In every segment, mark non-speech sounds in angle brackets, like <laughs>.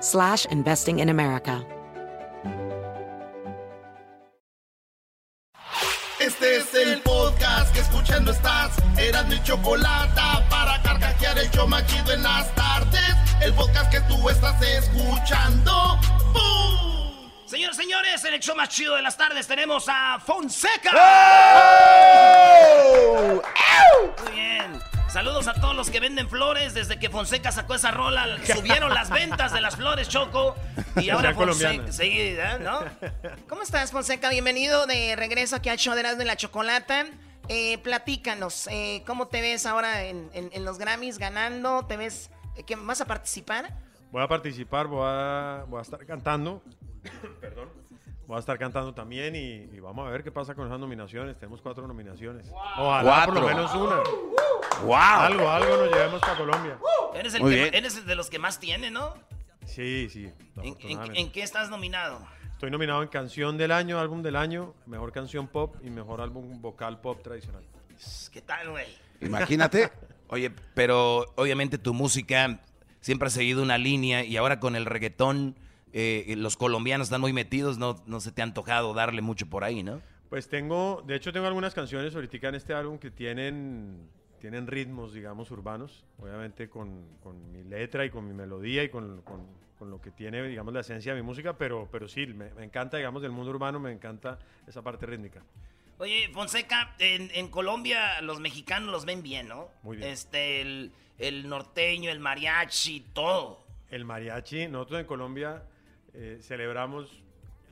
slash investing in America. Este es el podcast que escuchando estás. Eran mi chocolate para carcajear el yo machido en las tardes. El podcast que tú estás escuchando. ¡Bum! Señores, señores, en el show más chido de las tardes tenemos a Fonseca. Muy bien. Saludos a todos los que venden flores. Desde que Fonseca sacó esa <laughs> rola, subieron las ventas de las flores, Choco. Y ahora Fonseca. colombiana. Sí, ¿eh? ¿no? ¿Cómo estás, Fonseca? Bienvenido de regreso aquí al show de Erasmo y la Chocolata. Eh, platícanos, eh, ¿cómo te ves ahora en, en- en los Grammys ganando? ¿Te ves eh, que vas a participar? Voy a participar, voy a, voy a estar cantando. Perdón. Voy a estar cantando también y, y vamos a ver qué pasa con esas nominaciones. Tenemos cuatro nominaciones. Ojalá por lo Cuatro. menos una. ¡Wow! Algo, algo nos llevemos para Colombia. Eres, el Muy que bien. ma- eres el de los que más tiene, ¿no? Sí, sí. ¿En, en, afortunadamente. en qué estás nominado? Estoy nominado en Canción del Año, Álbum del Año, Mejor Canción Pop y Mejor Álbum Vocal Pop Tradicional. ¿Qué tal, güey? Imagínate. Oye, pero obviamente tu música siempre ha seguido una línea y ahora con el reggaetón eh, los colombianos están muy metidos, no, no se te ha antojado darle mucho por ahí, ¿no? Pues tengo, de hecho tengo algunas canciones ahorita en este álbum que tienen, tienen ritmos, digamos, urbanos, obviamente con, con mi letra y con mi melodía y con, con- con lo que tiene, digamos, la esencia de mi música, pero, pero sí, me, me encanta, digamos, del mundo urbano, me encanta esa parte rítmica. Oye, Fonseca, en, en Colombia los mexicanos los ven bien, ¿no? Muy bien. Este, el, el norteño, el mariachi, todo. El mariachi, nosotros en Colombia eh, celebramos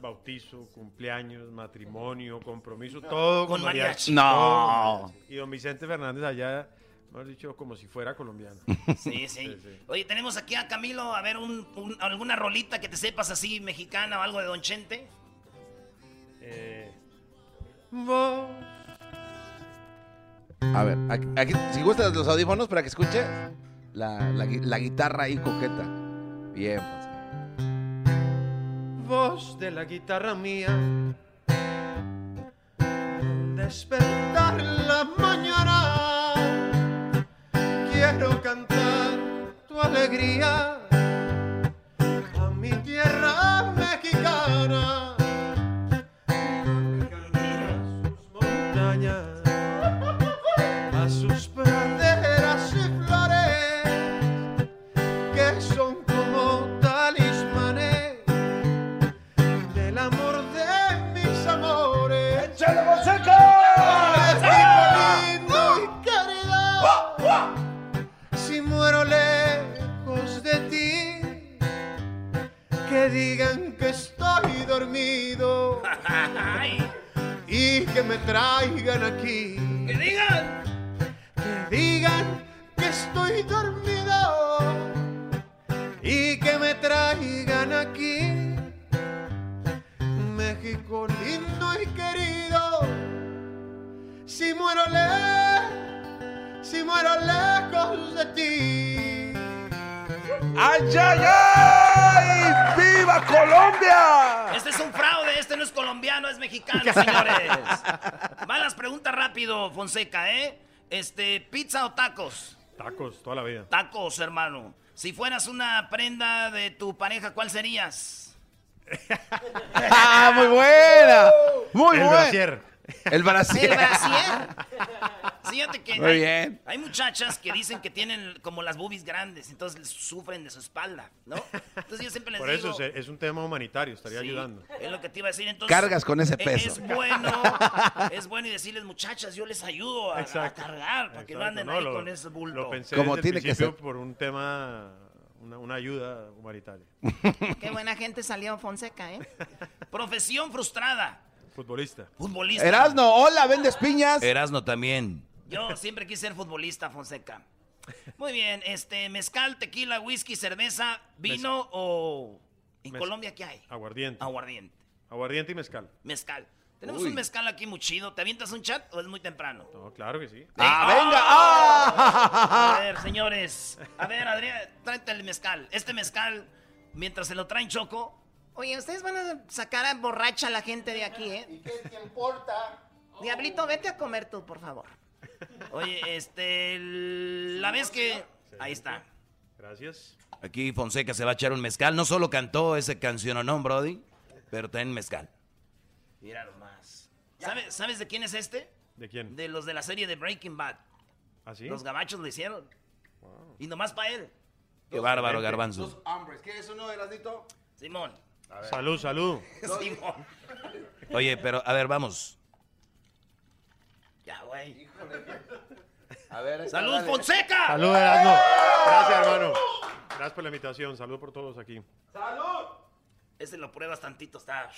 bautizo, cumpleaños, matrimonio, compromiso, todo Con con mariachi. mariachi. No. todo con mariachi. Y don Vicente Fernández allá, mejor dicho, como si fuera colombiano. Sí, sí. sí. Oye, tenemos aquí a Camilo, a ver, un- un- alguna rolita que te sepas así, mexicana o algo de Don Chente. Eh, vos A ver, aquí, aquí, si gustas los audífonos para que escuches la, la gui- la guitarra ahí coqueta. Bien. pues. voz de la guitarra mía. Al despertar la mañana, quiero cantar tu alegría a mi tierra mexicana. A sus montañas, a sus praderas y flores, que son como talismanes del amor de mis amores. ¡Échale, lindo ¡Ah! y querida! Si muero lejos de ti, que digan que estoy dormido <laughs> ¡Ay! y que me traigan aquí. ¡Que digan! Que digan que estoy dormido y que me traigan aquí. México lindo y querido, si muero lejos, si muero lejos de ti. ¡Ay, ay, ay! ¡Viva Colombia! Este es un fraude, este no es colombiano, es mexicano, señores. Van las preguntas rápido, Fonseca, ¿eh? Este, ¿pizza o tacos? Tacos toda la vida. Tacos, hermano. Si fueras una prenda de tu pareja, ¿cuál serías? ¡Ah, muy buena! ¡Muy buena! brasier. El brasier. El brasier. Fíjate que Muy hay, bien. hay muchachas que dicen que tienen como las boobies grandes, entonces sufren de su espalda, ¿no? Entonces yo siempre les Por digo... eso es, es un tema humanitario, estaría Sí, ayudando. Es lo que te iba a decir entonces. Cargas con ese e- peso. Es <laughs> bueno, es bueno y decirles, muchachas, yo les ayudo a, a Exacto. cargar para que no Exacto, anden ahí lo- con ese bulto. Lo pensé Como desde el tiene que principio ser. por un tema, una, una ayuda <laughs> humanitaria. Qué buena gente salió Fonseca, ¿eh? Profesión frustrada. Futbolista. Futbolista. Erasno, hola, vendes piñas. Erasno también. Yo siempre quise ser futbolista, Fonseca. Muy bien, este, mezcal, tequila, whisky, cerveza, vino o... ¿En Mez- Colombia qué hay? Aguardiente. Aguardiente. Aguardiente y mezcal. Mezcal. Tenemos Uy. un mezcal aquí muy chido. ¿Te avientas un chat o es muy temprano? No, claro que sí. Ah, venga. Ah. A ver, señores. A ver, Adrián, tráete el mezcal. Este mezcal, mientras se lo traen Choco, Oye, ustedes van a sacar a borracha a la gente de aquí, ¿eh? ¿Qué te importa? Diablito, vete a comer tú, por favor. oye, este, el- la vez que... Ahí está. Gracias. Aquí Fonseca se va a echar un mezcal. No solo cantó esa canción o no, Brody, pero también mezcal. Mira nomás. ¿Sabe- ¿Sabes de quién es este? ¿De quién? ¿Ah, De los de la serie de Breaking Bad. ¿Así? Los gabachos lo hicieron. Y nomás para él. Qué bárbaro, garbanzo. Los hombres. ¿Quieres uno, Erasnito? Simón. salud, salud. <laughs> Simón. Oye, pero a ver, vamos. <laughs> Ya, güey. A ver, ¡Salud, Fonseca! Salud, Erasmo. Gracias, hermano. Gracias por la invitación. Salud por todos aquí. Este lo pruebas tantito, <laughs> está...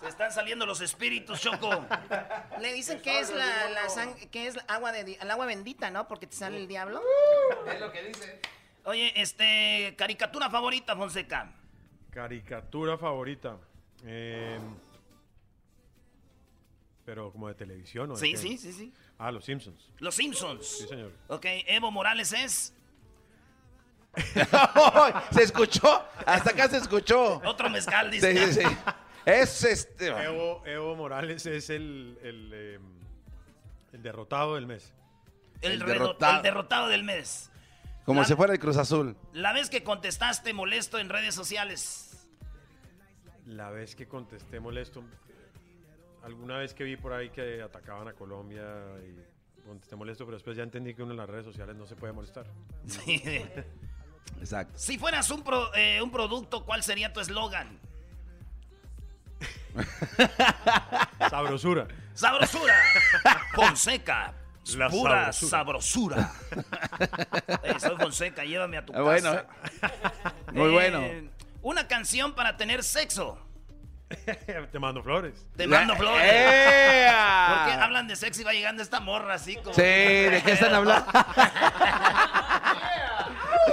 Se están saliendo los espíritus, Choco. Le dicen que es la, la sang- que es agua de di- el agua bendita, ¿no? Porque te sale el diablo. ¡Uh! Oye, este, caricatura favorita, Fonseca. Caricatura favorita. Eh, pero como de televisión, ¿o de Sí, qué? sí, sí, sí. Ah, Los Simpsons. Los Simpsons. Sí, señor. Ok, Evo Morales es ¿Se escuchó? Hasta acá se escuchó. otro mezcal, Sí, dice. sí, sí. Es este. Evo, Evo Morales es el, el, eh, el derrotado del mes. El, El redo- derrotado. el derrotado del mes. Como La- si fuera el Cruz Azul. La vez que contestaste molesto en redes sociales. La vez que contesté molesto, alguna vez que vi por ahí que atacaban a Colombia y contesté molesto, pero después ya entendí que uno en las redes sociales no se puede molestar. Sí. Exacto. Si fueras un, pro- eh, un producto, ¿cuál sería tu eslogan? Sabrosura. <laughs> Sabrosura. Fonseca. La pura sabrosura. Eh, soy Fonseca, llévame a tu casa. Ah, Bueno, eh. <laughs> muy Eh, bueno. Una canción para tener sexo. Te mando flores. Te mando La- flores. Ah, ¡Ea! Porque hablan de sexo y va llegando esta morra así como. Ah. Sí, ¿de qué <laughs> están hablando?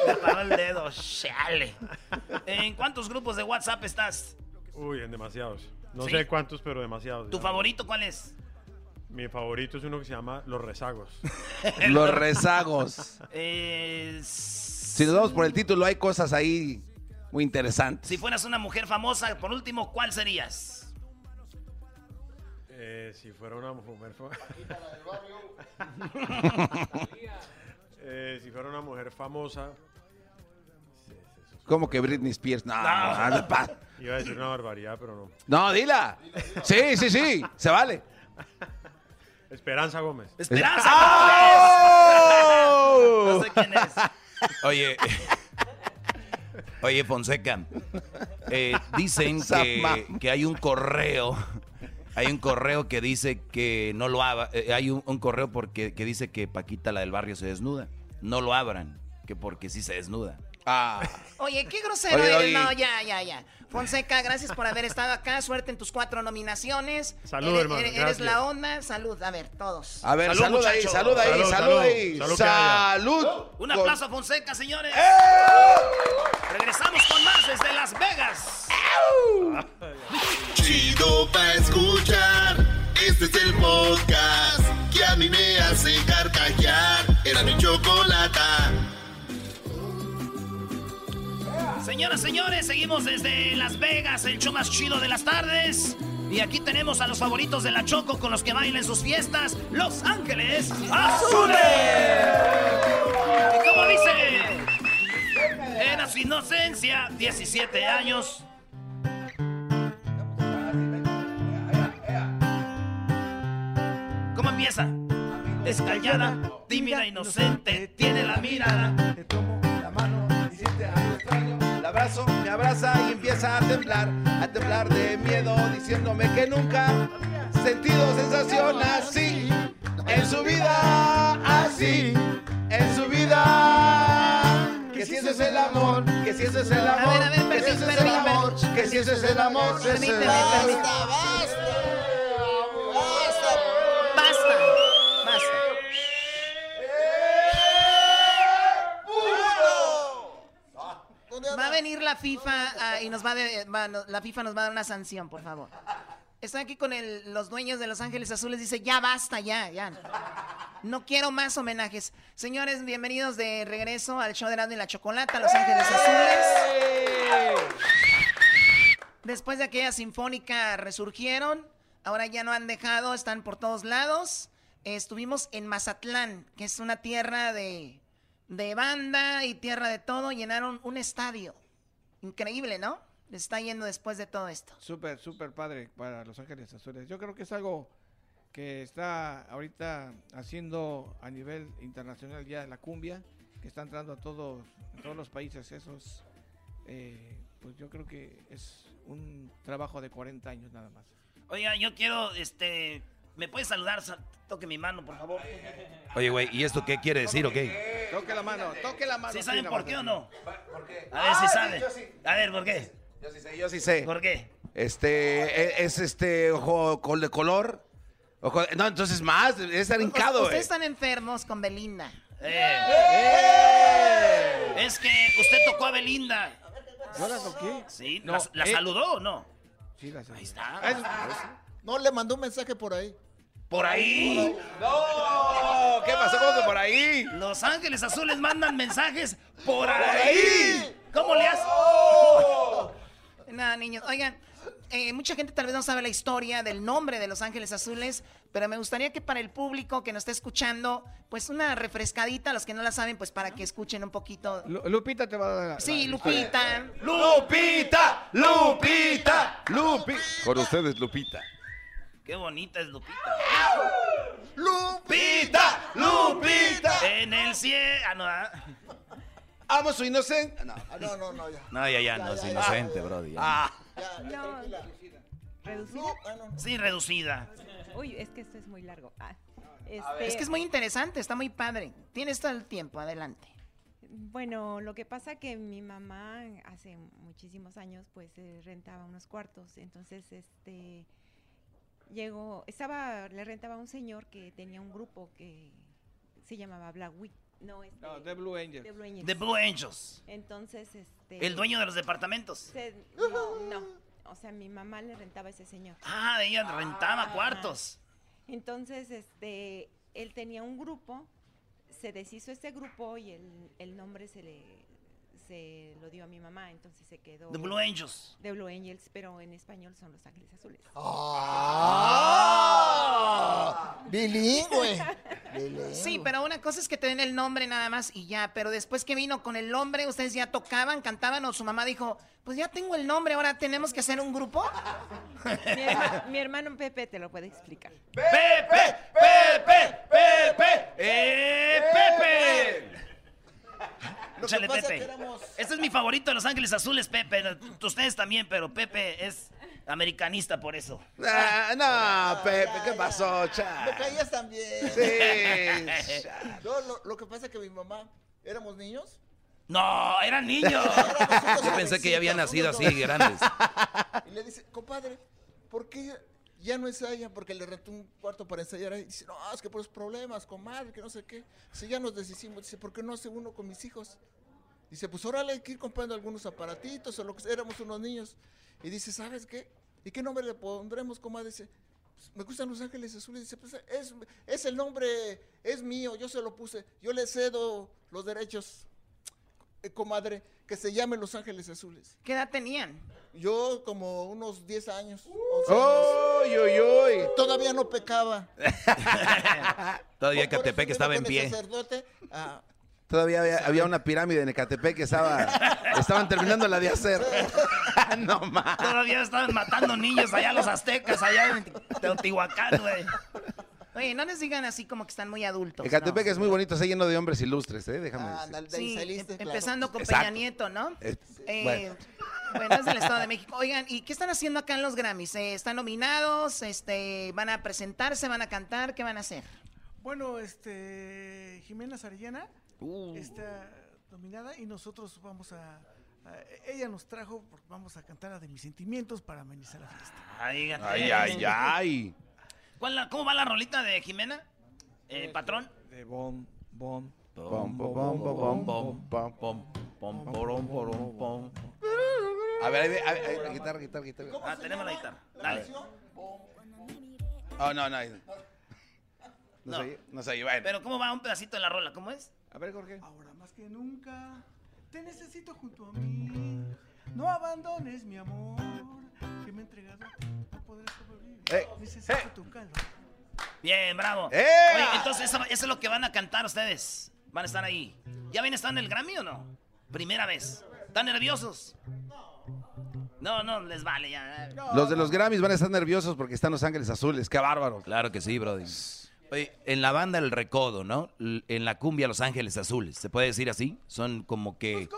Me paró el dedo, chale. ¿En cuántos grupos de WhatsApp estás? Uy, en demasiados. No Sí. sé cuántos, pero demasiados. ¿Tu Ya. favorito cuál es? Mi favorito es uno que se llama <laughs> Los Rezagos. Los rezagos. Eh, s- Si nos vamos por el título, hay cosas ahí muy interesantes. si fueras una mujer famosa, por último, ¿cuál serías? Eh, si fuera una mujer famosa. Eh, si fuera una mujer famosa, Como que Britney Spears. No, No. no, no, pa- iba a decir una barbaridad, pero no. no, dila. Sí, sí, sí. Se vale. Esperanza Gómez. ¡Ah! ¡Esperanza! ¡Ah! ¡Oh! Gómez! no sé quién <laughs> es. Oye, oye Fonseca, eh, dicen Esa que, mam- que hay un correo, hay un correo que dice que no lo abran, hay un, un correo porque, que dice que Paquita la del barrio se desnuda, no lo abran, que porque sí se desnuda. Ah, Oye, qué grosero Oye, eres. oye. No, ya, ya, ya. Fonseca, gracias por haber estado acá. Suerte en tus cuatro nominaciones. Salud, Eres- hermano, Eres, gracias. la onda. Salud. A ver, todos. a ver, Salud, salud, ahí, muchachos. salud ahí, salud, Salud, salud, ahí. salud Salud. que haya. Un Con- ¡Eh! aplauso a Fonseca, señores. Regresamos con más desde Las Vegas. Chido pa' escuchar. Este es el podcast que a mí me hace carcajear. Era mi chocolata. Señoras, señores, seguimos desde Las Vegas, el show más chido de las tardes. Y aquí tenemos a los favoritos de la Choco con los que bailan sus fiestas, Los Ángeles Azules. Y como dice, era su inocencia, 17 años. empieza. Descallada, tímida, inocente, tiene la mirada. Te tomo la mano, hiciste algo extraño. La abrazo, me abraza y empieza a temblar, a temblar de miedo, diciéndome que nunca he sentido sensación así. En su vida, así. En su vida. Que si eso es el amor, que si eso es el amor. ver, a ver, que si eso permí- es el permí- amor, que si eso es el amor. que si eso es el Permíteme, amor. permíteme. Basta, basta. Va a venir la FIFA ah, y nos va, a de- va- no- la FIFA nos va a dar una sanción, por favor. Está aquí con el- los dueños de Los Ángeles Azules, dice, ya basta, ya, ya. No quiero más homenajes. Señores, bienvenidos de regreso al show de Erasmo y la Chocolata, Los Ángeles Azules. Después de aquella sinfónica resurgieron, ahora ya no han dejado, están por todos lados. Eh, Estuvimos en Mazatlán, que es una tierra de, de banda y tierra de todo, llenaron un estadio. Increíble, ¿no? Les está yendo después de todo esto. Súper, súper padre para Los Ángeles Azules. Yo creo que es algo que está ahorita haciendo a nivel internacional ya la cumbia, que está entrando a todos, a todos los países esos. eh, pues yo creo que es un trabajo de 40 años nada más. Oiga, yo quiero, este, ¿me puedes saludar? Sa- Toque mi mano, por favor. Oye, güey, ¿y esto qué quiere decir o qué? Toque la mano, toque la mano. ¿Sí sí, saben nada por más. qué o no? ¿Por qué? A ver si Ah, sí, saben. Yo sí, A ver, ¿por qué? yo sí sé, yo sí sé. ¿Por qué? Este, e- es este ojo col- de color. Ojo- no, entonces más, es Us- arincado, eh. Ustedes eh. güey. están enfermos con Belinda. Eh, ¡Eh! es que Eh, usted tocó a Belinda. ¿Yo la toqué? Sí, No, ¿la, la eh. saludó o no? Sí, la Ahí está. No, le mandó un mensaje por ahí. Por ahí. No, ¿qué pasó? ¿Cómo que por ahí? Los Ángeles Azules mandan mensajes por ahí. ¿Cómo le haces? Nada, niños. ¡Oh! Oigan, eh, mucha gente tal vez no sabe la historia del nombre de Los Ángeles Azules, pero me gustaría que para el público que nos esté escuchando, pues una refrescadita, los que no la saben, pues para que escuchen un poquito. Lu- Lupita te va a dar. la- Sí, la- Lupita. Lupita, Lupita, Lupita. Con ustedes, Lupita. Qué bonita es Lupita. Lupita, Lupita. En el cielo. Ah, no, ah. Amo Ah, su inocente. No. Ah, no, no, no, ya. No, ya, ya, no, es inocente, bro. ya. Ah, Ya, tranquila. ¿Reducido? Lu- ah, no, no. Sí, reducida. Uy, es que esto es muy largo. Ah, Es que este, es muy interesante, está muy padre. Tienes todo el tiempo, adelante. Bueno, lo que pasa que mi mamá hace muchísimos años pues eh, rentaba unos cuartos, entonces este llegó, estaba, le rentaba a un señor que tenía un grupo que se llamaba Black Witch, no, este, No, The Blue Angels. The Blue Angels. The Blue Angels. Entonces, este, El dueño de los departamentos. se- no, no, o sea, mi mamá le rentaba a ese señor. Ah, ella rentaba cuartos. Entonces, este, él tenía un grupo, se deshizo este grupo y el, el nombre se le se lo dio a mi mamá, entonces se quedó The Blue Angels. The Blue Angels, pero en español son Los Ángeles Azules. Ah, <laughs> bilingüe. Bilingüe. Sí, Uh. pero una cosa es que te den el nombre nada más y ya, pero después que vino con el nombre, ustedes ya tocaban, cantaban o su mamá dijo, pues ya tengo el nombre, ahora tenemos que hacer un grupo. Mi, herma- mi hermano Pepe te lo puede explicar. Pepe, Pepe, Pepe, eh, Pepe. <laughs> Lo que Échale, pasa Pepe. que éramos- Este es mi favorito de Los Ángeles Azules, Pepe. No, Ustedes también, pero Pepe es americanista por eso. ah, <laughs> no, Pepe, ¿qué pasó, Ah. cha? Me caías también. Sí, cha. No, lo, lo que pasa es que mi mamá, <laughs> éramos niños. No, eran niños. Yo pensé que ya había nacido así, grandes. Y le dice, compadre, ¿por qué ya no ensaya? Porque le retó un cuarto para ensayar. ahí. dice, no, es que por los problemas, comadre, que no sé qué. Si ya nos deshicimos, dice, ¿por qué no hace uno con mis hijos? Dice, pues órale, hay que ir comprando algunos aparatitos o lo que sea. Éramos unos niños. Y dice, ¿sabes qué? ¿Y qué nombre le pondremos, comadre? Dice, "Pues, me gustan los ángeles azules. Dice, pues es, es el nombre, es mío, yo se lo puse. Yo le cedo los derechos, eh, comadre, que se llame Los Ángeles Azules. ¿Qué edad tenían? Yo como unos 10 años, 11 años. Uy, uy, uy. Todavía no pecaba. Todavía Por eso Catepec vino estaba en con el pie. sacerdote a- Todavía había, había una pirámide en Ecatepec que estaba, estaban terminando la de hacer. no más. Todavía estaban matando niños allá los aztecas, allá en Teotihuacán, güey. Oye, no les digan así como que están muy adultos. Ecatepec no. es muy bonito, está lleno de hombres ilustres, ¿eh? Déjame Ah, decir. ándale, de ahí Sí, saliste, em- claro. empezando con Exacto. Peña Nieto, ¿no? Es- Eh, bueno. bueno. es del Estado de México. Oigan, ¿y qué están haciendo acá en los Grammys? Eh, ¿Están nominados? Este, ¿Van a presentarse? ¿Van a cantar? ¿Qué van a hacer? Bueno, este Jimena Sarellana Uh. está dominada y nosotros vamos a, a- ella nos trajo, porque vamos a cantar la de mis sentimientos para amenizar la fiesta. Ay, Ay, ay, ay. ¿Cuál la- ¿Cómo va la rolita de Jimena? Eh, patrón. De bom, bom, Pom, pom, pom, pom, pom, pom, pom, pom, porom, porom, pom. A ver, ahí ve- a ver, ahí- guitarra, guitarra, guitarra. Ah, tenemos la guitarra. A Dale. ver. Oh, no, no. ahí no. No sé, no sé, bueno. Pero ¿cómo va un pedacito de la rola? ¿Cómo es? A ver, Jorge. Ahora más que nunca te necesito junto a mí. No abandones mi amor que me he entregado. a ti, No podré sobrevivir. Eh, necesito tu calor. Bien, bravo. ¡Eh! Oye, entonces eso, eso es lo que van a cantar ustedes. Van a estar ahí. ¿Ya bien están en el Grammy o no? Primera vez. ¿Están nerviosos? No, no, les vale ya. Los de los Grammys van a estar nerviosos porque están Los Ángeles Azules. Qué bárbaro. Claro que sí, Brody. Oye, en la banda El Recodo, ¿no? L- En la cumbia Los Ángeles Azules, ¿se puede decir así? Son como que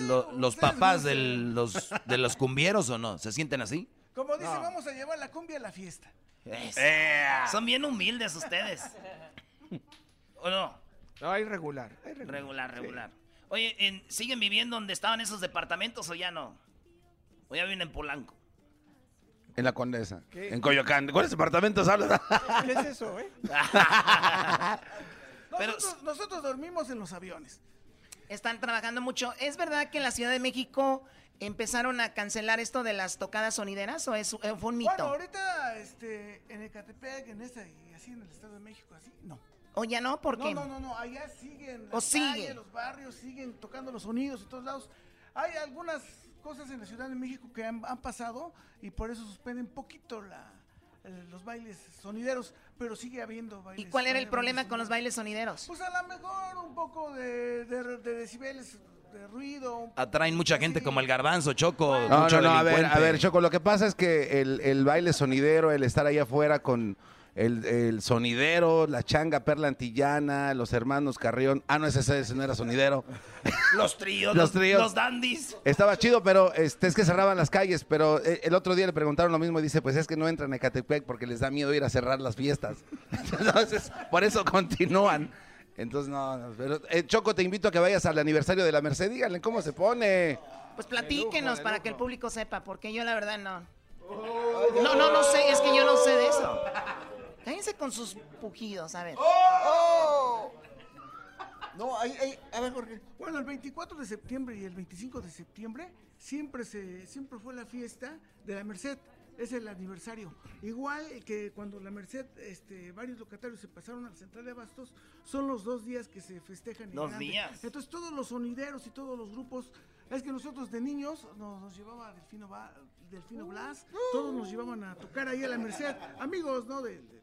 lo- los papás de los, de los cumbieros o no, ¿se sienten así? Como dice, vamos a llevar la cumbia a la fiesta. Eso. ¡Eh! Son bien humildes ustedes. ¿O no? No, hay regular. hay Regular, regular. Oye, en- ¿siguen viviendo donde estaban esos departamentos o ya no? O ya viven en Polanco. En la Condesa. ¿Qué? En Coyoacán. ¿De ¿Cuáles <laughs> departamentos hablas? ¿Qué es eso, eh? Nosotros, nosotros dormimos en los aviones. Están trabajando mucho. ¿Es verdad que en la Ciudad de México empezaron a cancelar esto de las tocadas sonideras o es, eh, fue un mito? Bueno, ahorita este, en Ecatepec, en esta y así en el Estado de México, así, no. ¿O ya no? ¿Por qué? No, no, no, no, allá siguen. ¿O las calles, sigue? los barrios siguen tocando los sonidos y todos lados. Hay algunas cosas en la Ciudad de México que han, han pasado y por eso suspenden poquito la, eh, los bailes sonideros, pero sigue habiendo ¿Y bailes. cuál era el todavía problema con sonideros. los bailes sonideros? Pues a lo mejor un poco de, de- de decibeles, de ruido, un Atraen mucha gente como el garbanzo, Choco. No, mucho no, no, a ver, a delincuente. ver, Choco, lo que pasa es que el, el baile sonidero, el estar ahí afuera con el, el sonidero, la changa perla antillana, los hermanos Carrión. Ah, no, ese, ese no era sonidero. <laughs> Los tríos, Los tríos. los dandies. Estaba chido, pero este, es que cerraban las calles. Pero eh, el otro día le preguntaron lo mismo y dice, pues es que no entran a Ecatepec porque les da miedo ir a cerrar las fiestas. <laughs> Entonces, por eso continúan. Entonces, no, no, pero, eh, Choco, te invito a que vayas al aniversario de la Merced. Díganle cómo se pone. Pues platíquenos para que el público sepa, porque yo la verdad no. No, no, no sé, es que yo no sé de eso. Cállense con sus pujidos, a ver. Oh. No, ahí, a ver, Jorge. Bueno, el 24 de septiembre y el 25 de septiembre siempre se siempre fue la fiesta de la Merced. Es el aniversario. Igual que cuando la Merced, este, varios locatarios se pasaron a la central de abastos, son los dos días que se festejan. en Dos grande. días. Entonces todos los sonideros y todos los grupos, es que nosotros de niños nos, nos llevaba Delfino, Ba- Delfino Blas, todos nos llevaban a tocar ahí a la Merced, amigos, ¿no? De- de-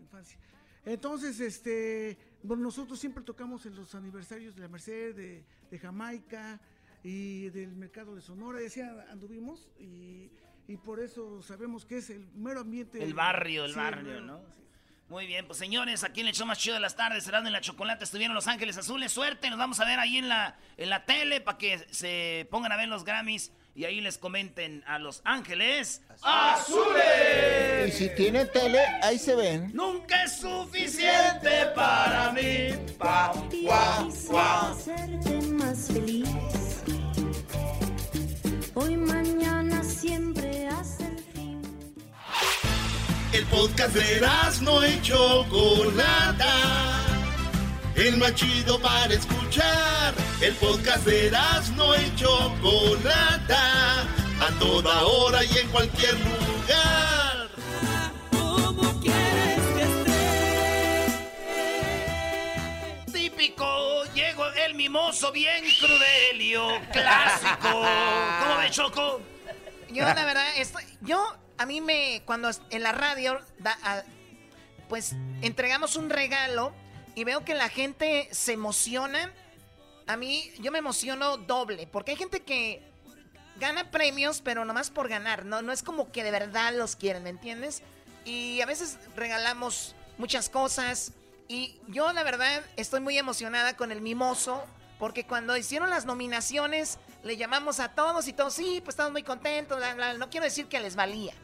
infancia. Entonces, este, bueno, nosotros siempre tocamos en los aniversarios de la Merced, de, de Jamaica y del mercado de Sonora, y así a- anduvimos y, y por eso sabemos que es el mero ambiente. El barrio, el Sí, barrio, mero- ¿no? Muy bien, pues señores, aquí en el show más chido de las tardes, Serán en la Chocolate, estuvieron Los Ángeles Azules. Suerte, nos vamos a ver ahí en la, en la tele para que se pongan a ver los Grammys y ahí les comenten a Los Ángeles Y Azules. si tienen tele, ahí se ven. Nunca es suficiente para mí. Pam, guau, guau. hacerte más feliz. Hoy, mañana, siempre hasta el fin. El podcast de no y Chocolata. El más chido para escuchar. El podcast de no y Chocolata. A toda hora y en cualquier lugar. Típico, llego el mimoso bien crudelio, clásico. ¿Cómo ve, Choco? Yo la verdad, estoy, yo a mí me, cuando es- en la radio, da- a- pues entregamos un regalo y veo que la gente se emociona. A mí, yo me emociono doble, porque hay gente que gana premios, pero nomás por ganar, ¿no? No es como que de verdad los quieren, ¿me entiendes? Y a veces regalamos muchas cosas. Y yo la verdad estoy muy emocionada con el mimoso, porque cuando hicieron las nominaciones le llamamos a todos y todos, sí, pues estamos muy contentos, bla, bla". no quiero decir que les valía.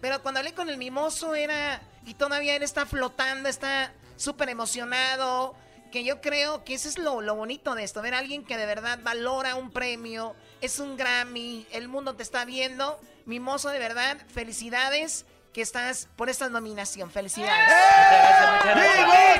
Pero cuando hablé con el mimoso era, y todavía él está flotando, está súper emocionado, que yo creo que eso es lo, lo bonito de esto, ver a alguien que de verdad valora un premio, es un Grammy, el mundo te está viendo. Mimoso, de verdad, felicidades que estás por esta nominación, felicidades.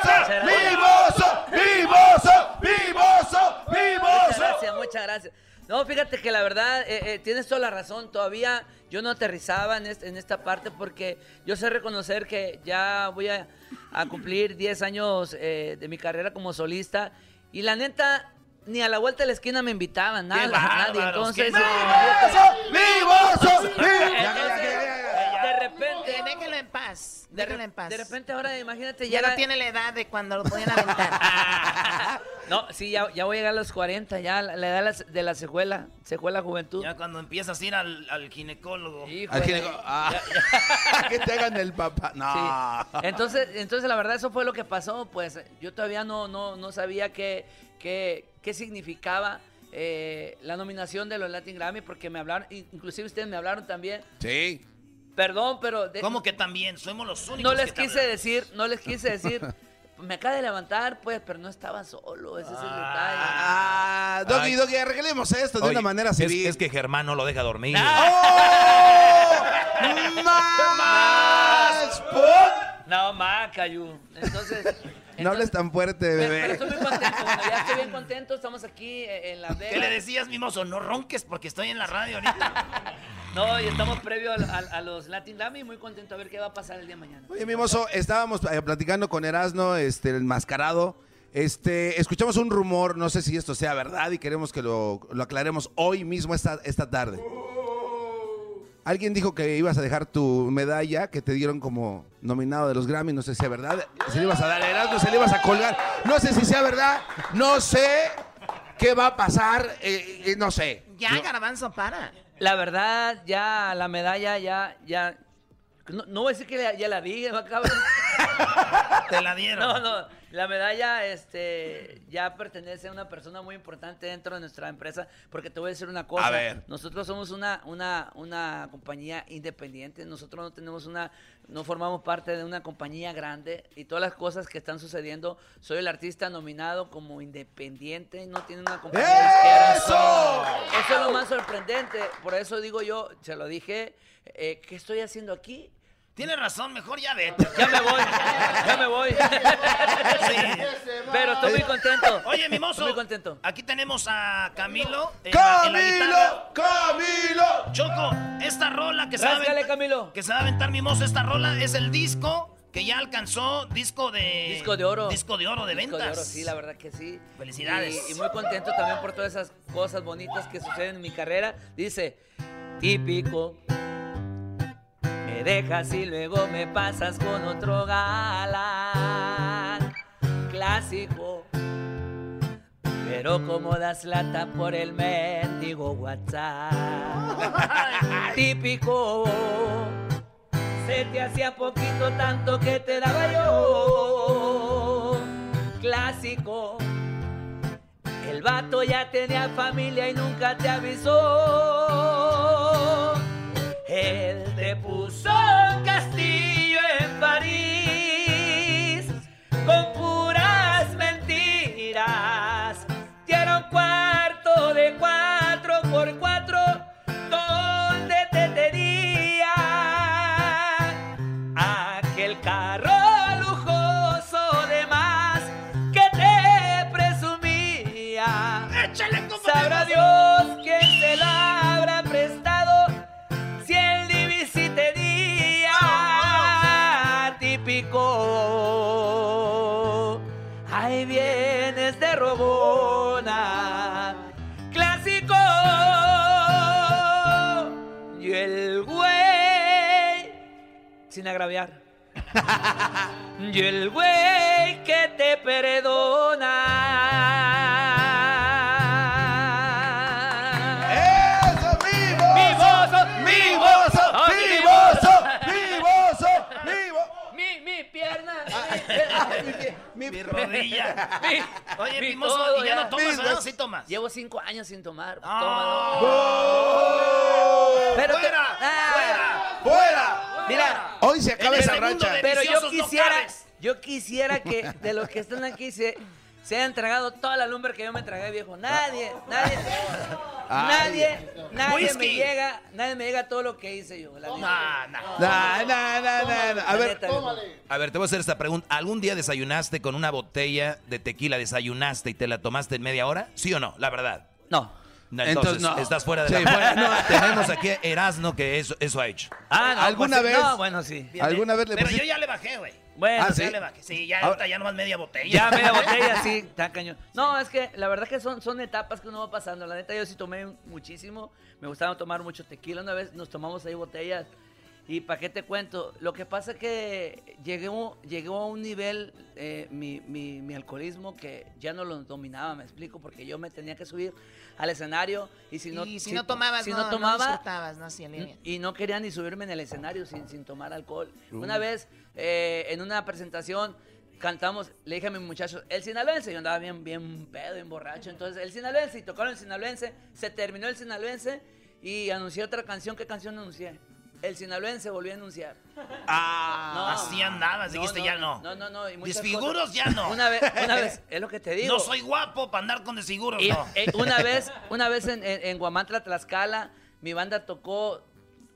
¡Vivoso! ¡Vivoso! ¡Vivoso! ¡Vivoso! Muchas ¡Vivoso! gracias, muchas gracias. No, fíjate que la verdad, eh, eh, tienes toda la razón. Todavía yo no aterrizaba en, es- en esta parte porque yo sé reconocer que ya voy a, a cumplir 10 años eh, de mi carrera como solista. Y la neta, ni a la vuelta de la esquina me invitaban, nada, nadie. bárbaros, Entonces, qué eh, bárbaros! ¡Vivosos! ¡Vivosos! de repente. Eh, déjelo en paz. De, déjalo en paz. de repente ahora imagínate ya ya no la- tiene la edad de cuando lo <laughs> podían aventar. <laughs> No, sí, ya, ya voy a llegar a los 40, ya la, la edad de la se- de la secuela, secuela juventud. Ya cuando empiezas a ir al, al ginecólogo. Al ginecó- ah. <laughs> que te hagan el papá. No. Sí. Entonces, entonces la verdad eso fue lo que pasó, pues yo todavía no, no, no sabía qué, qué, qué significaba eh, la nominación de los Latin Grammy, porque me hablaron, in- inclusive ustedes me hablaron también. Sí. Perdón, pero... de- ¿Cómo que también? Somos los únicos No les que te quise hablan. decir, no les quise decir. <laughs> Me acaba de levantar, pues, pero no estaba solo, ese es el detalle. Ah, Doggy, Doggy, arreglemos esto de Oye, una manera es- civil. Ah. Es, que Germán no lo deja dormir. ¡Oh! ¡Más! put- No, más, Cayu. Entonces... No hables tan fuerte, Pero, bebé. pero estoy muy contento, bueno, ya estoy <laughs> bien contento, estamos aquí eh, en Las Vegas. ¿Qué le decías, mimoso? No ronques porque estoy en la radio ahorita. No, y estamos previo al- al- a, los Latin Grammy, muy contento a ver qué va a pasar el día de mañana. Oye, Mimoso, estábamos eh, platicando con Erasno, este, el enmascarado. Este, escuchamos un rumor, no sé si esto sea verdad y queremos que lo, lo aclaremos hoy mismo, esta, esta tarde. Alguien dijo que ibas a dejar tu medalla que te dieron como nominado de los Grammy, no sé si es verdad. Se le ibas a dar a Erasno, se le ibas a colgar. No sé si sea verdad, no sé qué va a pasar, eh, eh, no sé. ya, No. garbanzo, para. La verdad, ya la medalla, ya, ya. No, no voy a decir que ya, ya la di, <laughs> ¿no, cabrón? Te la dieron. No, no. La medalla, este, ya pertenece a una persona muy importante dentro de nuestra empresa, porque te voy a decir una cosa. A ver. Nosotros somos una, una, una compañía independiente. Nosotros no tenemos una, no formamos parte de una compañía grande y todas las cosas que están sucediendo. Soy el artista nominado como independiente. No tiene una compañía. disquera. ¡Eso! Eso es lo más sorprendente. Por eso digo yo, se lo dije, eh, ¿qué estoy haciendo aquí? Tienes razón, mejor ya vete. <laughs> Ya me voy, ya me voy. Pero estoy muy contento. Oye, mimoso. Estoy muy contento. Aquí tenemos a Camilo. en la- en la guitarra. ¡Camilo! ¡Camilo! Choco, esta rola que se, va a Ráscale, aventar, Camilo. que se va a aventar mimoso, esta rola es el disco que ya alcanzó disco de. Disco de oro. Disco de oro de Disco ventas. oro, sí, la verdad que sí. Felicidades. Y, y muy contento también por todas esas cosas bonitas que suceden en mi carrera. Dice, típico, me dejas y luego me pasas con otro galán. Clásico, pero como das lata por el mendigo WhatsApp. Típico. Se te hacía poquito tanto que te daba yo. Clásico. El vato ya tenía familia y nunca te avisó. Él te puso un castillo en París con puras mentiras. Dieron cuarto de cuatro por cuatro donde te tenía. Aquel carro lujoso de más que te presumía. Sabrá Dios quién se la habrá prestado si el divisitería típico. Ahí vienes de robona, clásico. Y el güey, sin agraviar. Y el güey que te perdona. ¡Eso, vivoso! Ah, ¡Vivoso! Ah, ¡Vivoso! ¡Vivoso! ¡Vivoso! Mi, mi pierna. mi <laughs> rodilla. Oye, Pimoso, ¿y ya no tomas, verdad? ¿Sí tomas? Llevo cinco años sin tomar. ¡Fuera! ¡Fuera! ¡Fuera! Ah. Mira, Hoy se acaba en esa el mundo racha. de Pero yo viciosos no quisiera, cabes. yo quisiera que de los que están aquí se, se hayan tragado toda la lumbre que yo me tragué, viejo. Nadie, nadie, nadie, nadie me Whisky. llega, nadie me llega a todo lo que hice yo. La neta. Nah, nah, nah, nah, nah. A La ver, neta, viejo. A ver, te voy a hacer esta pregunta. ¿Algún día desayunaste con una botella de tequila? ¿Desayunaste y te la tomaste en media hora? ¿Sí o no? La verdad. No. entonces, Entonces, no. estás fuera de Sí, la... <laughs> fuera, no. Tenemos aquí a Erasno que eso, eso ha hecho. Ah, no, ¿Alguna pues, vez? No, bueno, sí. ¿Alguna vez le Pero pusiste- yo ya le bajé, güey. Bueno, Ah, ¿sí? Ya le bajé. Sí, ya, Ahora- ahorita ya nomás media botella. Ya <laughs> media botella, sí, está cañón. No, es que la verdad que son, son etapas que uno va pasando. La neta, yo sí tomé muchísimo. Me gustaba tomar mucho tequila. Una vez nos tomamos ahí botellas. ¿Y para qué te cuento? Lo que pasa es que llegó, llegó a un nivel eh, mi, mi- mi alcoholismo que ya no lo dominaba, me explico, porque yo me tenía que subir al escenario y si no, y si no tomabas, si no, no no tomaba, ¿Mm? disfrutabas, no hacía línea. y no quería ni subirme en el escenario sin, sin tomar alcohol. Uh. Una vez, eh, en una presentación, cantamos, le dije a mi muchacho, el sinaloense, yo andaba bien, bien pedo, bien borracho, entonces el sinaloense, y tocaron el sinaloense, se terminó el sinaloense y anuncié otra canción, ¿qué canción anuncié? El sinaloense volvió a anunciar. Ah, No, así andabas, no, dijiste no, ya no. No, no, no. y muchas Desfiguros cosas. ya no. Una vez, una <laughs> vez, es lo que te digo. No soy guapo para andar con desfiguros, Y, no. eh, una <laughs> vez, una vez en, en- en Guamantla, Tlaxcala, mi banda tocó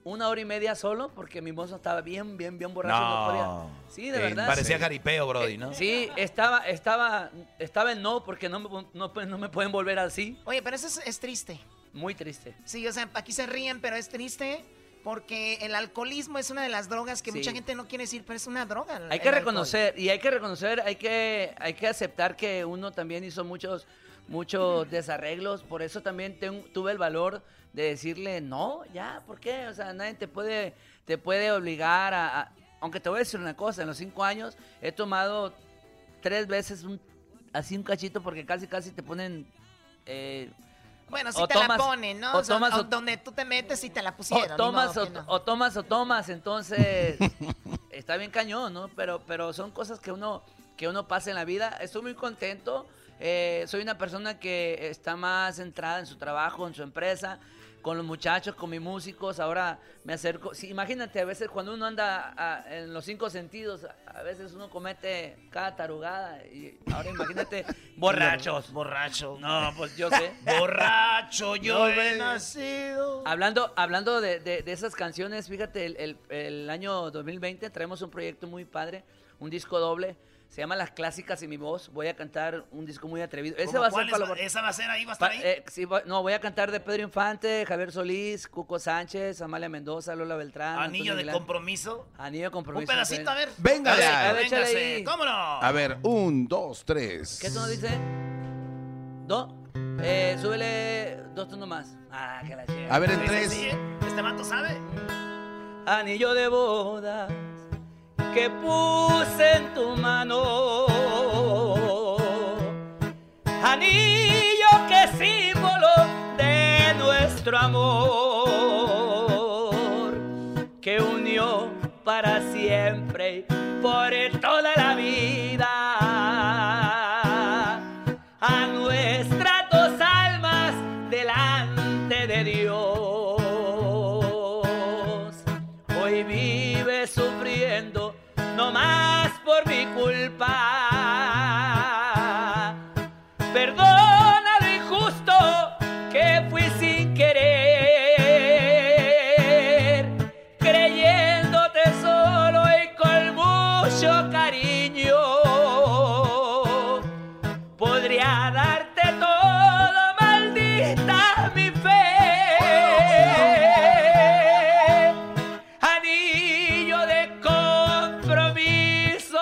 una hora y media solo porque mi mozo estaba bien, bien, bien borracho. No, No. podía. Sí, de Eh, verdad. Parecía sí. Eh, jaripeo, Brody, ¿no? Sí, estaba, estaba, estaba en no porque no me, no, pues, no me pueden volver así. Oye, pero eso es, es triste. Muy triste. Sí, o sea, aquí se ríen, pero es triste porque el alcoholismo es una de las drogas que Sí. mucha gente no quiere decir, pero es una droga. el- Hay el que alcohol. reconocer, y hay que reconocer, hay que, hay que aceptar que uno también hizo muchos, muchos desarreglos. Por eso también ten- tuve el valor de decirle no, ya, ¿por qué? O sea, nadie te puede, te puede obligar a, a- Aunque te voy a decir una cosa, en los cinco años he tomado tres veces un, así un cachito porque casi casi te ponen. eh, Bueno, o si te tomas- la ponen, ¿no? O tomas o, donde tú te metes y te la o pusieron. ni tomas modo o, que no. o tomas o tomas, entonces <laughs> está bien cañón, ¿no? Pero, pero son cosas que uno, que uno pasa en la vida. Estoy muy contento. eh, soy una persona que está más centrada en su trabajo, en su empresa, con los muchachos, con mis músicos. Ahora me acerco. sí, imagínate, a veces cuando uno anda a- en los cinco sentidos, a- a veces uno comete cada tarugada. Y ahora imagínate, borrachos. Borracho. No, pues yo sé. <laughs> Borracho, yo No, he ve. nacido. Hablando, hablando de, de- de esas canciones, fíjate, el, el- el año 2020 traemos un proyecto muy padre, un disco doble. Se llama Las Clásicas y mi voz. Voy a cantar un disco muy atrevido. Ese ¿Cómo va a cuál ser es? para los- ¿Esa va a ser ahí? ¿Va a estar pa- ahí? eh, sí, voy- no, voy a cantar de Pedro Infante, Javier Solís, Cuco Sánchez, Amalia Mendoza, Lola Beltrán. Anillo Antonio de Aguilar. compromiso. Anillo de compromiso. Un pedacito, a ver. Venga, A ver, ya. a ver, Échale véngase. ahí. ¿Cómo no? A ver, un, dos, tres. ¿Qué tono dice? ¿Do? Eh, súbele dos tonos más. Ah, que la A ver, en el tres. ¿Este mato sabe? anillo de bodas que puse en tu mano. Anillo que es símbolo de nuestro amor, que unió para siempre y por toda la vida a nuestras dos almas delante de Dios. Hoy vive sufriendo, no más por mi culpa. Perdona lo injusto que fui sin querer, creyéndote solo y con mucho cariño. Podría darte todo, maldita mi fe. Anillo de compromiso,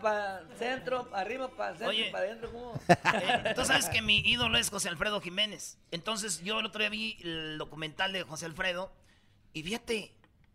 para centro, para arriba, para centro, Oye. para adentro. ¿cómo? Eh, Tú sabes que mi ídolo es José Alfredo Jiménez. Entonces yo el otro día vi el documental de José Alfredo y fíjate,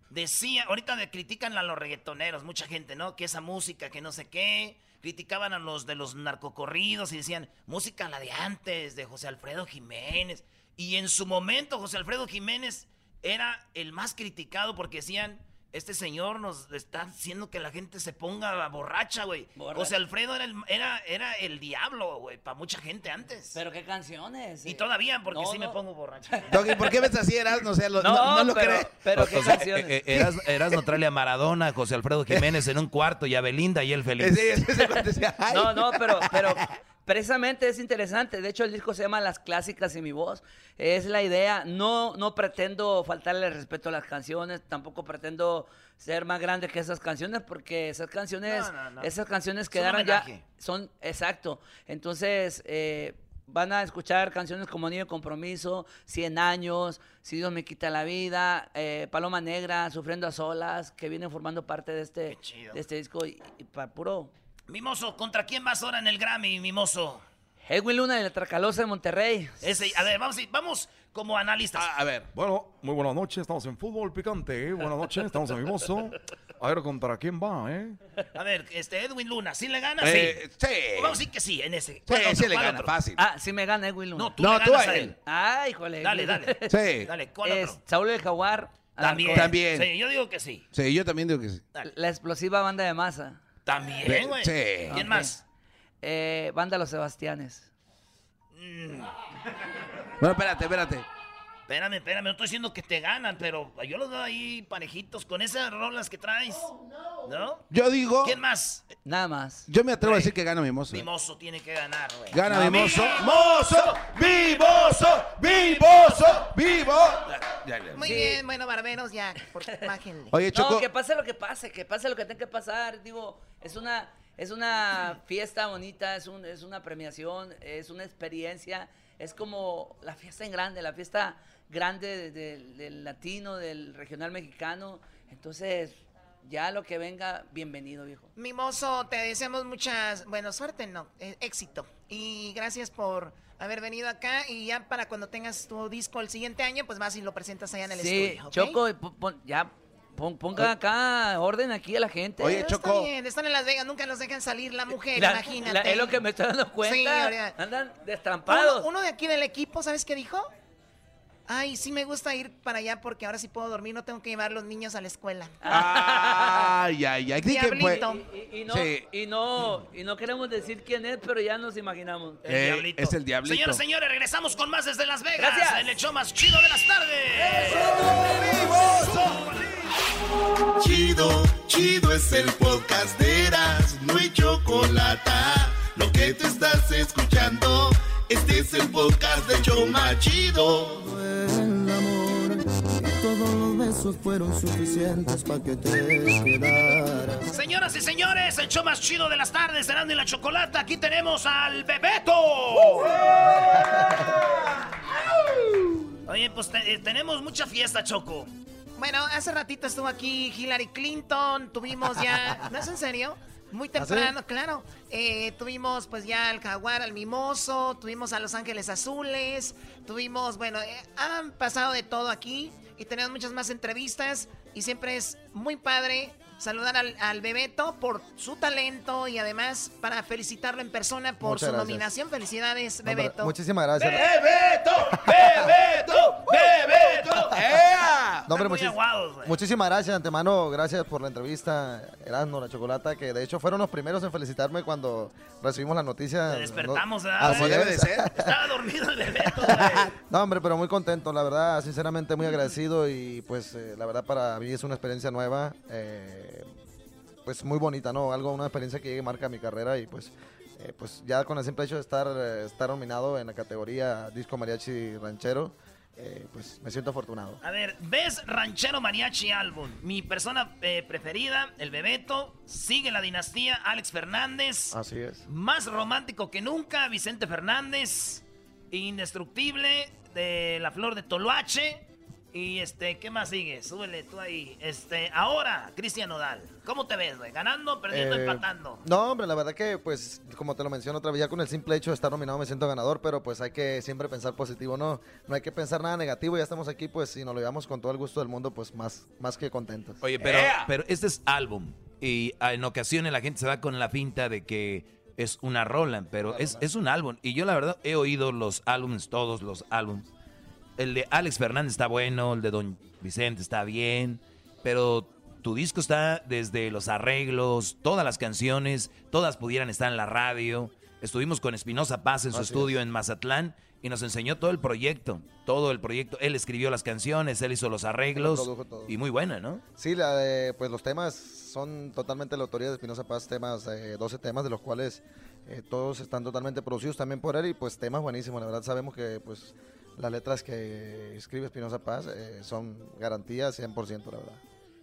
decía, ahorita le critican a los reggaetoneros, mucha gente, ¿no? Que esa música, que no sé qué. Criticaban a los de los narcocorridos y decían, música la de antes, de José Alfredo Jiménez. Y en su momento José Alfredo Jiménez era el más criticado porque decían, este señor nos está haciendo que la gente se ponga borracha, güey. Borracha. José Alfredo era el, era, era el diablo, güey, para mucha gente antes. Pero qué canciones. Y eh. todavía, porque No, sí me no. pongo borracha. Doggy, ¿por qué ves así Erasmo? O sea, lo- no, no lo pero, crees. pero O qué sea, canciones. eh, eh, Eras- Erasmo traerle a Maradona, a José Alfredo Jiménez en un cuarto y a Belinda y él feliz. Sí, <laughs> sí, sí, cuando decía, ay. No, no, pero, pero precisamente es interesante. De hecho, el disco se llama Las Clásicas y mi voz. Es la idea. No, no pretendo faltarle el respeto a las canciones. Tampoco pretendo ser más grande que esas canciones, porque esas canciones, No, no, no. esas canciones un quedaron ya. homenaje. Son, exacto. Entonces, eh, van a escuchar canciones como Niño de Compromiso, 100 años, Si Dios me quita la vida, eh, Paloma Negra, Sufriendo a Solas, que vienen formando parte de este, chido. de este disco y, y para puro Mimoso, ¿contra quién vas ahora en el Grammy, Mimoso? Edwin Eh, Luna de la Tracalosa de Monterrey. Ese, a ver, vamos, vamos como analistas. Ah, A, a ver, Bueno, muy buenas noches, estamos en Fútbol Picante. ¿eh? Buenas noches, estamos en Mimoso. A ver contra quién va, ¿eh? A ver, este Edwin Luna, ¿sí le gana? Eh, sí. sí. Vamos a decir que sí, en ese. Sí, ¿Cuál otro? sí le ¿Cuál gana, otro? fácil. Ah, sí me gana Edwin Luna. No, tú No, le tú ganas a a él. él. Ay, híjole. <laughs> Dale, dale. Sí. Dale, ¿cuál Es otro? Saulo de Jaguar. También. Alarcón. También. Sí, yo digo que sí. Sí, yo también digo que sí. La explosiva banda de masa. También, güey. Sí. Ok. ¿Quién más? Eh, banda Los Sebastianes. Mm. Bueno, espérate, espérate. Espérame, espérame, no estoy diciendo que te ganan, pero yo los veo ahí parejitos con esas rolas que traes. ¿No? Yo digo, ¿Quién más? Nada más. yo me atrevo a decir que gana Mimoso. ¿eh? Mimoso tiene que ganar, güey. Gana Mimoso. ¡Mozo! ¡Vivoso! ¡Vivoso! ¡Vivo! Muy bien, bueno, barberos, ya, por, <laughs> bájenle. Oye, Choco. No, que pase lo que pase, que pase lo que tenga que pasar. Digo, es una, es <laughs> una fiesta bonita, es, un, es una premiación, es una experiencia. Es como la fiesta en grande, la fiesta grande de- de- del latino, del regional mexicano. Entonces, ya lo que venga, bienvenido, viejo. Mimoso, te deseamos muchas, bueno, suerte, no, eh, éxito. Y gracias por haber venido acá y ya para cuando tengas tu disco el siguiente año, pues vas y lo presentas allá en el sí, estudio. ¿ok? Choco, y pon- pon- ya pon- ponga acá orden aquí a la gente. Oye, Pero Choco. Está bien, están en Las Vegas, nunca nos dejan salir la mujer, Eh, La- imagínate. la- es lo que me estoy dando cuenta. Sí, ahorita. Andan uno, destrampados. uno de aquí del equipo, ¿sabes qué dijo? Ay, sí me gusta ir para allá porque ahora sí puedo dormir, no tengo que llevar los niños a la escuela. Ay, ay, ay. di que pues, fue- Diablito. Y, y- y no, Sí. y, no, y no queremos decir quién es, pero ya nos imaginamos. El Eh, diablito. es el diablito. Señoras, señores, regresamos con más desde Las Vegas. Gracias. El hecho más chido de las tardes. Chido, chido es el podcast de Eras, no hay chocolate. Lo que te estás escuchando, este es el podcast de Choma Chido. el amor y todos los besos fueron suficientes para que te quedaras. Señoras y señores, el show más chido de las tardes, Serán y la Chocolata. Aquí tenemos al Bebeto. Oye, pues te- eh, tenemos mucha fiesta, Choco. Bueno, hace ratito estuvo aquí Hillary Clinton, tuvimos <laughs> ya, ¿no es en serio? Muy ¿Ah, temprano, claro. Eh, tuvimos pues ya al jaguar, al mimoso, tuvimos a Los Ángeles Azules, tuvimos, bueno, eh, han pasado de todo aquí y tenemos muchas más entrevistas y siempre es muy padre saludar al, al Bebeto por su talento y además para felicitarlo en persona por Muchas su gracias. nominación. Felicidades, No, pero Bebeto. Muchísimas gracias. ¡Bebeto! ¡Bebeto! ¡Bebeto! ¡Ea! No, hombre, Están muy muchis- aguados, güey. muchísimas gracias de antemano, gracias por la entrevista, Erasmo, la Chocolata, que de hecho fueron los primeros en felicitarme cuando recibimos la noticia. Te despertamos, No- ¿verdad? Así Como debe es. de <laughs> Estaba dormido el Bebeto, güey. No, hombre, pero muy contento, la verdad, sinceramente muy agradecido y pues eh, la verdad para mí es una experiencia nueva, eh, pues muy bonita, ¿no? Algo, una experiencia que marca mi carrera y pues... eh, pues ya con el simple hecho de estar, eh, estar nominado en la categoría Disco Mariachi Ranchero, eh, pues me siento afortunado. A ver, ves Ranchero Mariachi Álbum. Mi persona eh, preferida, el Bebeto. Sigue la dinastía, Alex Fernández. Así es. Más romántico que nunca, Vicente Fernández. Indestructible de la flor de Toloache. Y este, ¿qué más sigue? Súbele tú ahí. Este, ahora, Cristian Nodal. ¿Cómo te ves, güey? ¿Ganando, perdiendo, Eh, empatando? No, hombre, la verdad que, pues, como te lo menciono otra vez, ya con el simple hecho de estar nominado me siento ganador, pero pues hay que siempre pensar positivo, ¿no? No hay que pensar nada negativo, ya estamos aquí, pues, si nos lo llevamos con todo el gusto del mundo, pues, más, más que contentos. Pues Oye, pero, pero este es álbum. Y ah, en ocasiones la gente se va con la finta de que es una rola, pero es, es un álbum. Y yo la verdad he oído los álbumes, todos los álbumes. El de Alex Fernández está bueno, el de Don Vicente está bien, pero tu disco está desde los arreglos, todas las canciones, todas pudieran estar en la radio. Estuvimos con Espinosa Paz en su Así estudio en Mazatlán y nos enseñó todo el proyecto, todo el proyecto. Él escribió las canciones, él hizo los arreglos produjo todo. y muy buena, ¿no? Sí, la de, pues los temas son totalmente la autoría de Espinosa Paz, temas, eh, 12 temas de los cuales eh, todos están totalmente producidos también por él y pues temas buenísimos, la verdad sabemos que pues las letras que escribe Espinosa Paz eh, son garantías 100%, la verdad.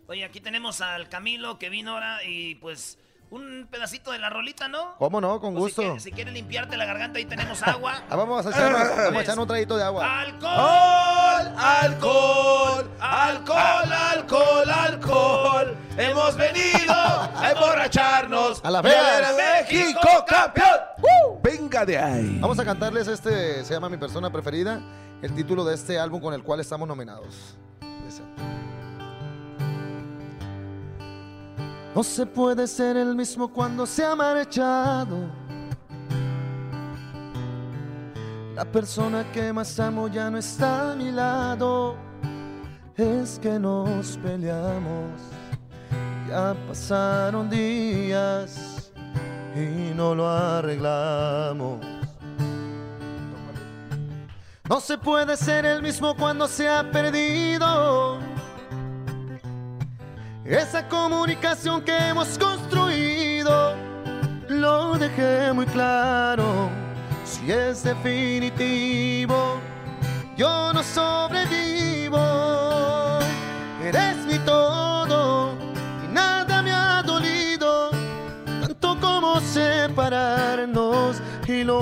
Oye, aquí tenemos al Camilo que vino ahora y pues un pedacito de la rolita, ¿no? ¿Cómo no? Con O si gusto. quiere- Si quieres limpiarte la garganta, ahí <laughs> tenemos agua. Ah, vamos a echar, vamos a echar un traguito de agua. ¡Alcohol! ¡Alcohol! ¡Alcohol! ¡Alcohol! ¡Alcohol! Hemos venido <laughs> a emborracharnos. ¡A Las Vegas! ¡Viva México campeón! ¡Venga de ahí! Vamos a cantarles este, se llama Mi Persona Preferida, el título de este álbum con el cual estamos nominados. Ese. No se puede ser el mismo cuando se ha marchado. La persona que más amo ya no está a mi lado. Es que nos peleamos. Ya pasaron días y no lo arreglamos. No se puede ser el mismo cuando se ha perdido. Esa comunicación que hemos construido lo dejé muy claro. Si es definitivo, yo no sobrevivo. Eres mi todo y nada me ha dolido tanto como separarnos y lo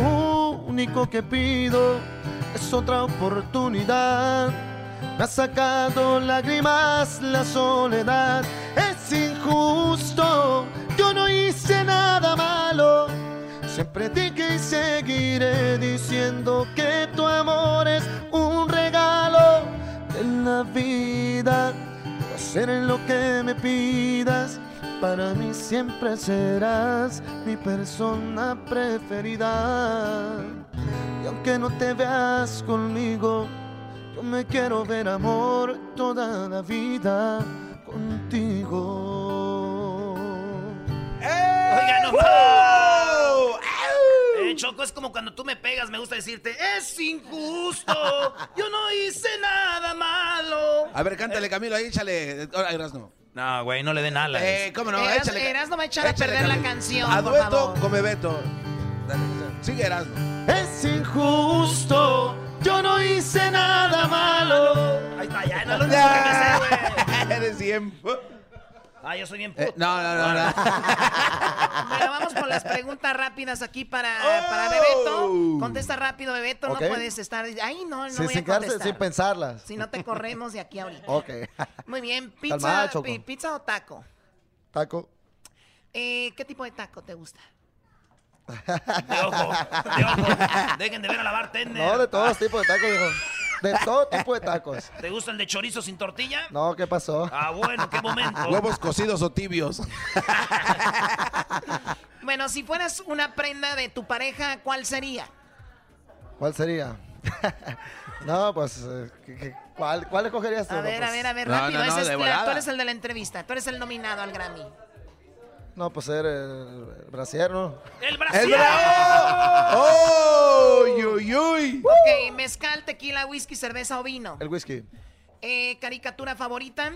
único que pido es otra oportunidad. Me ha sacado lágrimas la soledad, es injusto, yo no hice nada malo. Siempre dije y seguiré diciendo que tu amor es un regalo de la vida. Voy a Hacer lo que me pidas, para mí siempre serás mi persona preferida. Y aunque no te veas conmigo, yo me quiero ver amor toda la vida contigo. Oiga, no más. Eh, Choco, es como cuando tú me pegas, me gusta decirte, es injusto, <laughs> yo no hice nada malo. A ver, cántale, Camilo, ahí échale. Ahora, Erasno. No, güey, no le den alas. Eh, cómo no, Eras- échale. Erasno va a echar a échale, perder la Camilo. canción, A por dueto, favor. come Beto. Dale, dale. Sigue Erasno. Es injusto, yo no hice nada malo. Ahí está, ya, no lo único que me sé, güey. <laughs> Eres bien. Ah, yo soy bien puto. Eh, no, no, no, no. Bueno, vamos por las preguntas rápidas aquí para, para Bebeto. Contesta rápido, Bebeto. Oh. Ok. No puedes estar. Ay, no, no Sí, voy sin, a quedarse- contestar. sin pensarlas. Si no te corremos de aquí ahorita. Ok. <laughs> Muy bien, Calmada, pizza, Choco. pi- pizza o taco. Taco. Eh, ¿Qué tipo de taco te gusta? De ojo, de ojo. Dejen de ver a la bartender. No, de todos tipos de tacos, viejo. De todo tipo de tacos. <laughs> ¿Te gusta el de chorizo sin tortilla? No, ¿qué pasó? Ah, bueno, qué <laughs> momento. Huevos cocidos o tibios. Bueno, si fueras una prenda de tu pareja, ¿cuál sería? ¿Cuál sería? <laughs> no, pues, eh, ¿qué- qué- ¿cuál, ¿cuál escogerías tú? A No, ver, a pues- ver, a ver, rápido. Ese es la- tú eres el de la entrevista, tú eres el nominado al Grammy. No, pues ser el brasier, ¿no? ¡El brasier! ¡Oh! ¡Uy, uy, uy! Ok, mezcal, tequila, whisky, cerveza o vino. El whisky. Eh, caricatura favorita,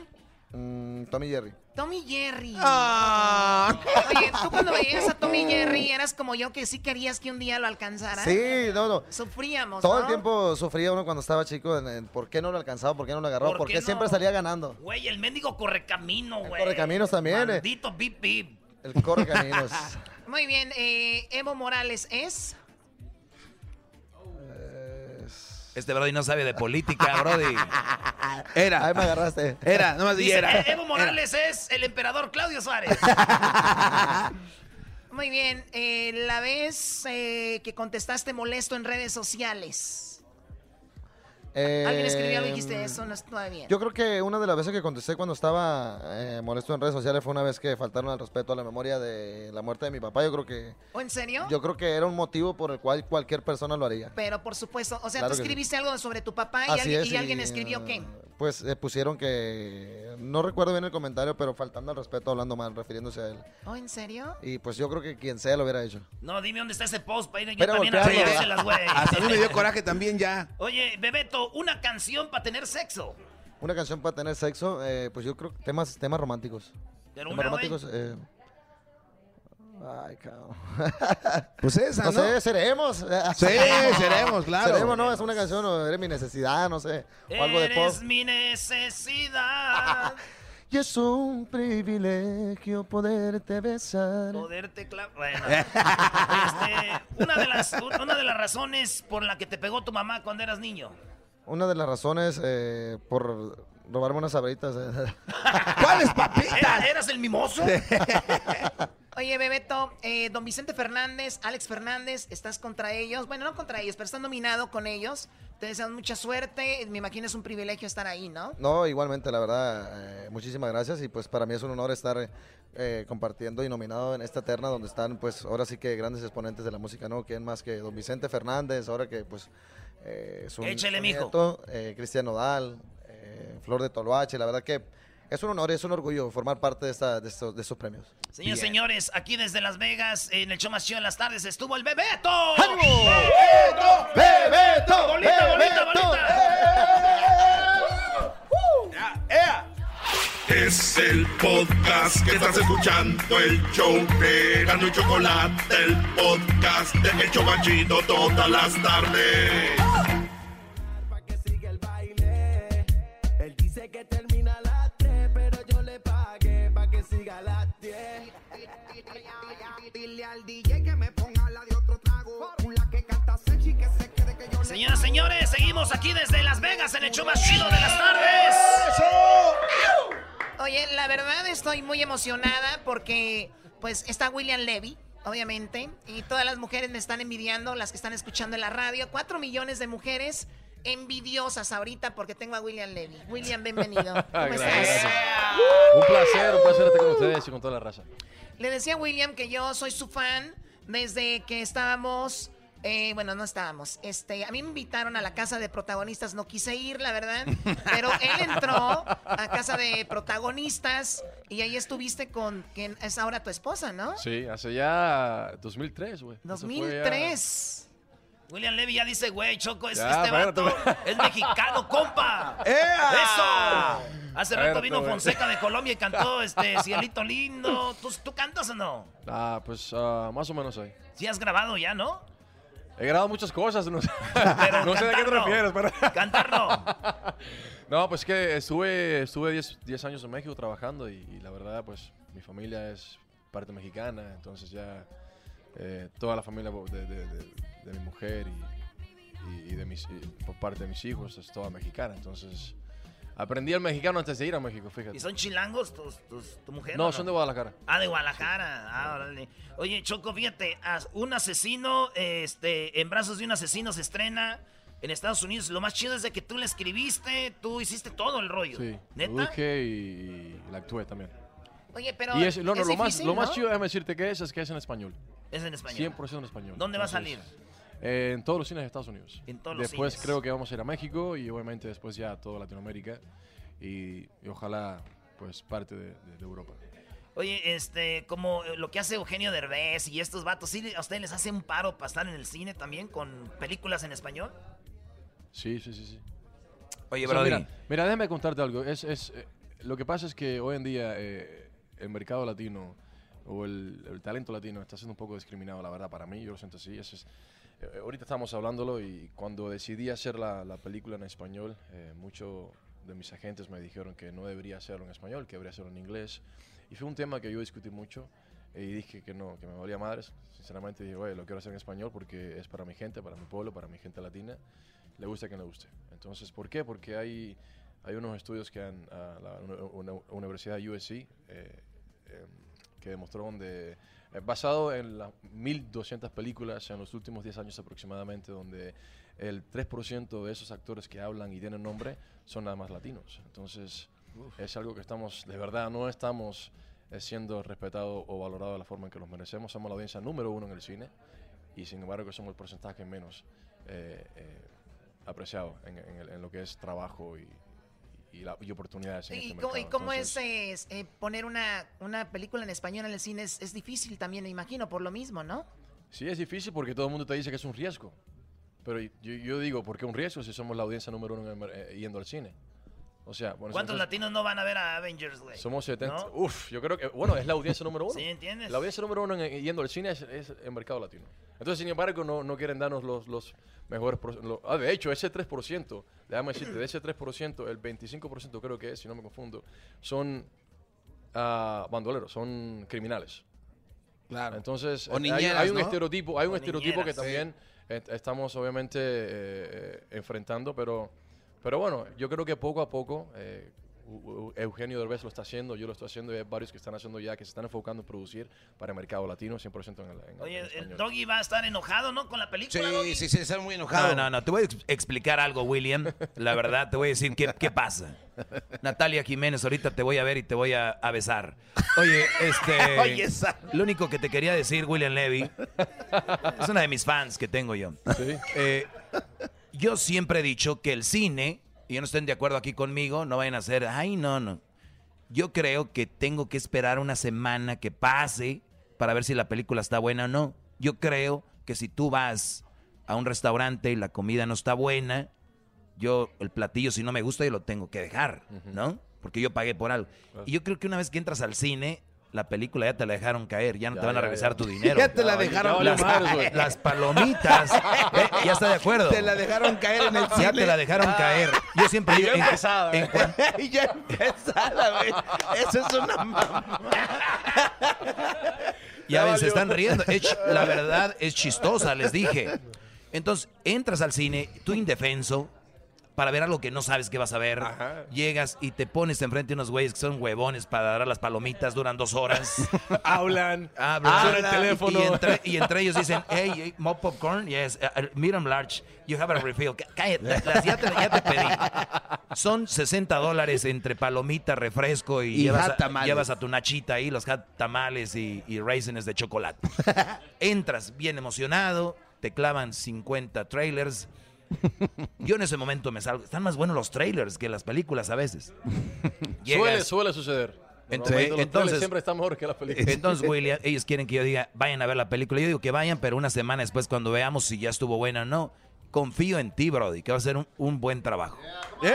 Mm, Tommy Jerry. Tommy Jerry. Ah, Oye, tú cuando veías a Tommy Jerry eras como yo que sí querías que un día lo alcanzara. Sí, no, no. Sufríamos, Todo ¿no? el tiempo sufría uno cuando estaba chico en, en por qué no lo alcanzaba, por qué no lo agarró, ¿Por por, qué qué, no? siempre salía ganando. Güey, el mendigo correcamino, güey. correcaminos también, eh. Maldito bip bip. El corre <laughs> caminos. Muy <laughs> bien, eh, Evo Morales es. Es- Este Brody no sabe de política, Brody. Era. Ahí me agarraste. Era, nomás di Dice, era. "E- Evo Morales es el emperador Claudio <laughs> Suárez. Muy bien, eh, la vez eh, que contestaste molesto en redes sociales. Eh, Alguien escribió algo y dijiste Em, eso, no estaba bien. Yo creo que una de las veces que contesté cuando estaba eh, molesto en redes sociales fue una vez que faltaron al respeto a la memoria de la muerte de mi papá. Yo creo que ¿O en serio? yo creo que era un motivo por el cual cualquier persona lo haría. Pero por supuesto, o sea, Claro tú que sí. escribiste algo sobre tu papá y, Así alguien, es, y alguien y, escribió qué. Pues eh, pusieron que no recuerdo bien el comentario, pero faltando al respeto, hablando mal, refiriéndose a él. ¿O ¿Oh, en serio? Y pues yo creo que quien sea lo hubiera hecho. No, dime dónde está ese post para ir yo Pero también golpearlo, a ¿verdad? las güey. <laughs> Hasta a mí me dio coraje también ya. Oye, Bebeto, una canción para tener sexo. Una canción para tener sexo, eh, pues yo creo que temas, temas románticos. Pero temas una, románticos. eh, ay, cabrón. Pues esa, No sé, ¿no? seremos. Sí, seremos, claro. Seremos, no, es una canción, o eres mi necesidad, no sé. O algo de pop. Eres mi necesidad. Y es un privilegio poderte besar. Poderte clavar. Bueno. Este, una, de las, un- una de las razones por la que te pegó tu mamá cuando eras niño. Una de las razones eh, por robarme unas sabritas. eh. ¿Era- ¿Eras el <laughs> mimoso? Oye, Bebeto, eh, don Vicente Fernández, Alex Fernández, estás contra ellos. Bueno, no contra ellos, pero estás nominado con ellos. Te desean mucha suerte. Me imagino es un privilegio estar ahí, ¿no? No, igualmente, la verdad, eh, muchísimas gracias y pues para mí es un honor estar eh, eh, compartiendo y nominado en esta terna donde están pues ahora sí que grandes exponentes de la música, ¿no? ¿Quién más que don Vicente Fernández? Ahora que pues eh, es un Échele, su mijo. nieto, eh, Cristian Nodal, eh, Flor de Toloache, la verdad que es un honor y es un orgullo formar parte de, esta, de, estos, de estos premios. Señores, señores, aquí desde Las Vegas, en el show más chido de las tardes, estuvo el Bebeto. ¡Bebeto! ¡Bebeto! ¡Bolita, bolita, bolita! Es el podcast que estás escuchando, el show de Erasmo y Chocolate, el podcast de Hecho Banchito todas las tardes. Él dice que termina a las 3, pero yo le pagué pa' que siga a las 10. Dile al DJ que me ponga la de otro trago. La que canta Sechi que se quede que yo le Señoras, señores, seguimos aquí desde Las Vegas, en el show más chido de las tardes. Oye, la verdad estoy muy emocionada porque pues está William Levy, obviamente, y todas las mujeres me están envidiando, las que están escuchando en la radio, cuatro millones de mujeres envidiosas ahorita porque tengo a William Levy. William, bienvenido. ¿Cómo estás? Ah, Un placer, un placer estar con ustedes y con toda la raza. Le decía a William que yo soy su fan desde que estábamos. eh, bueno, no estábamos. Este, a mí me invitaron a la casa de protagonistas, no quise ir, la verdad. Pero él entró a casa de protagonistas y ahí estuviste con quien es ahora tu esposa, ¿no? Sí, hace ya 2003, güey. Eso fue ya- 2003. William Levy ya dice, güey, Choco, es Ya, este espérate, vato es mexicano, compa. <laughs> ¡Ea! ¡Eso! Hace Espérate, rato vino güey. Fonseca de Colombia <laughs> y cantó este Cielito Lindo. ¿Tú, tú cantas o no? Ah, pues ah, más o menos ahí. Sí has grabado ya, ¿no? He grabado muchas cosas, <laughs> no sé, no sé de qué te refieres, pero... <laughs> no, pues que estuve estuve 10 10 años en México trabajando y, y la verdad, pues mi familia es parte mexicana, entonces ya eh, toda la familia de, de- de- de mi mujer y, y- y de mis, y por parte de mis hijos es toda mexicana, entonces aprendí el mexicano antes de ir a México, fíjate. ¿Y son chilangos tus, tus- tu mujer? No, o son de Guadalajara. Ah, de Guadalajara. Ah, órale. Oye, Choco, fíjate, as- un asesino, este, en brazos de un asesino se estrena en Estados Unidos. Lo más chido es de que tú le escribiste, tú hiciste todo el rollo. Sí, ¿Neta? lo busqué y, y la actué también. Oye, pero. y es, no, no, es lo, más, difícil, lo más ¿no? chido, déjame decirte que es, es que es en español. Es en español. 100% en español. ¿Dónde va a salir? eh, en todos los cines de Estados Unidos. En todos los Después cines. creo que vamos a ir a México y obviamente después ya a toda Latinoamérica y, y ojalá pues parte de, de- de Europa. Oye, este, como eh, lo que hace Eugenio Derbez y estos vatos, ¿sí le- a ustedes les hace un paro para estar en el cine también con películas en español? Sí, sí, sí, sí. Oye, O sea, Brody. Mira, mira, déjame contarte algo. Es, es, eh, lo que pasa es que hoy en día eh, el mercado latino o el, el talento latino está siendo un poco discriminado, la verdad, para mí. Yo lo siento así. Eso es, eh, ahorita estamos hablándolo y cuando decidí hacer la, la película en español, eh, muchos de mis agentes me dijeron que no debería hacerlo en español, que debería hacerlo en inglés. Y fue un tema que yo discutí mucho. eh, Y dije que no, que me valía madres. Sinceramente dije, güey, lo quiero hacer en español porque es para mi gente, para mi pueblo, para mi gente latina. Le gusta que le guste. Entonces, ¿por qué? Porque hay, hay unos estudios que han, a la uni- una- Universidad USC, eh, em, que demostró donde, eh, basado en las 1.200 películas en los últimos 10 años aproximadamente, donde el 3% de esos actores que hablan y tienen nombre son nada más latinos. Entonces, Uf. es algo que estamos, de verdad, no estamos eh, siendo respetados o valorados de la forma en que los merecemos. Somos la audiencia número uno en el cine y sin embargo somos el porcentaje menos eh, eh, apreciado en, en el- en lo que es trabajo y, y la- y oportunidades. En ¿Y, este cómo, y mercado. cómo Entonces, es eh, es, eh, poner una, una película en español en el cine? Es, es difícil también, me imagino, por lo mismo, ¿no? Sí, es difícil porque todo el mundo te dice que es un riesgo. Pero yo, yo digo, ¿por qué un riesgo si somos la audiencia número uno en el mer- eh, yendo al cine? O sea, bueno, ¿Cuántos entonces- latinos no van a ver a Avengers, güey? Somos 70. ¿No? Uf, yo creo que. Bueno, es la audiencia número uno. Sí, ¿entiendes? La audiencia número uno en- en- yendo al cine es, es el mercado latino. Entonces, sin embargo, no, no quieren darnos los, los mejores. pro- lo- ah, de hecho, ese 3%, déjame decirte, de ese 3%, el 25% creo que es, si no me confundo, son ah, bandoleros, son criminales. Claro. Entonces, O hay- niñeras, hay, un ¿no? estereotipo, hay un O estereotipo niñeras, que también est- estamos obviamente eh, enfrentando, pero, pero bueno, yo creo que poco a poco eh, U- U- Eugenio Derbez lo está haciendo, yo lo estoy haciendo y hay varios que están haciendo ya, que se están enfocando en producir para el mercado latino 100% en el, en el- Oye, en el español. Doggy va a estar enojado, ¿no? Con la película, Doggy. sí, sí, están muy enojados. No, no, no, te voy a ex- explicar algo, William. La verdad, te voy a decir qué, qué pasa. Natalia Jiménez, ahorita te voy a ver y te voy a, a besar. Oye, <laughs> este... Oye, esa. Lo único que te quería decir, William Levy, es una de mis fans que tengo yo. Eh, yo siempre he dicho que el cine, y no estén de acuerdo aquí conmigo, no vayan a hacer, ay, no, no. Yo creo que tengo que esperar una semana que pase para ver si la película está buena o no. Yo creo que si tú vas a un restaurante y la comida no está buena, yo el platillo si no me gusta yo lo tengo que dejar, ¿no? Porque yo pagué por algo. Y yo creo que una vez que entras al cine, la película ya te la dejaron caer, ya no te van a ya, regresar ya. tu <laughs> dinero. Ya te la Ya, dejaron- ya valió las, madres, güey. las palomitas. <laughs> ¿eh? ¿Ya está de acuerdo? Te la dejaron caer en el Ya cine. Ah. te la dejaron caer. <laughs> Yo siempre digo, en- ¿eh? en cuan- <laughs> Y ya empezada, güey. Eso es una mamá. Ya Ya ven, se valió. están riendo. Es <laughs> ch- la verdad es chistosa, les dije. Entonces, entras al cine, tú indefenso, para ver algo que no sabes que vas a ver. Llegas y te pones enfrente de unos güeyes que son huevones para dar a las palomitas, duran dos horas. <laughs> Hablan. Hablan. Suena el Hablan. teléfono. Ah, Y entre, y entre ellos dicen, hey, hey, more popcorn, yes, uh, uh, medium large, you have a refill. Cá- <laughs> Cállate, las- ya, te, ya te pedí. Son 60 dólares entre palomita, refresco y, Y llevas, hot a, tamales. llevas a tu nachita ahí, los hot tamales y, y raisins <laughs> de chocolate. Entras bien emocionado, te clavan 50 trailers. Yo en ese momento me salgo. Están más buenos los trailers que las películas a <laughs> veces. Suele, Llegas- suele suceder. Entre- Normalmente los entonces- eh, trailers siempre está mejor que las películas. <laughs> entonces, William, ellos quieren que yo diga, vayan a ver la película. Yo digo que vayan, pero una semana después, cuando veamos si ya estuvo buena o no, confío en ti, Brody, que va a ser un, un buen trabajo. ¡Eh!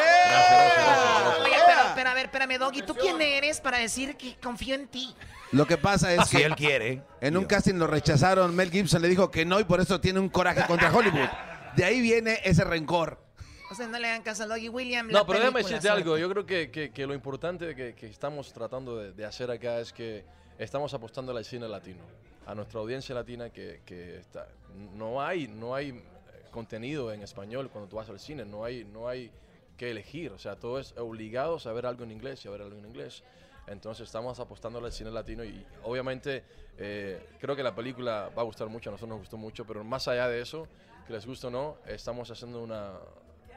Oye, pero, pero a ver, espérame, Doggy, ¿tú quién eres para decir que confío en ti? Lo que pasa es que. Si él quiere. En un casting lo rechazaron. Mel Gibson le dijo que no y por eso tiene un coraje contra Hollywood. De ahí viene ese rencor. O sea, no le hagan caso al Doggy William. No, la pero déjame película, decirte sobre algo. Yo creo que, que- que lo importante que, que estamos tratando de, de hacer acá es que estamos apostando al cine latino, a nuestra audiencia latina que, que está. No hay, no hay eh, contenido en español cuando tú vas al cine, no hay, no hay que elegir. O sea, todo es obligados a ver algo en inglés y a ver algo en inglés. Entonces estamos apostando al cine latino y obviamente eh, creo que la película va a gustar mucho, a nosotros nos gustó mucho, pero más allá de eso, que les guste o no, estamos haciendo una,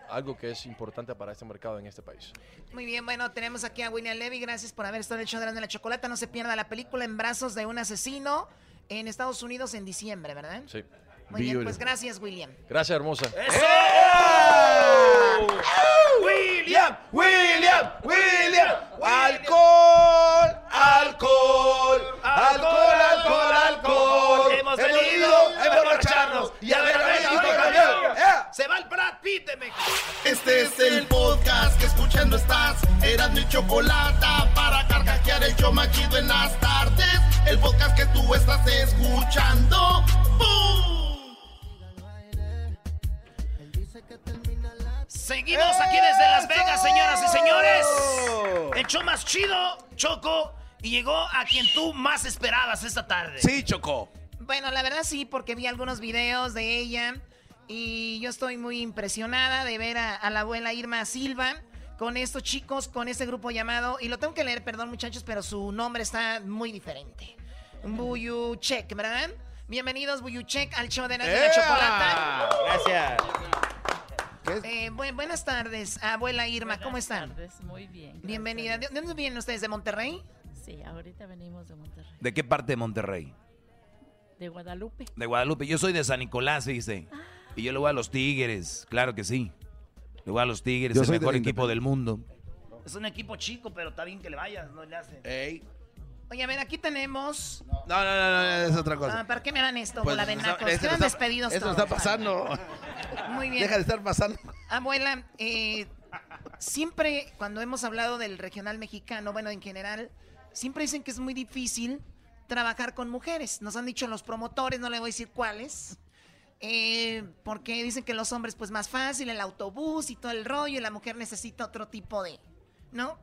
algo que es importante para este mercado en este país. Muy bien, bueno, tenemos aquí a William Levy. Gracias por haber estado en el show de Erasmo y la chocolata. No se pierda la película En brazos de un asesino en Estados Unidos en diciembre, ¿verdad? Sí. Muy bien, pues gracias, William. Gracias, hermosa. William, William, William, alcohol, alcohol, alcohol, alcohol, alcohol. Hemos venido a emborracharnos y a ver a México campeón. Se va el Brad Pitt de México. Este es el podcast que escuchando estás. Eran mi chocolate para carcajear el yo machido en las tardes. El podcast que tú estás escuchando. ¡Bum! Seguimos aquí desde Las Vegas, señoras y señores. El show más chido, Choco. Y llegó a quien tú más esperabas esta tarde. Sí, Choco. Bueno, la verdad sí, porque vi algunos videos de ella y yo estoy muy impresionada de ver a, a la abuela Irma Silva con estos chicos, con este grupo llamado, y lo tengo que leer, perdón muchachos, pero su nombre está muy diferente. Buyuchek, ¿verdad? Bienvenidos Buyuchek al show de la, de la ¡Ea! chocolata. Gracias. Eh, bu- buenas tardes, abuela Irma, ¿cómo están? Muy bien. Bienvenida. ¿De de dónde vienen ustedes? ¿De Monterrey? Sí, ahorita venimos de Monterrey. ¿De qué parte de Monterrey? De Guadalupe. De Guadalupe. Yo soy de San Nicolás, dice. Y yo le voy a los Tigres, claro que sí. Le voy a los Tigres, Yo el soy mejor del equipo del mundo. Es un equipo chico, pero está bien que le vayas, no le hacen. Ey. Oye, a ver, aquí tenemos... No, no, no, no, es otra cosa. Ah, ¿Para qué me dan esto, Pues, bola de nos está- nacos? este Quedan nos está- despedidos Esto nos todos. está pasando. Muy bien. Deja de estar pasando. Abuela, eh, siempre cuando hemos hablado del regional mexicano, bueno, en general, siempre dicen que es muy difícil trabajar con mujeres. Nos han dicho los promotores, no le voy a decir cuáles, eh, porque dicen que los hombres pues más fácil, el autobús y todo el rollo, y la mujer necesita otro tipo de, ¿no?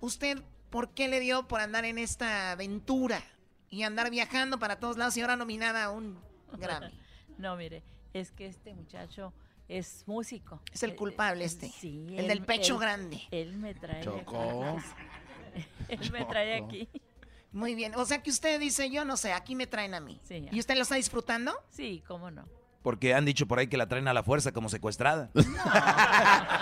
¿Usted por qué le dio por andar en esta aventura y andar viajando para todos lados y ahora nominada a un Grammy? <laughs> No, mire, es que este muchacho es músico. Es el Eh, culpable eh, este, sí, el del pecho él- grande. Él me trae. Chocó. aquí. <laughs> Él me trae aquí. Muy bien, o sea que usted dice, yo no sé, aquí me traen a mí. ¿Y usted lo está disfrutando? Sí, cómo no. Porque han dicho por ahí que la traen a la fuerza como secuestrada.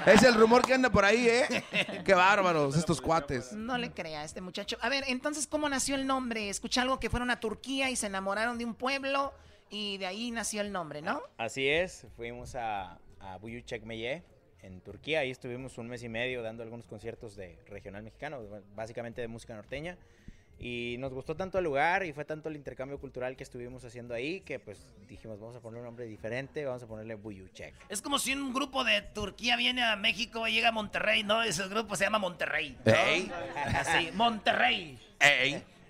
<laughs> Es el rumor que anda por ahí, ¿eh? Qué bárbaros, estos cuates. No Mm. le crea a este muchacho. A ver, entonces, ¿cómo nació el nombre? Escuché algo que fueron a Turquía y se enamoraron de un pueblo y de ahí nació el nombre, ¿no? Así es, fuimos a, a Buyuchekmeye en Turquía, ahí estuvimos un mes y medio dando algunos conciertos de regional mexicano, bueno, básicamente de música norteña, y nos gustó tanto el lugar y fue tanto el intercambio cultural que estuvimos haciendo ahí que pues dijimos vamos a poner un nombre diferente, vamos a ponerle Buyuchek. Es como si un grupo de Turquía viene a México y llega a Monterrey, ¿no? Ese grupo se llama Monterrey. ¿no? Ey. Así, Monterrey.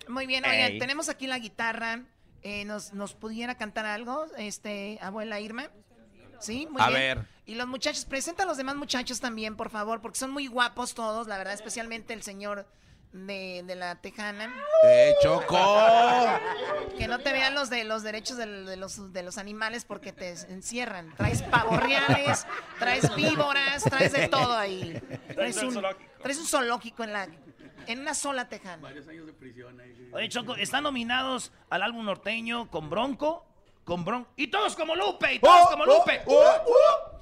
Muy bien, oigan, Ey. tenemos aquí la guitarra. Eh, nos, ¿Nos pudiera cantar algo, este, abuela Irma? Sí, muy A bien. ver. Y los muchachos, presenta a los demás muchachos también, por favor, porque son muy guapos todos, la verdad, especialmente el señor de, de la Tejana. ¡Eh, Choco! Que no te vean los de los derechos del- de, los, de los animales porque te encierran. Traes pavorreales, traes víboras, traes de todo <laughs> ahí. Traes un, traes un zoológico en la en una sola tejana. años de prisión ahí. Oye, Choco, están nominados al álbum norteño con Bronco, con Bronco. Y todos como Lupe, y todos Oh, como oh, Lupe. oh,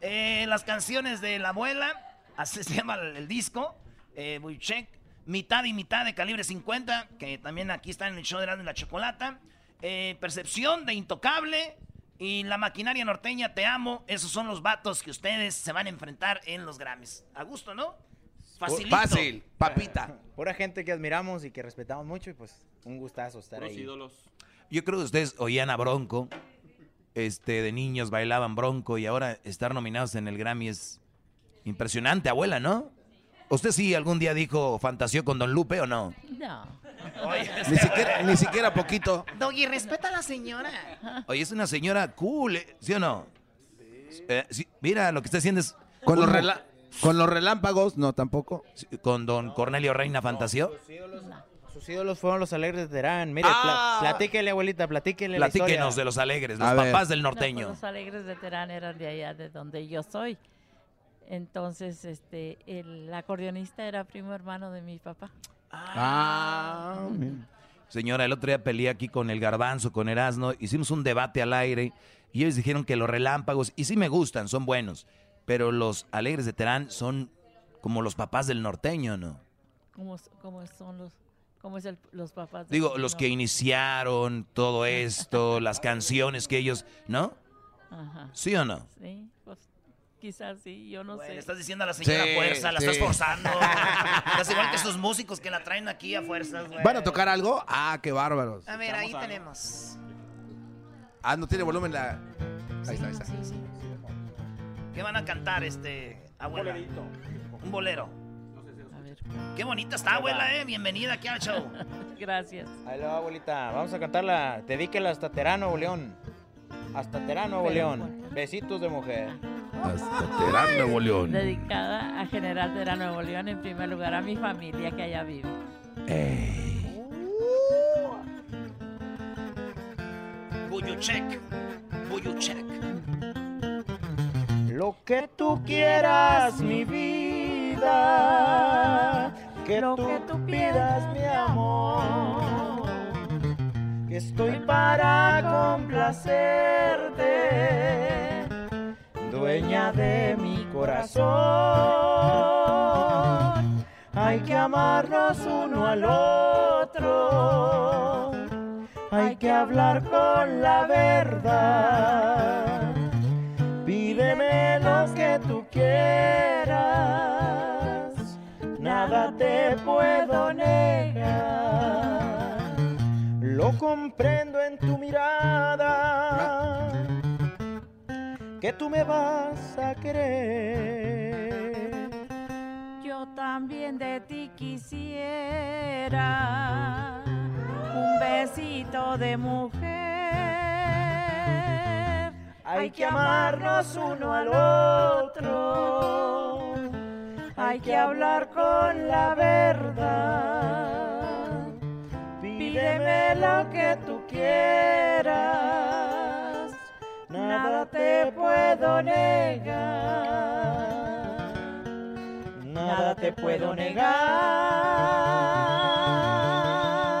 Eh, las canciones de la abuela, así <laughs> se llama el, el disco. Eh, Buichek, mitad y mitad de calibre 50, que también aquí está en el show de Erasmo y la Chocolata. Eh, Percepción de Intocable y la maquinaria norteña Te Amo. Esos son los vatos que ustedes se van a enfrentar en los Grammys. A gusto, ¿no? Facilito. papita. Pura gente que admiramos y que respetamos mucho y pues un gustazo estar ahí. Yo creo que ustedes oían a Bronco, este, de niños bailaban Bronco y ahora estar nominados en el Grammy es impresionante, abuela, ¿no? ¿Usted sí algún día dijo fantaseó con Don Lupe o no? No. Ni siquiera, ni siquiera poquito. Doggy, respeta a la señora. Oye, es una señora cool, ¿eh? ¿sí o no? Eh, sí, mira, lo que está haciendo es... Con los, un- rela- con los relámpagos, no, tampoco. Con Don Cornelio Reina fantaseó. Sus ídolos fueron los alegres de Terán. Mire, Ah. pla- platíquele, abuelita, platíquele la historia. Platíquenos de los alegres, los A ver. papás del No, pues norteño. los alegres de Terán eran de allá, de donde yo soy. Entonces, este, el acordeonista era primo hermano de mi papá. Ah, Señora, el otro día peleé aquí con el garbanzo, con Erasno, hicimos un debate al aire y ellos dijeron que los relámpagos, y sí me gustan, son buenos, pero los alegres de Terán son como los papás del norteño, ¿no? ¿Cómo, s- cómo son los, cómo es el- los papás? de- Digo, los no. que iniciaron todo esto, las canciones que ellos, ¿no? Ajá. ¿Sí o no? Sí, pues, quizás sí, yo no Bueno, sé. estás diciendo a la señora Sí, fuerza, la sí. estás <laughs> forzando. estás igual que esos músicos que la traen aquí a fuerzas, güey. ¿Van a tocar algo? Ah, qué bárbaros. A ver, ahí tenemos. Ah, no tiene volumen la. Ahí está, ahí está. ¿Qué van a cantar, este, abuela? Un bolerito. Un bolero. Qué bonita está, abuela, eh. Bienvenida aquí al show. <laughs> Gracias. Ahí lo va, abuelita. Vamos a cantarla. Dedíquela hasta Terán, Nuevo León. Hasta Terán, Nuevo León. Besitos de mujer. Hasta Terán, Nuevo León. Dedicada a General Terán Nuevo León, en primer lugar a mi familia que allá vive. Buyuchek. Buyuchek. Lo que tú quieras, mi vida, que tú, pidas, mi amor, que estoy para complacerte, dueña de mi corazón. Hay que amarnos uno al otro, hay que hablar con la verdad. Pídeme lo que tú quieras, nada te puedo negar. Lo comprendo en tu mirada, que tú me vas a querer. Yo también de ti quisiera un besito de mujer. Hay que amarnos uno al otro, hay que hablar con la verdad. Pídeme lo que tú quieras, nada te puedo negar, nada te puedo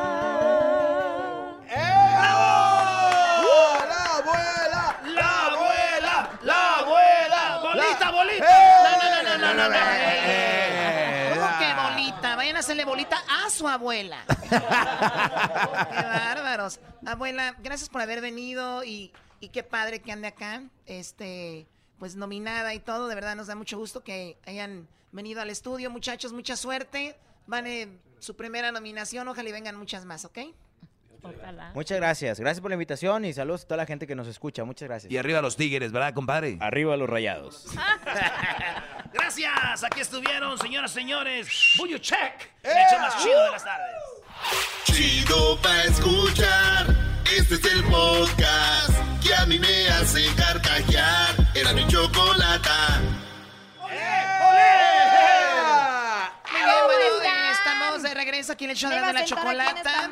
negar. ¡La abuela! ¡La abuela! ¡La abuela! ¡Bolita, bolita! Eh, No, no, no, no, no, no, no. ¿Cómo que bolita? Vayan a hacerle bolita a su <laughs> abuela. qué bárbaros. Abuela, gracias por haber venido y, y qué padre que ande acá. Este, pues nominada y todo. De verdad nos da mucho gusto que hayan venido al estudio. Muchachos, mucha suerte. Van eh, su primera nominación. Ojalá y vengan muchas más, ¿ok? Ojalá. Muchas gracias. Gracias por la invitación y saludos a toda la gente que nos escucha. Muchas gracias. Y arriba los tigres, ¿verdad, compadre? Arriba los rayados. Gracias, aquí estuvieron, señoras y señores. Buyuchek, el show ¡Eh! más chido de las tardes. Chido pa' escuchar. Este es el podcast que a mí me hace carcajear. Era mi chocolata. Muy bien, bueno, eh, estamos de regreso aquí en el show Me de iba a la sentar aquí en chocolata.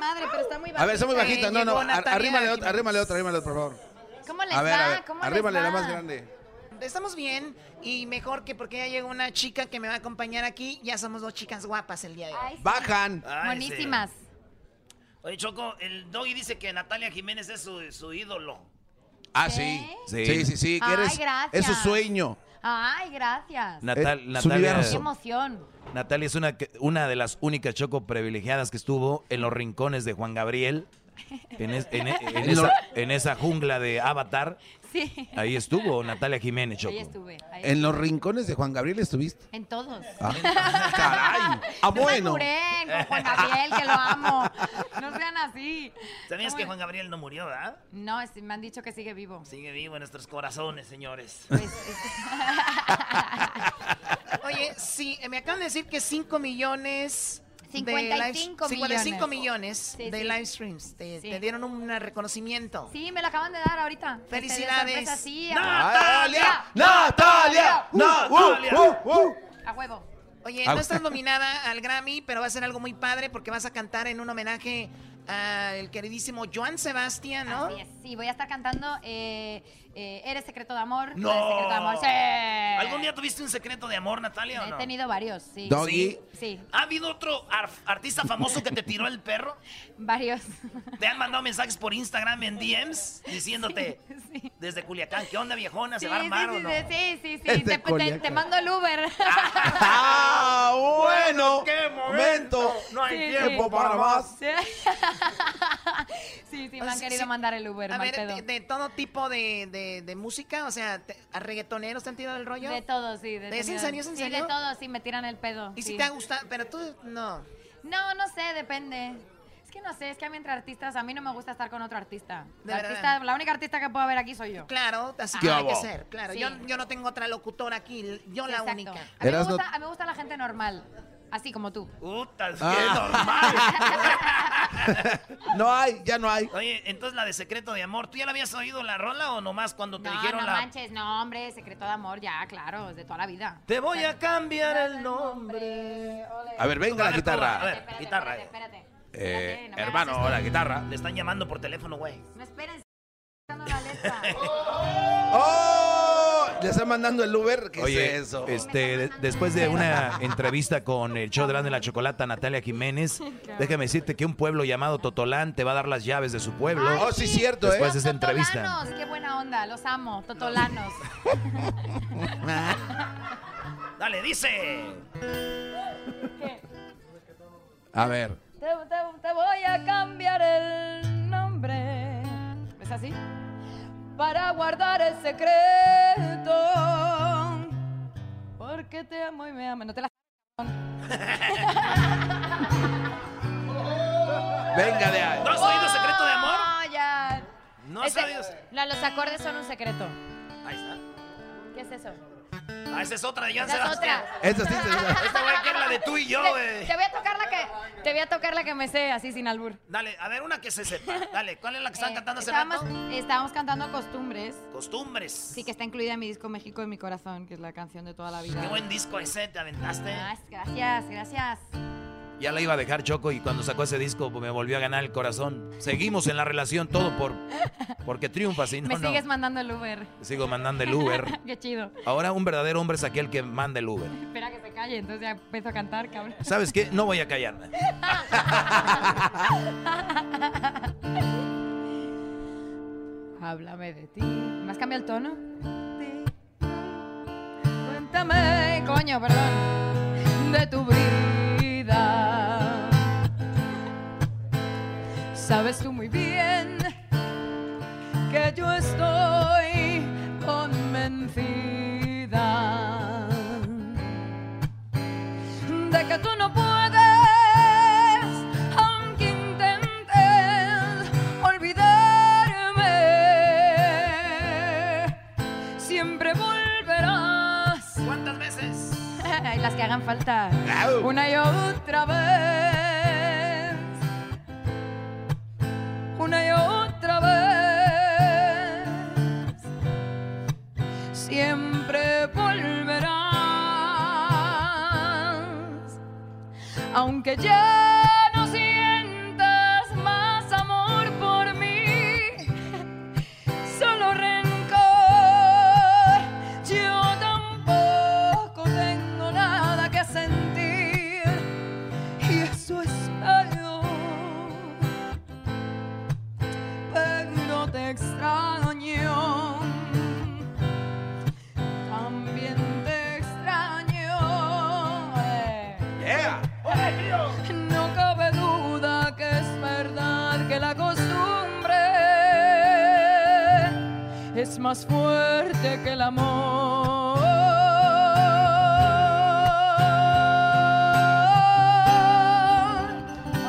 A ver, somos bajitos. No, no, llegó ar- Natalia arrímale Jiménez. otra, arrímale otra, arrímale otra, por favor. ¿Cómo les a ver, va? a ver, ¿Cómo les arrímale la va? más grande. Estamos bien y mejor que porque ya llegó una chica que me va a acompañar aquí. Ya somos dos chicas guapas el día de hoy. Bajan. Ay, sí. Oye, Choco, el doggy dice que Natalia Jiménez es su, su ídolo. Ah, sí. Sí, sí, sí, que Ay, eres. gracias. Es su sueño. Ay, gracias. Natal- Qué Natalia, emoción. Natalia es una, que- una de las únicas choco privilegiadas que estuvo en los rincones de Juan Gabriel, en, es- en- <laughs> en esa, en esa jungla de Avatar. Sí. Ahí estuvo Natalia Jiménez, Ahí Choco. estuve. ahí En los estuve. rincones de Juan Gabriel estuviste. En todos. <laughs> Ah, caray. Ah, No bueno. se curen con Juan Gabriel, que lo amo. No sean así. <laughs> ¿Sabías ¿Cómo que es? Juan Gabriel no murió, verdad? No, es- me han dicho que sigue vivo. Pues, Sigue vivo en nuestros corazones, señores. <laughs> Oye, sí, eh, me acaban de decir que 5 millones. de 55 live- 55 millones. millones Sí, de sí. live streams. Te, Sí. te dieron un reconocimiento. Sí, me lo acaban de dar ahorita. Felicidades. Este, de sorpresa, sí, a- ¡Natalia! ¡Natalia! ¡No! ¡Uh, A huevo. Oye, A no hue- estás nominada al Grammy, pero va a ser algo muy padre porque vas a cantar en un homenaje al queridísimo Joan Sebastián, ¿no? Así es, sí, voy a estar cantando eh, eh, Eres secreto de amor. No. Eres secreto de amor. Sí. ¿Algún día tuviste un secreto de amor, Natalia, o He no? tenido varios, sí. Doggy. Sí, ¿Ha habido otro ar- artista famoso que te tiró el perro? varios. ¿Te han mandado mensajes por Instagram en DMs <laughs> diciéndote desde Culiacán, ¿qué onda viejona? ¿Se va a armar sí, o no? sí, sí, sí, sí, Es de Te, te- Culiacán. te mando el Uber. <laughs> ¡Ah, bueno! ¡Qué momento! No hay Sí, tiempo sí. para más. Sí, <laughs> sí, sí, me O han sea, querido sí. mandar el Uber, A mal ver, pedo. de, de todo tipo de, de- de música, o sea, te- ¿a reggaetoneros te han tirado el rollo? De todo, sí. De ¿Es en tenido- serio, es en sí, serio? de todo, sí, me tiran el pedo. ¿Y si sí. te ha gustado? Pero tú, no. No, no sé, depende. Es que no sé, es que a mí entre artistas, a mí no me gusta estar con otro artista. De la, verdad. artista- la única artista que puedo ver aquí soy yo. Claro, así Ah, tiene ¿qué que hubo? ser, claro. Sí. Yo, yo no tengo otra locutora aquí, yo la Exacto. única. A mí, me Erasno- gusta, <laughs> a mí me gusta la gente normal, así como tú. Puta, Ah. No hay, ya no hay. Oye, entonces la de Secreto de Amor, ¿tú ya la habías oído la rola o nomás cuando te No, dijeron Ah, no la... manches, no, hombre, secreto de amor, ya, claro, es de toda la vida. Te voy a cambiar el nombre. A ver, venga la guitarra. A ver, guitarra. eh. Eh, hermano, la guitarra. Le están llamando por teléfono, güey. No esperen, Oh, Le <laughs> están mandando el Uber. ¿Qué Oye, es eso? este, de- después de una entrevista con el show de la, de la chocolata Natalia <laughs> Jiménez, déjame decirte que un pueblo llamado Totolán te va a dar las llaves de su pueblo. Ay, Oh, sí, cierto, ¿eh? Después de esa entrevista. Totolanos, qué buena onda, los amo, totolanos. <laughs> Dale, dice. A ver. Te, te- te voy a cambiar el nombre ¿Es así? para guardar el secreto. Porque te amo y me amas. No te la Venga de ahí. ¿No has oído Secreto de Amor? No, Oh, ya. No has Ese- oído. No, los acordes son un secreto. Ahí está. ¿Qué es eso? Ah, esa es otra de Jan Esa es Sebastián. Esa sí <laughs> se- Esta güey que <laughs> es la de tú y yo, Te- güey. Te voy a tocar la que, te voy a tocar la que me sé, así sin albur. Dale, a ver, una que se sepa. Dale, ¿cuál es la que Eh, están cantando hace Estábamos, rato? estábamos cantando Costumbres. Costumbres. Sí, que está incluida en mi disco México en mi corazón, que es la canción de toda la vida. Qué buen disco ese, te aventaste. Gracias, gracias, gracias. Ya la iba a dejar Choco y cuando sacó ese disco pues, me volvió a ganar el corazón. Seguimos en la relación todo por porque triunfa, <laughs> si no, me no. sigues mandando el Uber. Sigo mandando el Uber. <laughs> Qué chido. Ahora un verdadero hombre es aquel que manda el Uber. Espera que se calle, entonces ya empiezo a cantar, <laughs> cabrón. ¿Sabes qué? No voy a callarme. Háblame de ti. ¿Me has cambiado el tono? Cuéntame, coño, perdón, de tu vida. Sabes tú muy bien que yo estoy convencida de que tú no puedes, aunque intentes olvidarme. Siempre volverás. ¿Cuántas veces? Y <laughs> las que hagan falta. Au. Una y otra vez. Una y otra vez. Siempre volverás. Aunque ya no sientas más amor por mí solo rencor. Yo tampoco tengo nada que sentir y eso es algo. Pero te extraño. También te extraño. eh. No cabe duda que es verdad que la costumbre es más fuerte que el amor.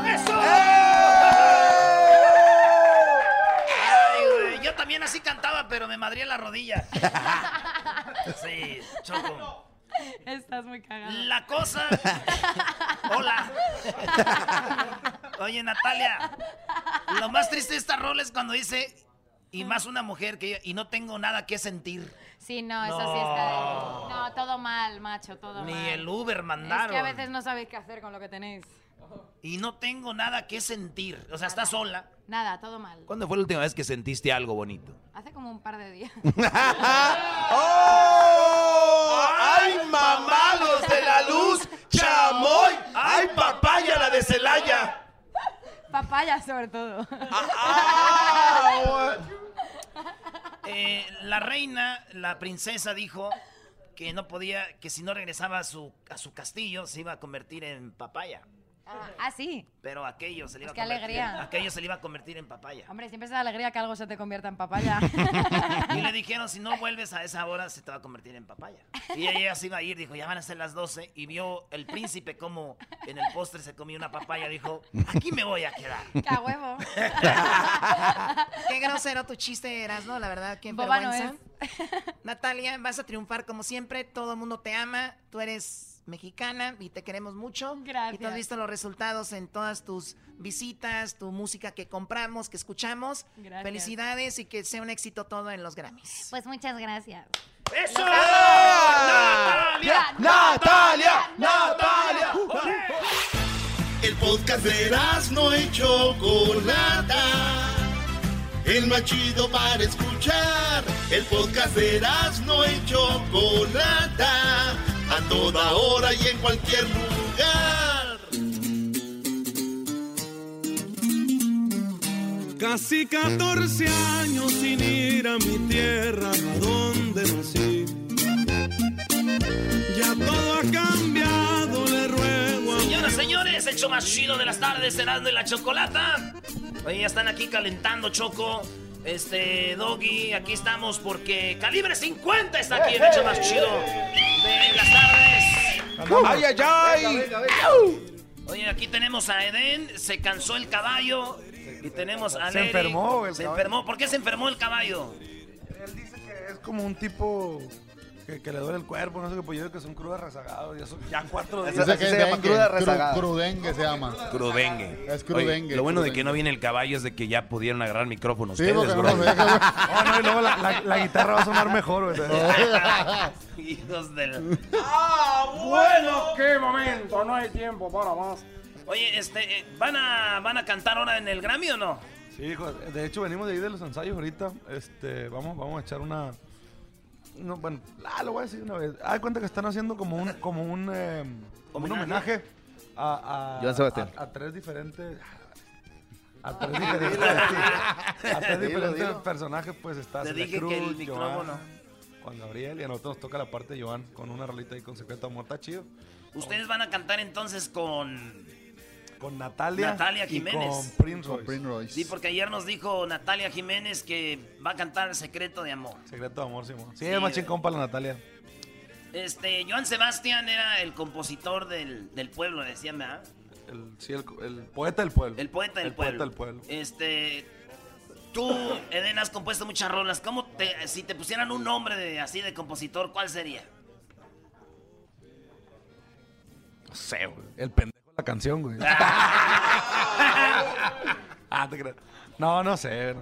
¡Eso! Ay, güey, yo también así cantaba, pero me madría la rodilla. Sí, Choco. Estás muy cagada. La cosa. Hola. Oye, Natalia. Lo más triste de esta rola es cuando dice. Y más una mujer que yo, y no tengo nada que sentir. Sí, no, eso sí está. de- No, todo mal, macho, todo mal. Ni el Uber Es mandaron. que a veces no sabéis qué hacer con lo que tenéis. Y no tengo nada que sentir. O sea, está sola. Nada, todo mal. ¿Cuándo fue la última vez que sentiste algo <laughs> bonito? Hace como un par de días. <laughs> Oh, ¡Ay, mamá, los de la luz! ¡Chamoy! ¡Ay, papaya, la de Celaya! Papaya, sobre todo. Ah, <laughs> Eh, la reina, la princesa dijo que no podía, que si no regresaba a su, a su castillo se iba a convertir en papaya. ah, sí. Pero aquello se le iba Pues qué a convertir. alegría. Aquello se le iba a convertir en papaya. Hombre, siempre es la alegría que algo se te convierta <laughs> en papaya. Y le dijeron, si no vuelves a esa hora, se te va a convertir en papaya. Y ella se iba a ir, dijo, ya van a ser las 12. Y vio el príncipe como en el postre se comía una papaya. Dijo, aquí me voy a quedar. ¡Qué <laughs> huevo! <laughs> Qué grosero tu chiste eras, ¿no? La verdad, qué Boba no <laughs> vergüenza. Natalia, vas a triunfar como siempre. Todo el mundo te ama. Tú eres mexicana y te queremos mucho. Gracias. Y tú has visto los resultados en todas tus visitas, tu música que compramos, que escuchamos. Gracias. Felicidades y que sea un éxito todo en los Grammys. Pues muchas gracias. ¡Eso! ¡Natalia! ¡Natalia! ¡Natalia! El podcast de no y Chocolata. El más chido para escuchar. El podcast de no y Chocolata. A toda hora y en cualquier lugar. Casi 14 años sin ir a mi tierra, a donde nací. Ya todo ha cambiado, le ruego a Señoras, señores, el show más chido de las tardes, Erasmo y la Chocolata. Oye, ya están aquí calentando, Choco. Este, Doggy, aquí estamos porque Calibre 50 está aquí, el hecho más chido de las tardes. ¡Ay, ay, ay! Venga, venga, venga. Oye, aquí tenemos a Edén, se cansó el caballo. Y tenemos a Se Eric. enfermó el Se <laughs> caballo. enfermó. ¿Por qué se enfermó el caballo? Es como un tipo que, que le duele el cuerpo, no sé qué, pues yo digo que son crudas rezagados, ya, son, ya cuatro días. Esa- esa se llama cruda rezagada. Cru- Crudengue se llama. Crudengue. Es crudengue, Oye, lo bueno de crudengue. que no viene el caballo es de que ya pudieron agarrar micrófono Sí, ustedes, porque no bro. nos deja, güey. Oh, no, y luego la, la- la guitarra va a sonar mejor, <laughs> güey. Hijos de la... ¡Ah, bueno! <laughs> ¡Qué momento! No hay tiempo para más. Oye, este, eh, ¿van, a, ¿van a cantar ahora en el Grammy o no? Sí, hijo, de hecho venimos de ahí de los ensayos ahorita. Este, vamos, vamos a echar una. No, bueno, ah, lo voy a decir una vez. Hay cuenta que están haciendo como un, como un, eh, como un homenaje a, a, Joan Sebastián. a, a tres diferentes. A tres diferentes, a tres Dilo, diferentes dilo. personajes, pues está Te Celia dije que el Cruz, micrófono. Joan, Juan Gabriel, y a nosotros nos toca la parte de Joan con una rolita ahí con secreto de amor, está chido. Ustedes van a cantar entonces con Con Natalia, Natalia y Jiménez. con Prince Royce. Sí, porque ayer nos dijo Natalia Jiménez que va a cantar Secreto de Amor. Secreto de amor, Simón. Sí, Sí, es más eh. chingón para la Natalia. Este, Joan Sebastián era el compositor del, del pueblo, decían, ¿verdad? El, sí, el, el poeta del pueblo. El poeta del El pueblo. poeta del pueblo. Este, tú, Eden, has compuesto muchas rolas. ¿Cómo te, si te pusieran un nombre de, así de compositor, cuál <laughs> sería? No sé, güey. El pendejo de la canción, güey. ah, te creas. No, no sé.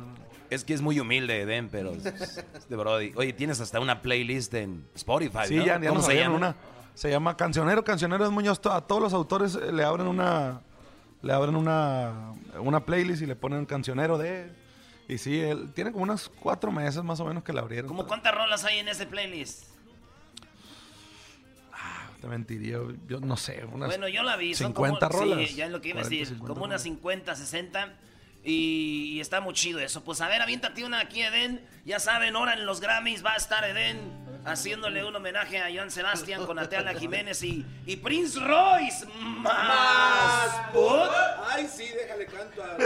Es que es muy humilde, Edén, pero este Brody. Oye, tienes hasta una playlist en Spotify, <laughs> Sí, ¿no? ya, ya ¿Cómo nos se abrieron llama? una. Se llama Cancionero. Cancionero es Muñoz. To- A todos los autores eh, le abren una. Le abren una, una playlist y le ponen cancionero de. Y sí, él tiene como unos cuatro meses más o menos que la abrieron. ¿Cómo cuántas rolas hay en ese playlist? Te mentiría, yo no sé. Unas Bueno, yo la vi. son 50 como, rolas. Sí, ya es lo que iba a 40, decir. 50 como rolas. unas 50, 60. Y, y está muy chido eso. Pues a ver, aviéntate una aquí, Eden. Ya saben, ahora en los Grammys va a estar Eden haciéndole un homenaje a Joan Sebastián con Natalia Jiménez y, y Prince Royce. Más. put. Ay, sí, déjale canto a.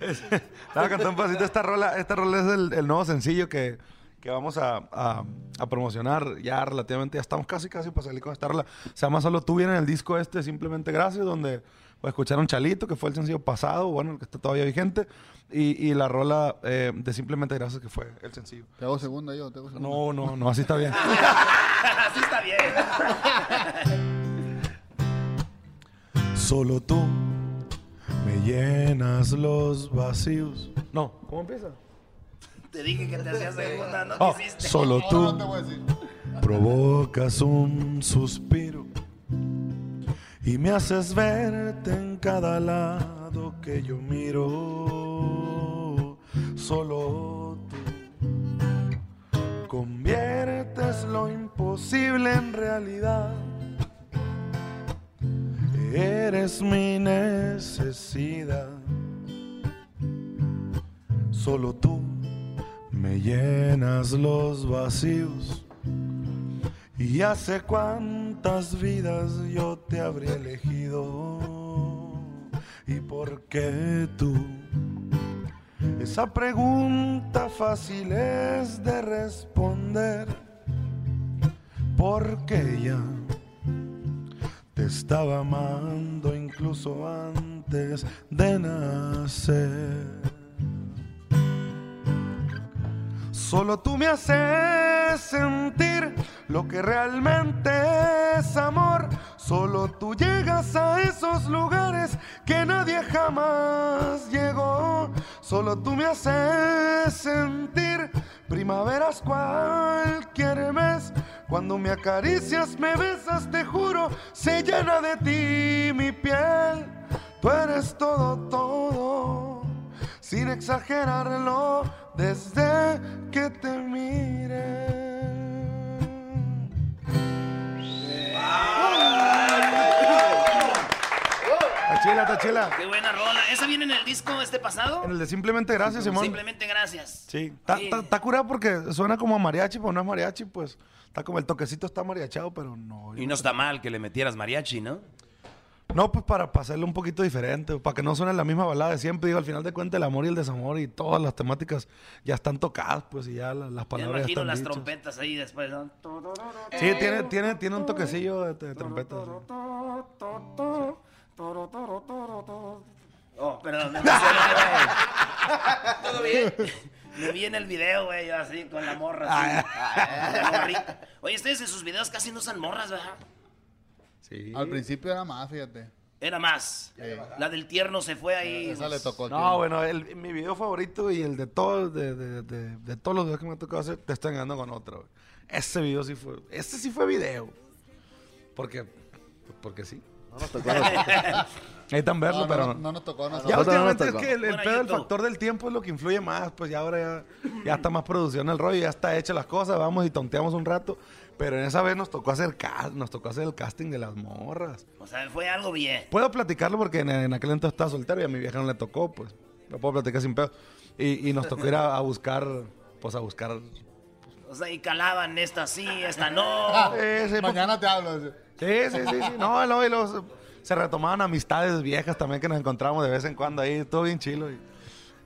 Estaba cantando un pasito esta rola. Esta rola es el, el nuevo sencillo que, que vamos a, a- a promocionar ya relativamente. Ya estamos casi, casi para salir con esta rola. Se llama Solo tú viene en el disco este, simplemente gracias, donde pues, escucharon Chalito, que fue el sencillo pasado, bueno, el que está todavía vigente. Y, y la rola eh, de Simplemente Gracias, que fue el sencillo. Te hago segunda yo, te hago segunda. No, no, no, así está bien. Así está <laughs> bien. Solo tú me llenas los vacíos. No, ¿cómo empieza? Te dije que te hacía segunda, no Oh, quisiste. solo tú <laughs> provocas un suspiro y me haces verte en cada lado que yo miro. Solo tú conviertes lo imposible en realidad. Eres mi necesidad. Solo tú me llenas los vacíos. Y hace cuántas vidas yo te habría elegido. ¿Y por qué tú? Esa pregunta fácil es de responder. Porque ya te estaba amando incluso antes de nacer. Solo tú me haces puedes sentir lo que realmente es amor. Solo tú llegas a esos lugares que nadie jamás llegó. Solo tú me haces sentir primaveras cualquier mes. Cuando me acaricias, me besas, te juro, se llena de ti mi piel. Tú eres todo, todo, sin exagerarlo, desde que te mire. Tachila, tachila. Qué buena rola. ¿Esa viene en el disco este pasado? En el de Simplemente Gracias, Simón. Simplemente gracias. Sí. Está, Sí. está- está curado porque suena como a mariachi, pero no es mariachi, pues. Está como el toquecito está mariachado, pero no. Y no está mal que le metieras mariachi, ¿no? No, pues para, para hacerlo un poquito diferente, para que no suene la misma balada de siempre. Digo, al final de cuentas, el amor y el desamor y todas las temáticas ya están tocadas, pues, y ya la- Me las palabras ya imagino están las dichas. trompetas ahí después. ¿no? Sí, tiene, tiene, tiene un toquecillo de, de trompeta. sí. Oh, perdón. me emocioné, güey. Todo bien. Me vi en el video, güey, yo así, con la morra. así. Ah. Con la morrita. Oye, ustedes en sus videos casi no usan morras, ¿verdad? Al principio era más, fíjate. Era más. La del tierno se fue ahí. Esa le tocó al No, bueno, el- mi video favorito y el de todos, de, de- de- de todos los videos que me ha tocado hacer, te estoy engañando con otro. güey. Ese video sí fue, ese Este sí fue video. Porque, porque sí. No nos tocó a nosotros. <laughs> Necesitan verlo, No, no, pero no, no nos tocó a nosotros. Ya No, no, no nos últimamente es tocó. que el, el Bueno, pedo del YouTube. factor del tiempo es lo que influye más. Pues ya ahora ya, ya está más producción el rollo, ya está hecha las cosas, vamos y tonteamos un rato. Pero en esa vez nos tocó hacer ca- nos tocó hacer el casting de las morras. O sea, fue algo bien. Puedo platicarlo porque en, en aquel entonces estaba soltero y a mi vieja no le tocó, pues. Lo puedo platicar sin pedo. Y, y nos tocó ir a, a buscar, pues a buscar. O sea, y calaban esta sí, esta <laughs> no. Ah. Mañana te hablo. Sí, sí, sí. sí. No, no, y luego se- se retomaban amistades viejas también que nos encontrábamos de vez en cuando ahí, todo bien chilo. Y,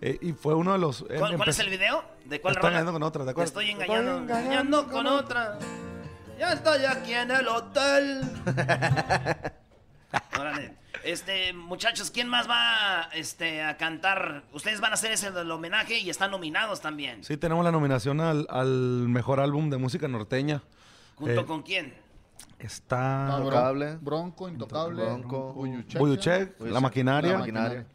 eh, y fue uno de los. ¿Cuál, cuál es el video? ¿De cuál rola? Estoy engañando con otra, ¿de Te acuerdo? estoy engañando. Estoy engañando con otra. Ya estoy aquí en el hotel. Órale. Este, muchachos, ¿quién más va este, a cantar? Ustedes van a hacer ese del homenaje y están nominados también. Sí, tenemos la nominación al, al mejor álbum de música norteña. ¿Junto Eh, con quién? Está. Ah, Bron- Intocable. Bronco, intocable. Bronco. Uyuchek. Buyuchek, Pues La Maquinaria. La maquinaria.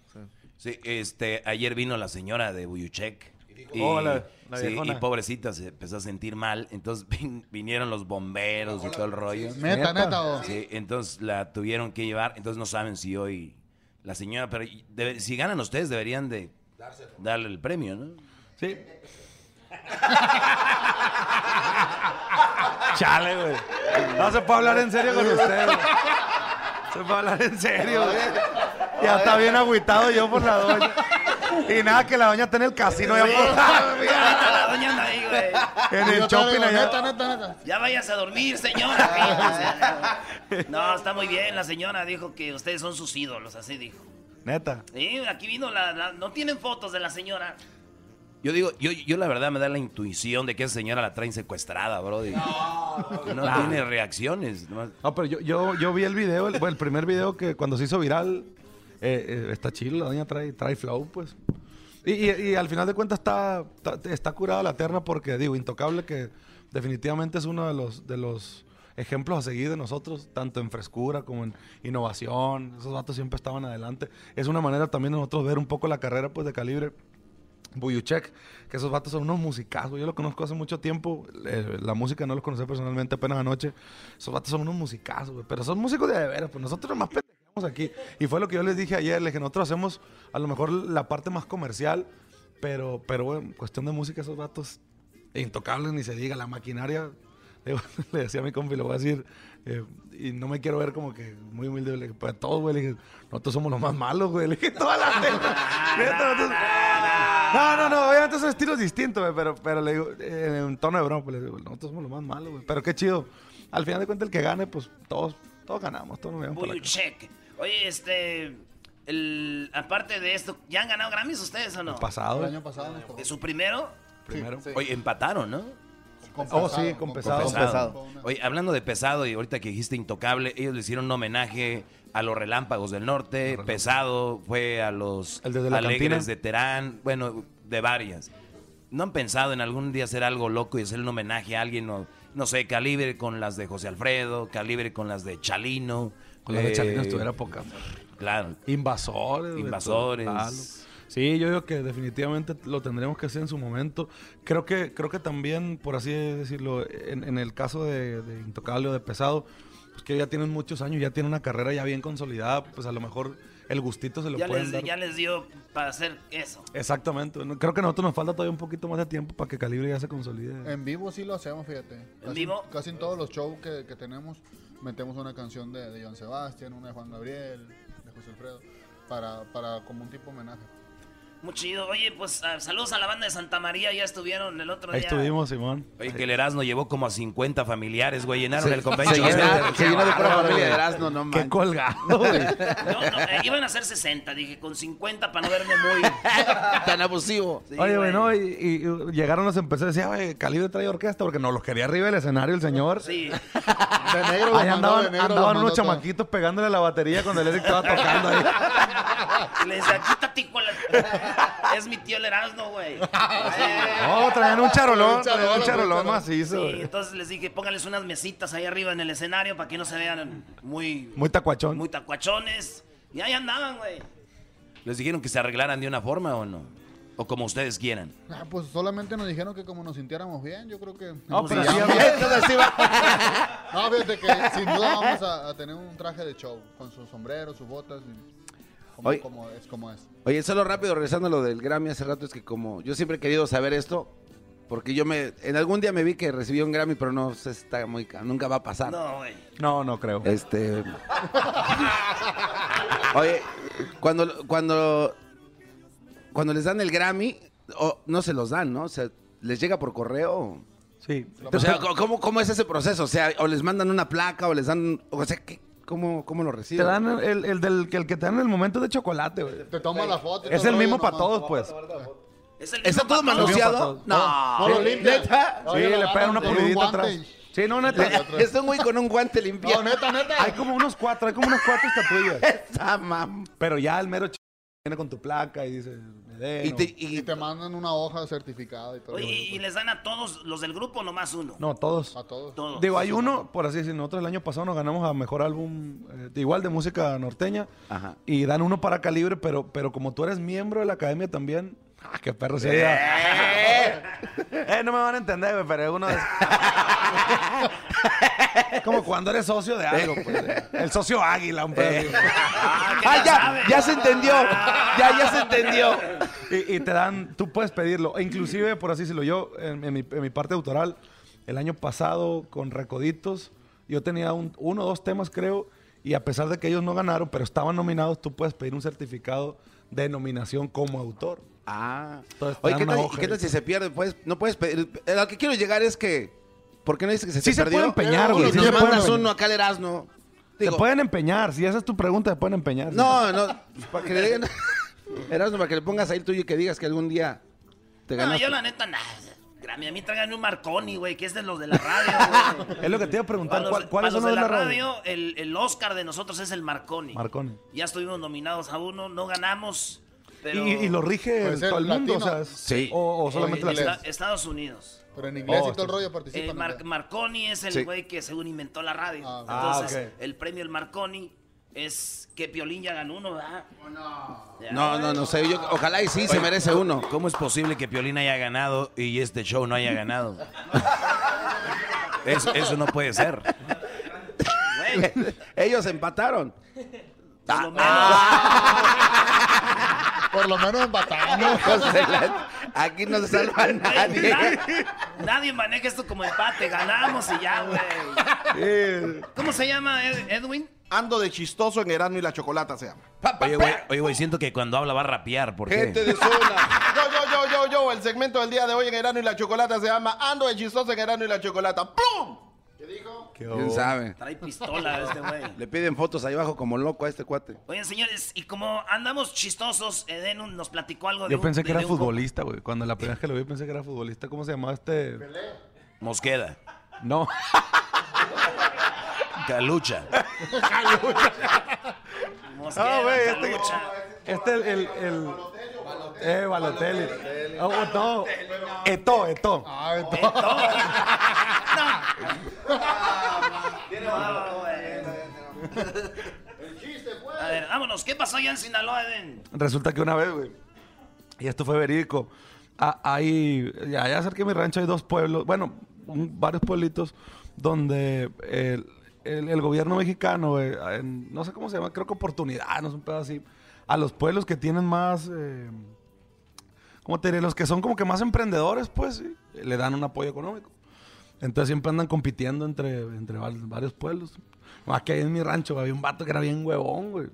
Sí, este, ayer vino la señora de Buyuchek. Y, "Hola, la sí, viejona". y pobrecita se empezó a sentir mal. Entonces <laughs> vin- vinieron los bomberos y todo el rollo. Neta, neta, o- Sí, entonces la tuvieron que llevar. Entonces no saben si hoy la señora, pero y- debe- si ganan ustedes deberían de darle el premio, ¿no? Sí. Chale, güey. No se puede hablar en serio con usted. güey. Se puede hablar en serio. güey. Ya está bien agüitado yo por la doña. Y nada, que la doña está en el casino ya por- Ahorita la doña anda ahí, güey. En el shopping allá. Ya vayas a dormir, señora. no, está muy bien. La señora dijo que ustedes son sus ídolos, así dijo. Neta. Sí, aquí vino la, la- No tienen fotos de la señora. Yo digo, yo, yo la verdad me da la intuición de que esa señora la traen secuestrada, bro. No, no. tiene reacciones. nomás- No, pero yo, yo, yo vi el video, el, bueno, el primer video que cuando se hizo viral, eh, eh, está chido, la doña trae, trae flow, pues. Y, y- y al final de cuentas está, está, está curada la terna porque, digo, Intocable, que definitivamente es uno de los, de los ejemplos a seguir de nosotros, tanto en frescura como en innovación. Esos datos siempre estaban adelante. Es una manera también de nosotros ver un poco la carrera, pues, de calibre. Buyuchek, que esos vatos son unos musicazos. Yo los conozco hace mucho tiempo. eh, la música no los conocí personalmente apenas anoche. Esos vatos son unos musicazos, güey. Pero son músicos de de veras, pues nosotros nomás pendejamos aquí. Y fue lo que yo les dije ayer. Les dije, nosotros hacemos a lo mejor la parte más comercial, pero, pero en cuestión de música, esos vatos intocables, ni se diga. La maquinaria, <laughs> le, digo- le decía a mi compi, le voy a decir, eh, y no me quiero ver como que muy humilde. Le dije, para todos, güey. Le dije, nosotros somos los más malos, güey. Le dije, todas las. <laughs> Neta, nosotros- no, no, no, obviamente son estilos distintos, güey, pero, pero le digo, eh, en tono de broma, pues le digo, nosotros somos los más malos, güey. Pero qué chido. Al final de cuentas, el que gane, pues todos, todos ganamos, todos nos vemos. por la cara. Buyuchek. Oye, este. el- aparte de esto, ¿ya han ganado Grammys ustedes o no? pasado. El año pasado. ¿De su primero? Primero. Sí. Oye, empataron, ¿no? Con Oh, pesado, sí, con con pesado. pesado. Oye, hablando de pesado, y ahorita que dijiste intocable, ellos le hicieron un homenaje a los relámpagos del norte. Pesado fue a los desde la alegres cantina. de Terán, bueno, de varias. ¿No han pensado en algún día hacer algo loco y hacer un homenaje a alguien? O, no sé, calibre con las de José Alfredo, calibre con las de Chalino. Eh, Con las de Chalino estuviera poca. Claro. Invasores. de Invasores. todo, claro. Sí, yo digo que definitivamente lo tendremos que hacer en su momento. Creo que, creo que también, por así decirlo, en, en el caso de, de Intocable o de Pesado, pues que ya tienen muchos años, ya tienen una carrera ya bien consolidada, pues a lo mejor el gustito se lo Ya pueden les, dar. ya les dio para hacer eh, eso. Exactamente. bueno, creo que a nosotros nos falta todavía un poquito más de tiempo para que Calibre ya se consolide. En vivo sí lo hacemos, fíjate. Casi, vivo? Casi en todos los shows que, que tenemos metemos una canción de, de Joan Sebastián, una de Juan Gabriel, de José Alfredo, para, para como un tipo homenaje. Muy chido. Oye, pues ah, saludos a la banda de Santa María. Ya estuvieron el otro Ahí día. Estuvimos, Simón. Oye, que el Erasmo llevó como a 50 familiares, güey. Llenaron Se- el convenio. se llenó- se llenó de pura familia de <laughs> Erasmo, no Qué colgado, güey. No, no, eh, iban a ser 60. Dije, con 50 para no verme muy. Tan abusivo. Oye, güey, no, y, y- y llegaron los empresarios y decían, güey, Calibre trae orquesta porque nos los quería arriba del escenario el señor. Sí. De negro, Ahí los mandó, andaban, de negro, los andaban unos mandó todo. chamaquitos pegándole a la batería cuando el Eric <laughs> estaba tocando ahí. Les decía, quítate, hijo de la- Es mi tío el Erasmo, <laughs> güey. Eh, No, traían un charolón, Un charolón, traían un un charolón charolón. macizo. Sí, güey. entonces les dije, pónganles unas mesitas ahí arriba en el escenario para que no se vean muy, Muy tacuachón. muy tacuachones. Y ahí andaban, güey. ¿Les dijeron que se arreglaran de una forma o no? O como ustedes quieran. Ah, pues solamente nos dijeron que como nos sintiéramos bien, yo creo que... No, pero Sí, sí, ya. había- entonces sí <laughs> No, fíjate que sin duda vamos a, a tener un traje de show, con su sombrero, sus botas, y como, Oye. como es, como es. Oye, solo rápido, regresando a lo del Grammy hace rato, es que como yo siempre he querido saber esto, porque yo me, en algún día me vi que recibí un Grammy, pero no sé, está muy, ca- nunca va a pasar. No, güey. No, no creo. Este. Oye, cuando, cuando, cuando les dan el Grammy, o no se los dan, ¿no? O sea, les llega por correo. Sí. O sea, co- ¿cómo, cómo es ese proceso? O sea, o les mandan una placa, o les dan, o sea, ¿qué- cómo, cómo lo Te reciben? dan el, el del, el que te dan en el momento de chocolate, güey. Te toma la foto. Es el mismo para todos, pues. ¿Está todo todos. manoseado? No. No. No lo limpian. ¿Neta? Sí, le pegan una pulidita atrás. Sí, no, neta. Le- Es un güey con un guante limpio. No, neta, neta. Hay como unos cuatro, hay como unos cuatro estatuillas. Esa mam. Pero ya el mero ch... viene con tu placa y dice, me den, Y o- te, mandan una hoja certificada y todo. Oye, y, y les dan a todos los del grupo o nomás uno. No, todos. A todos. Digo, hay uno, por así decirlo, nosotros el año pasado nos ganamos a mejor álbum, eh, de igual de música norteña, y dan uno para calibre, pero, pero como tú eres miembro de la academia también, <laughs> ¡ah, qué perro se Eh, no me van a entender, güey, pero es uno de <laughs> Como cuando eres socio de algo, pues. eh. El socio águila, un pedo. así. Eh. Ah, ya, ya se entendió. Ya, ya se entendió. Y, y te dan, tú puedes pedirlo. E inclusive, por así decirlo, yo, en, en mi, en mi parte autoral, el año pasado con Recoditos, yo tenía un- uno o dos temas, creo, y a pesar de que ellos no ganaron, pero estaban nominados, tú puedes pedir un certificado de nominación como autor. Ah. Entonces, te Oye, dan ¿eh? ¿qué una tal, hoja qué y- tal si se pierde? Pues, no puedes pedir. eh, Lo que quiero llegar es que. ¿Por qué no dices que se Sí te se perdió? puede empeñar, güey, Y sí te se puede mandas empeñar. uno acá al Erasmo. te pueden empeñar, si esa es tu pregunta, te pueden empeñar. No, no. Para que le den. <laughs> Erasmo, para que le pongas ahí el tuyo y que digas que algún día te No, ganaste. yo la neta, nada. Grammy, a mí tráiganme un Marconi, güey, que es de los de la <laughs> radio, güey. Es lo que te iba a preguntar, Para los- ¿cuál- ¿cuáles para son los los de la radio? el, el Oscar de nosotros es el Marconi. Marconi. Ya estuvimos nominados a uno, no ganamos, pero... Y, y lo rige todo Pues el mundo, o sea, sí. o, o solamente Esta- la Estados Unidos. Pero en inglés Oh, y todo el está- rollo participan, Eh, Mar- ¿no? Marconi es Sí. el güey que según inventó la radio. Ah, Entonces, ok. el premio el Marconi es que Piolín ya ganó uno, ¿verdad? Ya, No, no, no sé. Yo, ojalá y sí se merece uno. ¿Cómo es posible que Piolín haya ganado y este show no haya ganado? Es- eso no puede ser. Ellos empataron. Ah, Por lo menos empatamos. Pues, Aquí no se salva nadie. Nadie maneja esto como empate, ganamos y ya, güey. ¿Cómo se llama Ed- Edwin? Ando de chistoso en Erasmo y la Chocolata se llama. Oye, güey, oye, güey, siento que cuando habla va a rapear, ¿por qué? Gente de zona. Yo, yo, yo, yo, yo. El segmento del día de hoy en Erano y la Chocolata se llama Ando de chistoso en Erano y la Chocolata. ¡Plum! ¿Quién sabe? Trae pistola este güey. Le piden fotos ahí abajo como loco a este cuate. Oigan, señores, y como andamos chistosos, Eden nos platicó algo de Yo un- pensé que de- era de un- futbolista, güey. Cuando la primera vez que lo vi pensé que era futbolista. ¿Cómo se llamaba este? Mosqueda. <laughs> No. Calucha. Mosqueda, Ah, güey, este- Calucha. Este el, el, el- Eh, Balotelli. Oh, no. Eto, Eto. Ah, A ver, vámonos. ¿Qué pasó allá en Sinaloa, Eden? Resulta que una vez, güey, y esto fue verídico, a- hay, ya, ya cerca de mi rancho hay dos pueblos, bueno, un- varios pueblitos donde el, el- el gobierno mexicano, güey, en- no sé cómo se llama, creo que oportunidad, no es un pedo así, a los pueblos que tienen más, eh, ¿cómo te diré? Los que son como que más emprendedores, pues, sí, le dan un apoyo económico. Entonces siempre andan compitiendo entre, entre val- varios pueblos. Aquí en mi rancho había un vato que era bien huevón, güey.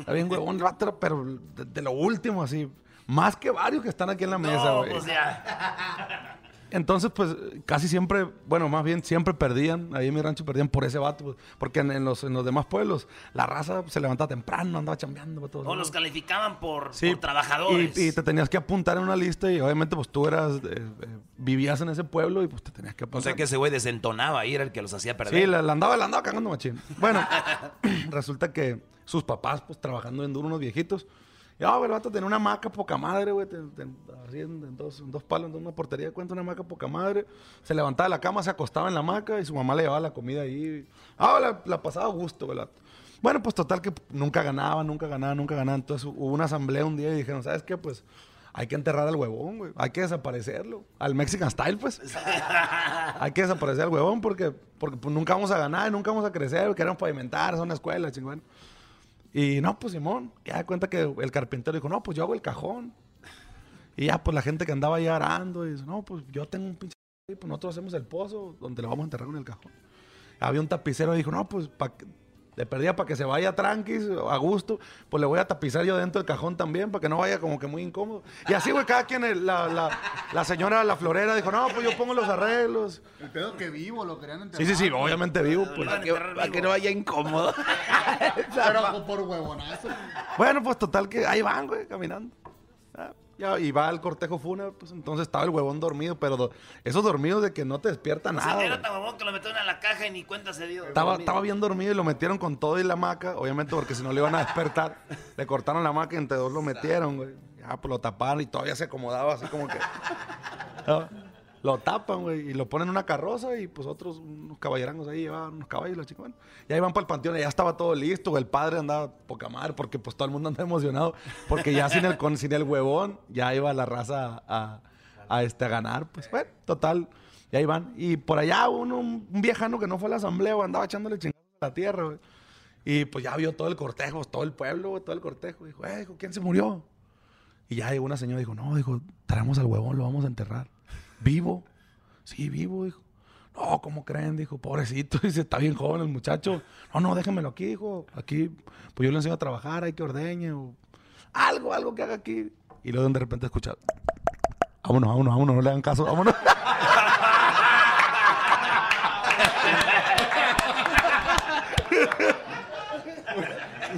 Era bien huevón, el vato era, pero de, de lo último, así. Más que varios que están aquí en la mesa, No, güey. pues ya. Entonces, pues, casi siempre, bueno, más bien siempre perdían, ahí en mi rancho perdían por ese vato, pues, porque en, en los, en los demás pueblos la raza se levantaba temprano, andaba chambeando pues, para todos O lados. los calificaban por, Sí, por trabajadores. Y, y te tenías que apuntar en una lista y obviamente pues tú eras, eh, eh, vivías en ese pueblo y pues te tenías que O apuntar. sea que ese güey desentonaba y era el que los hacía perder. Sí, la, la andaba, la andaba cagando machín. Bueno, <clears throat> resulta que sus papás, pues, trabajando en duro, unos viejitos. Y, ah, güey, el vato tenía una maca poca madre, güey. te- te- así en, en dos, en dos palos, en una portería de cuenta, una maca poca madre. Se levantaba de la cama, se acostaba en la maca y su mamá le llevaba la comida ahí. Ah, la, la pasaba a gusto, güey. el vato. Bueno, pues, total que nunca ganaba, nunca ganaba, nunca ganaba. Entonces, hubo una asamblea un día y dijeron, ¿sabes qué? Pues, hay que enterrar al huevón, güey. Hay que desaparecerlo. Al Mexican Style, pues. Hay que desaparecer al huevón porque, porque pues, nunca vamos a ganar, nunca vamos a crecer, queremos pavimentar, es una escuela, chingón. Y no, pues Simón, ya da cuenta que el carpintero dijo, no, pues yo hago el cajón. Y ya, pues la gente que andaba ahí arando, y dice, no, pues yo tengo un pinche... y, Pues nosotros hacemos el pozo donde lo vamos a enterrar en el cajón. Había un tapicero y dijo, no, pues pa que- de perdida para que se vaya tranquis, a gusto, pues le voy a tapizar yo dentro del cajón también para que no vaya como que muy incómodo. Y así, güey, cada quien, el- la, la, la señora, la florera, dijo, no, pues yo pongo los arreglos. El pedo que vivo, lo querían Sí, enterrar. sí, sí, obviamente vivo. Pues, para, que, para que no vaya incómodo. Pero por huevonazo. <laughs> bueno, pues total que ahí van, güey, caminando. Ah, ya, y va el cortejo fúnebre, pues entonces estaba el huevón dormido, pero do- esos dormidos de que no te despierta O sea, nada. era güey. tan huevón que lo metieron a la caja y ni cuenta se dio. Estaba, estaba bien dormido y lo metieron con todo y la maca, obviamente porque si no le iban a despertar. <laughs> le cortaron la maca y entre dos lo metieron, güey. Ya, pues lo taparon y todavía se acomodaba así como que... Ah, Lo tapan, güey, y lo ponen en una carroza y pues otros, unos caballerangos ahí llevaban unos caballos, los chicos. bueno. Y ahí van para el panteón, y ya estaba todo listo, güey. El padre andaba poca madre porque pues todo el mundo andaba emocionado. Porque ya sin el, con, sin el huevón, ya iba la raza a, a, este, a ganar. Pues bueno, total, y ahí van. Y por allá uno, un un viejano que no fue a la asamblea, güey, andaba echándole chingados a la tierra, güey. Y pues ya vio todo el cortejo, pues, todo el pueblo, güey, todo el cortejo. Dijo, eh, dijo, ¿quién se murió? Y ya llegó una señora y dijo, no, dijo, traemos al huevón, lo vamos a enterrar. ¿Vivo? Sí, vivo, dijo. No, ¿cómo creen? Dijo, pobrecito, <laughs> dice, está bien joven el muchacho. No, no, déjenmelo aquí, dijo. Aquí, pues yo le enseño a trabajar, hay que ordeñe o algo, algo que haga aquí. Y luego de repente escuchar, vámonos, vámonos, vámonos, no le hagan caso, vámonos. <laughs>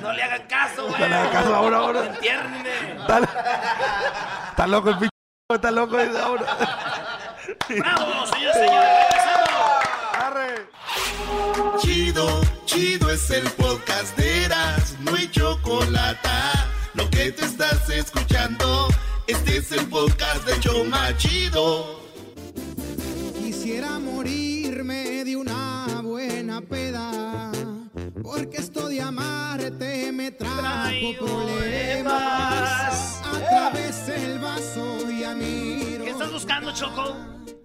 No le hagan caso, güey. No le hagan caso, ahora, ahora. Entiérrenme. Está, está loco el pinche, está loco, dice, vámonos. ¡Bravo, señores, señores! Chido, chido es el podcast de Eras, no hay chocolate. Lo que te estás escuchando, este es el podcast de Choma Chido. Quisiera morirme de una buena peda, porque esto de amarte me trajo problemas. A través del vaso y a mí. ¿Qué estás buscando, Choco?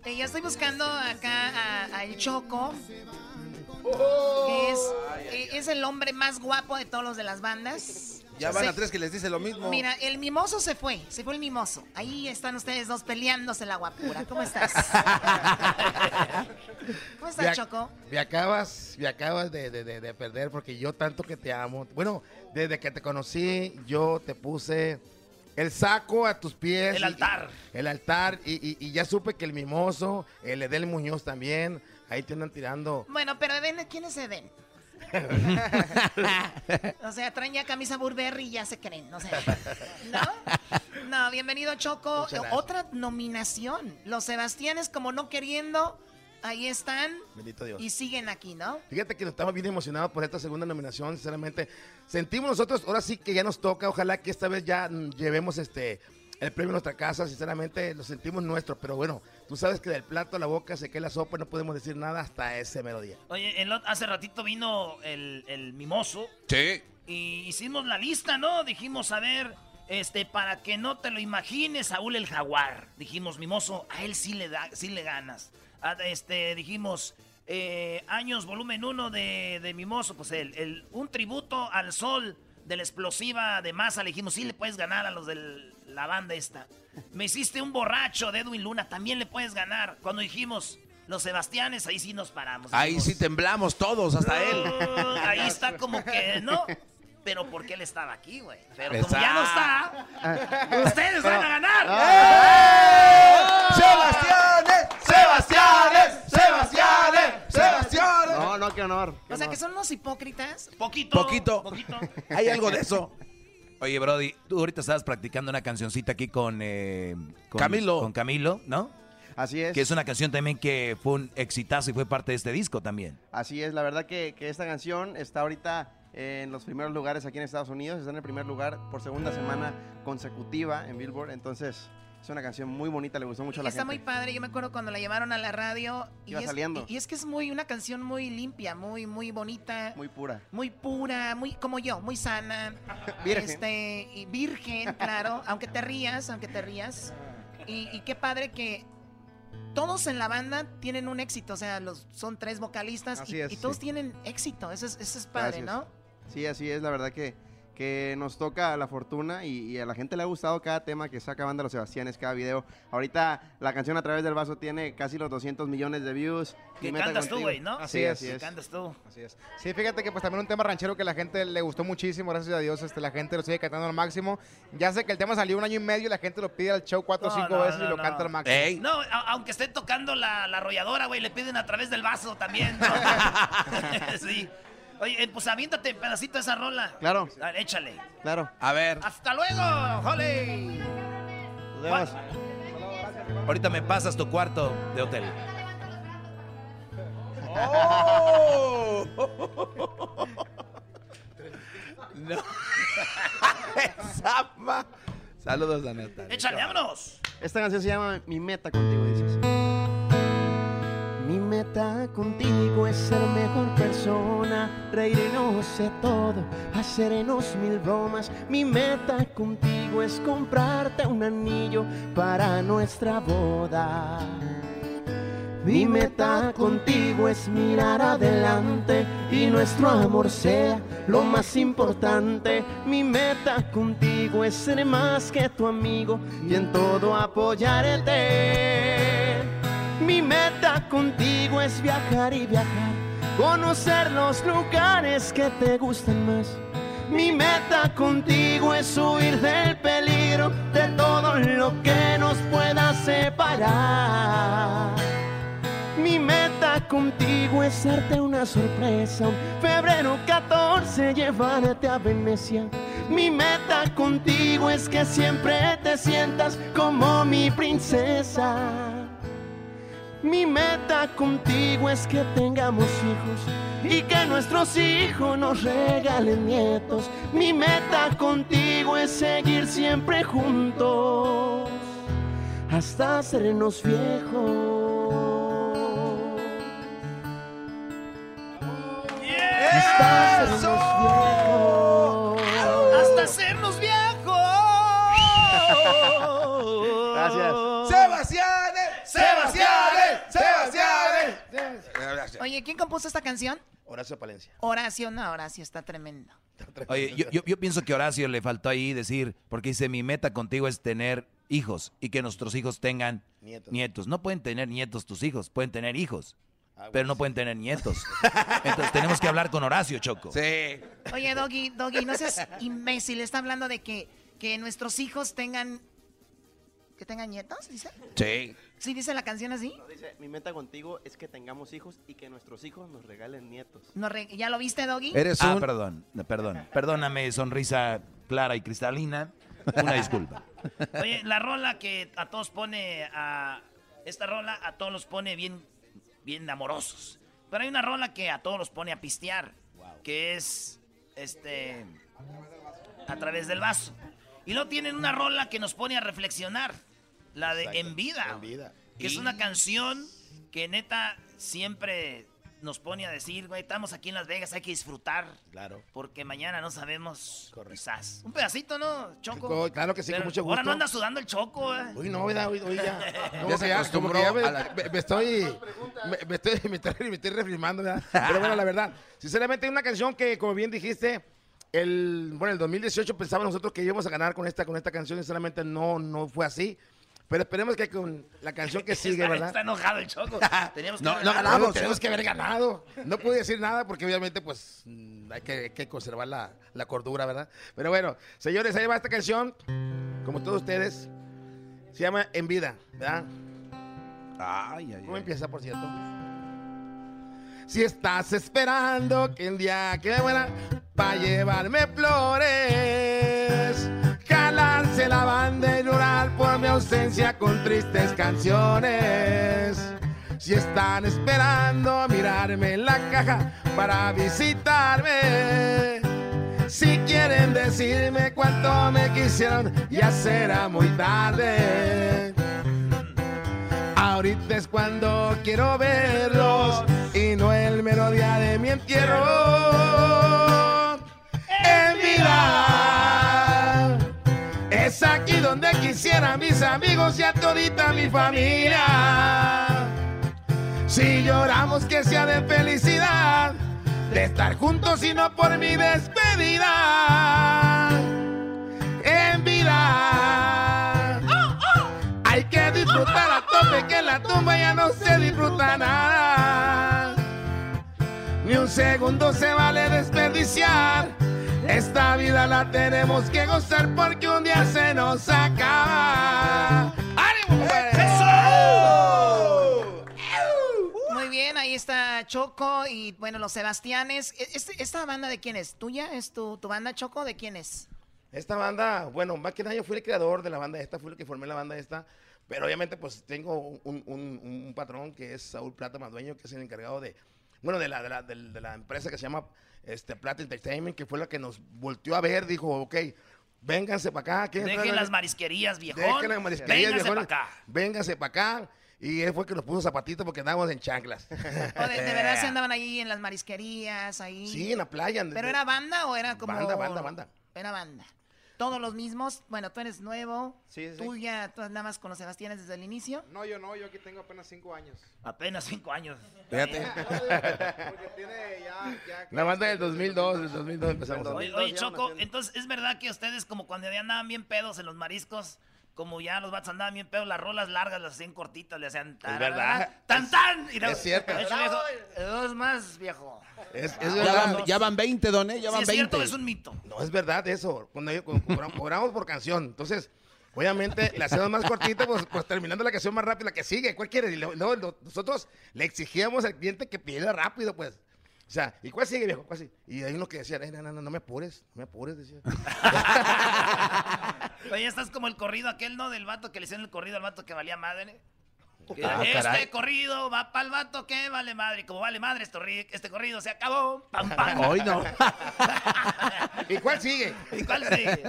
Eh, yo estoy buscando acá a, a el Choco. Oh. que es, eh, es el hombre más guapo de todos los de las bandas. Ya van Se- a tres que les dice lo mismo. Mira, el mimoso se fue, se fue el mimoso. Ahí están ustedes dos peleándose la guapura. ¿Cómo <laughs> estás? ¿Cómo estás, Ya- Choco? Me acabas, me acabas de, de- de- de perder porque yo tanto que te amo. Bueno, desde que te conocí, yo te puse el saco a tus pies. El y- altar. el altar. Y, y- y ya supe que el mimoso, el Edel Muñoz también, ahí te andan tirando. Bueno, pero Eden, ¿quién es Eden? O sea, traen ya camisa Burberry y ya se creen, no sé. <laughs> ¿No? No, bienvenido Choco. Muchas gracias. Otra nominación. Los Sebastianes como no queriendo, ahí están <laughs> Bendito Dios. y siguen aquí, ¿no? Fíjate que estamos bien emocionados por esta segunda nominación, sinceramente. Sentimos nosotros, ahora sí que ya nos toca, ojalá que esta vez ya mm, llevemos este el premio en nuestra casa, sinceramente lo sentimos nuestro, pero bueno, tú sabes que del plato a la boca se queda la sopa y no podemos decir nada hasta ese melodía. Oye, el ot- hace ratito vino el, el mimoso Sí. y hicimos la lista, ¿no? Dijimos, a ver, este, para que no te lo imagines, Saúl el Jaguar. Dijimos, mimoso, a él sí le, da, sí le ganas. A- este, dijimos, eh, años volumen 1 de, de mimoso, pues él, el, un tributo al sol de la explosiva de masa. Le dijimos, sí le puedes ganar a los de la banda esta. Me hiciste un borracho de Edwin Luna, también le puedes ganar. Cuando dijimos... Los Sebastianes, ahí sí nos paramos. Ahí sí temblamos todos, hasta él. Uh, ahí está como que no. Pero porque él estaba aquí, güey. Pero como ya no está, ustedes van a ¡Ah! ganar. ¡Sebastianes! ¡Sebastianes! ¡Sebastianes! ¡Sebastianes! No, no, qué honor. O sea, que son unos hipócritas. Poquito. Poquito. Hay algo de eso. <laughs> Oye, Brody, tú ahorita estabas practicando una cancioncita aquí con, eh, con Camilo. Con Camilo, ¿no? Así es. Que es una canción también que fue un exitazo y fue parte de este disco también. Así es, la verdad que, que esta canción está ahorita eh, en los primeros lugares aquí en Estados Unidos, está en el primer lugar por segunda semana consecutiva en Billboard, entonces es una canción muy bonita, le gustó mucho a la Está muy gente. padre, yo me acuerdo cuando la llevaron a la radio. Iba es, saliendo. y es que es muy una canción muy limpia, muy, muy bonita, Muy pura. muy pura, muy como yo, muy sana. <laughs> Virgen. Este, y virgen, <laughs> claro, aunque te rías, aunque te rías. Y, y qué padre que todos en la banda tienen un éxito, o sea, los, son tres vocalistas Así y, es, y todos sí. tienen éxito, eso es, eso es padre, Gracias. ¿no? Sí, así es, la verdad que, que nos toca la fortuna y, y a la gente le ha gustado cada tema que saca Banda Los Sebastianes, cada video. Ahorita la canción A Través del Vaso tiene casi los 200 millones de views. Mi Que meta cantas tú, contigo. güey, ¿no? Sí, así Que es. cantas tú. Así es. Sí, fíjate que pues también un tema ranchero que la gente le gustó muchísimo, gracias a Dios, este, la gente lo sigue cantando al máximo. Ya sé que el tema salió un año y medio y la gente lo pide al show cuatro o No, cinco no, veces no, y lo no. canta al máximo. No, a- aunque esté tocando la, la arrolladora, güey, le piden a través del vaso también. ¿no? sí. Oye, eh, pues aviéntate pedacito de esa rola. Claro. Dale, échale. Claro. A ver, ¡Hasta luego! ¡Jole! Nos vemos. ahorita me pasas tu cuarto de hotel. ¡Oh! <laughs> <laughs> No. Zapa. <laughs> Saludos, la neta. Échale, vámonos. Esta canción se llama Mi meta contigo, dices. Mi meta contigo es ser mejor persona, reírnos de todo, hacernos mil bromas. Mi meta contigo es comprarte un anillo para nuestra boda. Mi meta contigo es mirar adelante y nuestro amor sea lo más importante. Mi meta contigo es ser más que tu amigo y en todo apoyarte. Mi meta contigo es viajar y viajar, conocer los lugares que te gustan más. Mi meta contigo es huir del peligro de todo lo que nos pueda separar. Mi meta contigo es darte una sorpresa. Un febrero 14 llevarte a Venecia. Mi meta contigo es que siempre te sientas como mi princesa. Mi meta contigo es que tengamos hijos y que nuestros hijos nos regalen nietos. Mi meta contigo es seguir siempre juntos hasta sernos viejos. Hasta sernos viejos. ¡Hasta hacernos viejos! Gracias. ¡Sebastianes! eh, ¡Sebastianes! ¡Sebastianes! Oye, ¿quién compuso esta canción? Horacio Palencia. Horacio, no, Horacio está tremendo. Oye, yo, yo- yo pienso que a Horacio le faltó ahí decir, porque dice, mi meta contigo es tener hijos y que nuestros hijos tengan nietos. Nietos. No pueden tener nietos tus hijos, pueden tener hijos, bueno, pero no pueden tener <laughs> nietos. Entonces tenemos que hablar con Horacio, Choco. Sí. Oye, Doggy, Doggy, no seas imbécil. Está hablando de que, que nuestros hijos tengan. ¿Que tengan nietos? ¿Dice? Sí. ¿Sí dice la canción así? Dice, mi meta contigo es que tengamos hijos y que nuestros hijos nos regalen nietos. No re- ¿Ya lo viste, Doggy? Eres ah, perdón, perdón. Perdóname, sonrisa clara y cristalina. Una disculpa. Oye, la rola que a todos pone a... Esta rola a todos los pone bien, bien amorosos. Pero hay una rola que a todos los pone a pistear. Que es, este... A través del vaso. Y luego tienen una rola que nos pone a reflexionar. La de En Vida. Que es una canción que neta siempre nos pone a decir, güey, estamos aquí en Las Vegas, hay que disfrutar. Claro. Porque mañana no sabemos. Quizás. Un pedacito, ¿no, Choco? Co- claro que sí, con mucho Ahora gusto. no anda sudando el Choco, eh. Uy, no, ¿verdad? Uy, uy, ya. Ya No, se que ya, como que ya me, acostumbró a la- me- me estoy. Me, me estoy, <laughs> me estoy, me estoy refrimando, ¿verdad? Pero bueno, la verdad. Sinceramente, una canción que, como bien dijiste, el, bueno, el 2018 pensábamos nosotros que íbamos a ganar con esta, con esta canción. Sinceramente, no, no fue así. Pero esperemos que con la canción que <laughs> sigue, está, ¿verdad? está enojado el <laughs> Choco. Teníamos que No, haber no ganado. ganamos, tenemos que haber ganado. No pude decir nada porque obviamente pues mm, hay que, hay que conservar la, la cordura, ¿verdad? Pero bueno, señores, ahí va esta canción, como todos ustedes, se llama En Vida, ¿verdad? Ay, ay, ¿Cómo empieza, por cierto? Si estás esperando que el día que me muera pa' llevarme flores, jalarse la banda y llorar por mi ausencia con tristes canciones. Si están esperando mirarme en la caja para visitarme, si quieren decirme cuánto me quisieron, ya será muy tarde. Ahorita es cuando quiero verlos y no el melodía de mi entierro. En vida es aquí donde quisiera a mis amigos y a todita mi familia. Si lloramos que sea de felicidad, de estar juntos y no por mi despedida. En vida. Hay que disfrutar a tope que en la tumba ya no se disfruta nada. Ni un segundo se vale desperdiciar. Esta vida la tenemos que gozar porque un día se nos acaba. ¡Ánimo, pues! compadre! Muy bien, ahí está Choco y bueno, los Sebastianes. E- este- ¿Esta banda de quién es? ¿Tuya? ¿Es tu, tu banda Choco? ¿De quién es? Esta banda, bueno, más que nada yo fui el creador de la banda esta, fui el que formé la banda esta, pero obviamente pues tengo un, un- un- un patrón que es Saúl Plata Madueño, que es el encargado de, bueno, de la, de la, del- de la empresa que se llama este, Plata Entertainment, que fue la que nos volteó a ver, dijo, ok, vénganse para acá. ¿quieren Dejen entrar a- las marisquerías, viejón. Dejen las marisquerías, Vénganse viejones, pa' acá. Vénganse para acá. Y él fue el que nos puso zapatitos porque andábamos en <laughs> chanclas. ¿O de, de verdad se andaban ahí en las marisquerías, ahí? Eh. Sí, en la playa. ¿Pero era banda o era como...? Banda, banda, banda. Era banda. Todos los mismos. Bueno, tú eres nuevo. Sí, sí, Tú sí. ya, tú andabas con los Sebastianes desde el inicio. No, yo no, yo aquí tengo apenas cinco años. Apenas cinco años. <laughs> <laughs> Fíjate. Porque tiene ya, ya La banda del 2002, del 2002 empezamos. Oye, oye, Choco, entonces es verdad que ustedes como cuando ya andaban bien pedos en los mariscos, como ya los vatos andaban bien pedos, las rolas largas las hacían cortitas, le hacían tan verdad. tan tan. Y luego- Es cierto. de hecho, viejo, dos más, viejo. Es, Ya es verdad. van- ya van 20, Don, ¿eh? Ya van Sí, es cierto, 20. es un mito. No, es verdad eso. Cuando yo- cuando cobra- cobramos por canción. Entonces, obviamente, la hacemos más cortita, pues, pues terminando la canción más rápida, la que sigue. ¿Cuál quiere? Y luego- luego lo- nosotros le exigíamos al cliente que pidiera rápido, pues. O sea, ¿y cuál sigue, viejo? ¿Cuál sigue? Y hay unos que decían, "Ey, no, no, no, no me apures, no me <laughs> apures, decía. Oye, estás como el corrido aquel, ¿no? Del vato que le hicieron el corrido al vato que valía madre. Que Ah, este caray. corrido va para el vato que vale madre. Y Como vale madre, este, ri- este corrido se acabó. <laughs> Pam, pam. Hoy no. ¿Y cuál sigue? ¿Y cuál sigue?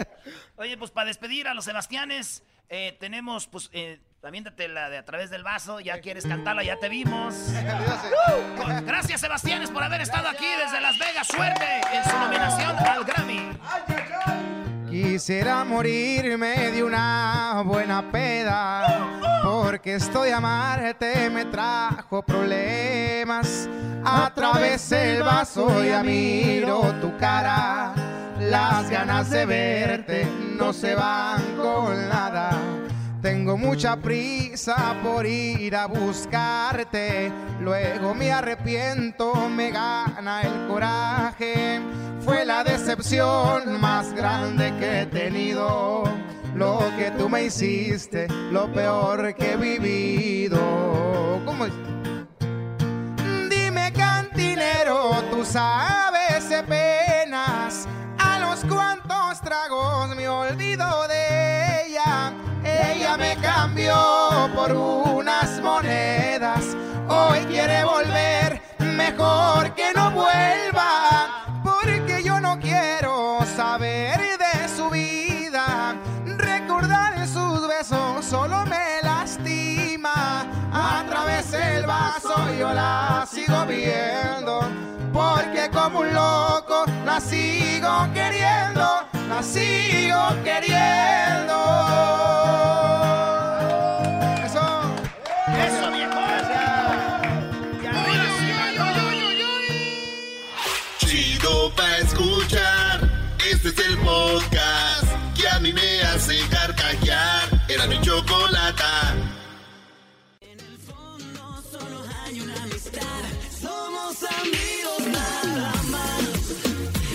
Oye, pues para despedir a los Sebastianes, eh, tenemos, pues, eh, aviéntate la de a través del vaso. Ya quieres cantarla, ya te vimos. Con- Gracias, Sebastianes, por haber estado aquí desde Las Vegas. Suerte en su nominación al Grammy. Quisiera morirme de una buena peda, porque esto de amarte me trajo problemas. A través del vaso ya miro tu cara, las ganas de verte no se van con nada. Tengo mucha prisa por ir a buscarte, luego me arrepiento, me gana el coraje. Fue la decepción más grande que he tenido, lo que tú me hiciste, lo peor que he vivido. ¿Cómo es? Dime cantinero, tú sabes de penas, a los cuantos tragos me olvido de ella. Ella me cambió por unas monedas, hoy quiere volver, mejor que no vuelva, porque yo no quiero saber de su vida. yo la sigo viendo. Porque como un loco la sigo queriendo, la sigo queriendo. Eso. ¡Eso, viejón! ¡Y arriba, Chido pa' escuchar. Este es el podcast que a mí me hace carcajear. Era mi chocolata. Somos amigos nada más.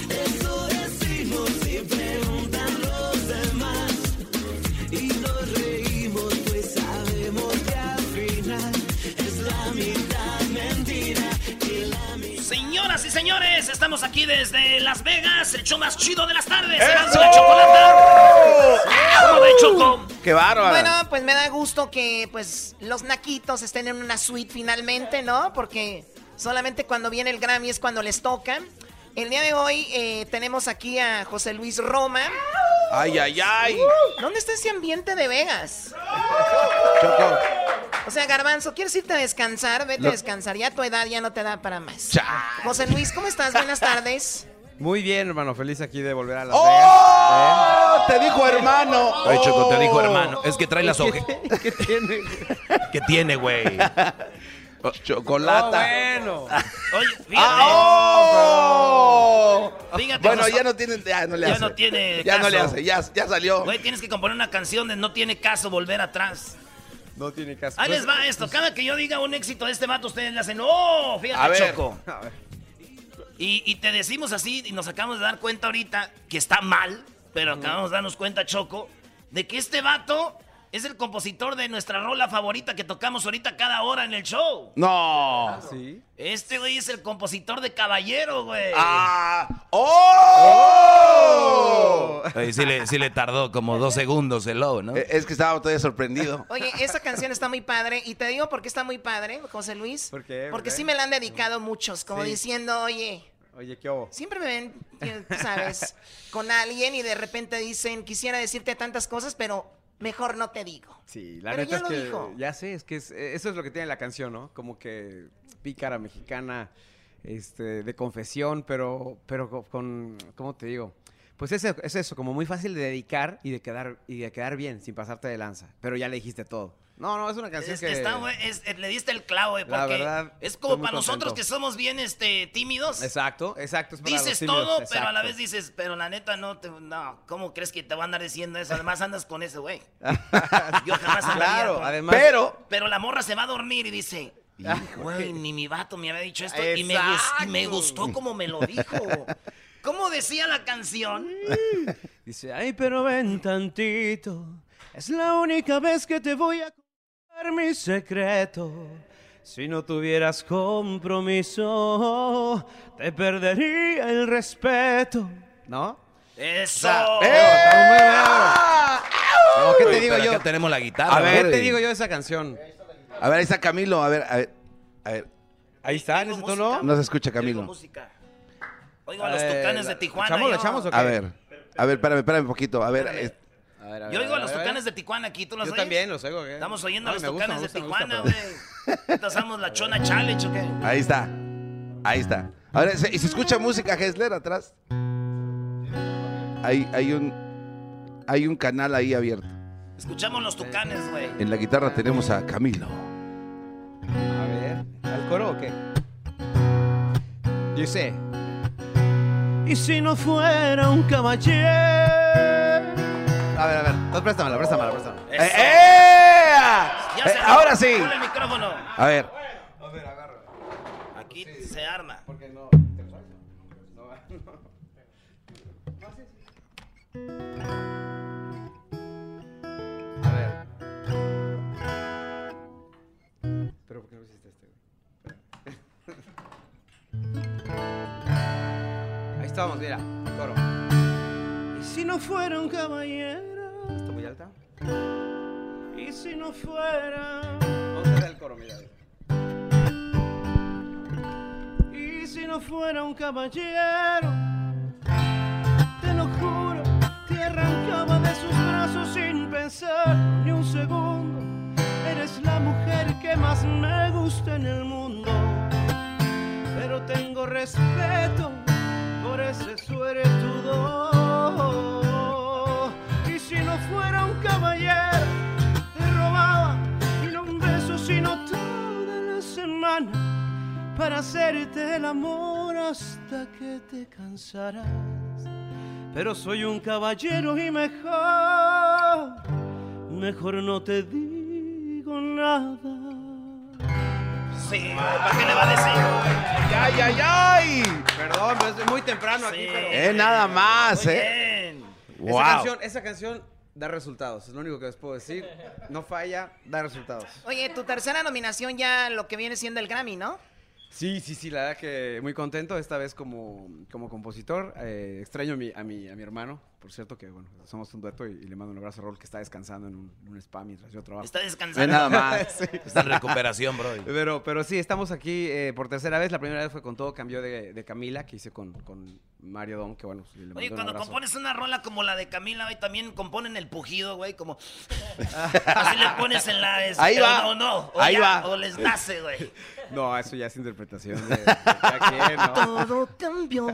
Eso decimos y preguntan los demás. Y nos reímos, pues sabemos que al final es la mitad mentira y la mitad. Señoras y señores, estamos aquí desde Las Vegas, el show más chido de las tardes, ¡Eso! Erasmo y la Chocolata. ¡Au! de Choco! ¡Qué bárbaro! Bueno, pues me da gusto que pues los naquitos estén en una suite finalmente, ¿no? Porque solamente cuando viene el Grammy es cuando les toca. El día de hoy eh, tenemos aquí a José Luis Roma. Ay, ay, ay. Uh, ¿Dónde está ese ambiente de Vegas? Choco. O sea, Garbanzo, ¿quieres irte a descansar? Vete Lo- a descansar. Ya tu edad ya no te da para más. Chale. José Luis, ¿cómo estás? Buenas tardes. Muy bien, hermano. Feliz aquí de volver a la Ah, ¡Oh! Te dijo hermano. Oye, Choco, te dijo Oh. hermano. Es que trae las ¿Qué- hojas. ¿Qué tiene? ¿Qué tiene, <laughs> güey? Oh, Oh, <laughs> Chocolata. bueno. Ah, Oye, fíjate. ¡Oh! Fíjate, bueno, nos- ya no tiene, ya no le ya hace. no tiene Ya no caso. le hace, ya, ya salió. Güey, tienes que componer una canción de No tiene caso volver atrás. No tiene caso. Ahí les va esto. Cada que yo diga un éxito de este vato, ustedes le hacen, ¡oh! Fíjate, A ver. Choco. A ver. Y, y te decimos así, y nos acabamos de dar cuenta ahorita que está mal, pero acabamos de darnos cuenta, Choco, de que este vato es el compositor de nuestra rola favorita que tocamos ahorita cada hora en el show. Ah, No. ¿Sí? Este güey es el compositor de Caballero, güey. ¡Ah! ¡Oh! Oye, sí, le, sí le tardó como dos segundos el lobo, ¿no? Es que estaba todavía sorprendido. Oye, esta canción está muy padre. Y te digo por qué está muy padre, José Luis. ¿Por qué, Porque bebé? sí me la han dedicado muchos, como Sí. diciendo, oye, Oye, ¿qué hubo? Siempre me ven, tú sabes, con alguien y de repente dicen, quisiera decirte tantas cosas, pero mejor no te digo. Sí, la Pero neta ya es lo que dijo. ya sé, es que es- eh, eso es lo que tiene la canción, ¿no? Como que pícara mexicana, este, de confesión, pero, pero co- con, ¿cómo te digo? Pues es, es eso, como muy fácil de dedicar y de quedar y de quedar bien, sin pasarte de lanza. Pero ya le dijiste todo. No, no, es una canción Es- que está, güey, es- eh, le diste el clavo, güey, La porque verdad, es estoy como muy para nosotros contento. que somos bien este, tímidos. Exacto, exacto. es para los Dices tímidos, todo, pero a la exacto. vez dices, pero la neta no, te, no, ¿cómo crees que te va a andar diciendo eso? Además andas con ese <laughs> güey. Yo jamás andaría Claro, con- además- Pero- Pero la morra se va a dormir y dice, güey, ni mi vato me había dicho esto. Y me, gus- y me gustó como me lo dijo. ¿Cómo decía la canción? Dice, ay, pero ven tantito. Es la única vez que te voy a contar mi secreto. Si no tuvieras compromiso, te perdería el respeto. ¿No? ¡Eso! No, ¿qué Oye, te digo Eh, Ah, pero yo? acá tenemos la guitarra. A ver, ¿no? ¿qué te digo yo de esa canción? A ver, ahí está Camilo, a ver, a ver, a ver. Ahí está, en ese tono. No se escucha Camilo. Música. Oigo a los tucanes de Tijuana. ¿Echamos, lo yo. echamos o qué? A ver, a ver, espérame, espérame un poquito. A ver, eh, Yo oigo a los tucanes de Tijuana aquí, ¿tú los Yo oyes? también los oigo, ¿qué? Estamos oyendo a No, los me gusta, tucanes me de gusta, me Tijuana, gusta, güey. Ahorita hacemos la chona challenge, ¿o qué? ahí está. Ahí está. Ahora, ¿se- ¿y se escucha música Hessler atrás? Hay, hay un hay un canal ahí abierto. Escuchamos los tucanes, güey. En la guitarra tenemos a Camilo. A ver, ¿al coro o qué? Yo sé. Y si no fuera un caballero. A ver, a ver. pues Entonces préstamela, préstamela, préstamela. ¡Eh! eh! Ya Eh, se armó. ahora sí. Ponle el micrófono. A ver. Aquí se arma. Porque no. A ver. Pero ¿por qué no hiciste este? <laughs> Ahí estamos, mira, el coro. Y si no fuera un caballero. ¿Está muy alta? Y si no fuera. Vamos a hacer el coro, mira. Y si no fuera un caballero, te lo juro, te arrancaba de sus brazos sin pensar ni un segundo. Eres la mujer que más me gusta en el mundo. tengo respeto por ese suertudo. Y si no fuera un caballero, te robaba y no un beso, sino toda la semana para hacerte el amor hasta que te cansarás. Pero soy un caballero y mejor, mejor no te digo nada. Sí, ¿para qué le va a decir? ¡Ay, ay, ay! Perdón, pero es muy temprano aquí. Pero... Eh, nada más, ¿eh? Esa, Wow. canción, esa canción da resultados, es lo único que les puedo decir. No falla, da resultados. Oye, tu tercera nominación ya lo que viene siendo el Grammy, ¿no? Sí, sí, sí, la verdad que muy contento, esta vez como, como compositor. Eh, extraño a mi, a, mi, a mi hermano, por cierto, que bueno, somos un dueto y, y le mando un abrazo a Rol que está descansando en un, en un spa mientras yo trabajo. Está descansando. Ve nada más. <laughs> Está en recuperación, bro. Pero, pero sí, estamos aquí eh, por tercera vez. La primera vez fue con todo cambió de, de Camila, que hice con, con Mario Dom, que bueno, sí, le mando Oye, un cuando abrazo. compones una rola como la de Camila, güey, también componen el pujido, güey, como... <laughs> Así le pones en la... es- Ahí pero va. No, no. o Ahí ya, va. O les nace, güey. <laughs> No, eso ya es interpretación de, de cada quien, ¿no? Todo <laughs> cambió.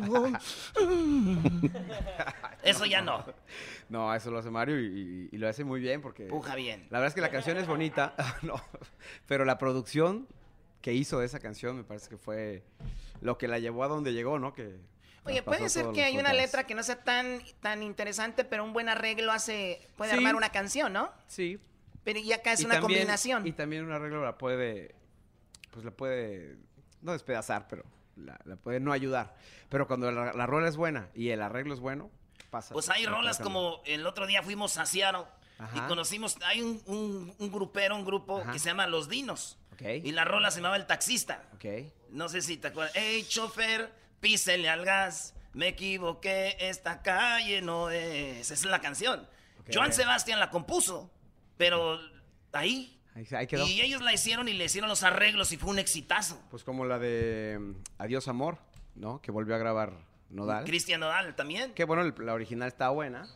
Eso <laughs> ya no. No, eso lo hace Mario y, y- y lo hace muy bien porque... Puja bien. La verdad es que la canción es bonita, <laughs> no, pero la producción que hizo de esa canción me parece que fue lo que la llevó a donde llegó, ¿no? Que Oye, traspasó puede ser todos que los hay una fronteras. letra que no sea tan, tan interesante, pero un buen arreglo hace puede Sí. armar una canción, ¿no? Sí. Pero y acá es Y una también- combinación. Y también un arreglo la puede, pues la puede, no despedazar, pero la, la puede no ayudar. Pero cuando la, la rola es buena y el arreglo es bueno, pasa. Pues hay la rolas cosa como el otro día fuimos a Seattle Ajá. y conocimos, hay un, un- un grupero, un grupo Ajá. que se llama Los Dinos. Ok. Y la rola se llamaba El Taxista. Ok. No sé si te acuerdas. Hey, chofer, písele al gas. Me equivoqué, esta calle no es. Esa es la canción. Joan Sebastián la compuso, pero ahí. Ahí, ahí quedó. Y ellos la hicieron y le hicieron los arreglos y fue un exitazo. Pues como la de mm, Adiós Amor, ¿no? Que volvió a grabar Nodal. Cristian Nodal también. Que bueno, el- la original está buena,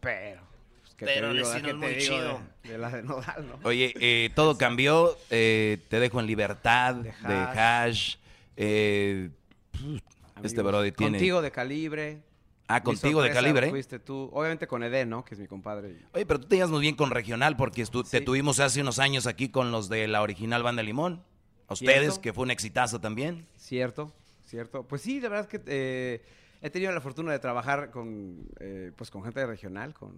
pero... pues, ¿qué te Pero le digo, verdad? hicieron ¿Qué te muy digo de- chido. De, la de Nodal, ¿no? Oye, eh, todo cambió. eh, te dejo en libertad de hash. eh, pf, este Brody tiene. Contigo de calibre. Ah, Mi contigo de sorpresa calibre. Fuiste tú. Obviamente con Eden, ¿no? Que es mi compadre. y- Oye, pero tú te llevas muy bien con regional porque estu- te tuvimos hace unos años aquí con los de la original banda Limón. A ustedes, ¿Cierto? que fue un exitazo también. Cierto, cierto. Pues sí, la verdad es que eh, he tenido la fortuna de trabajar con, eh, pues con gente regional, con,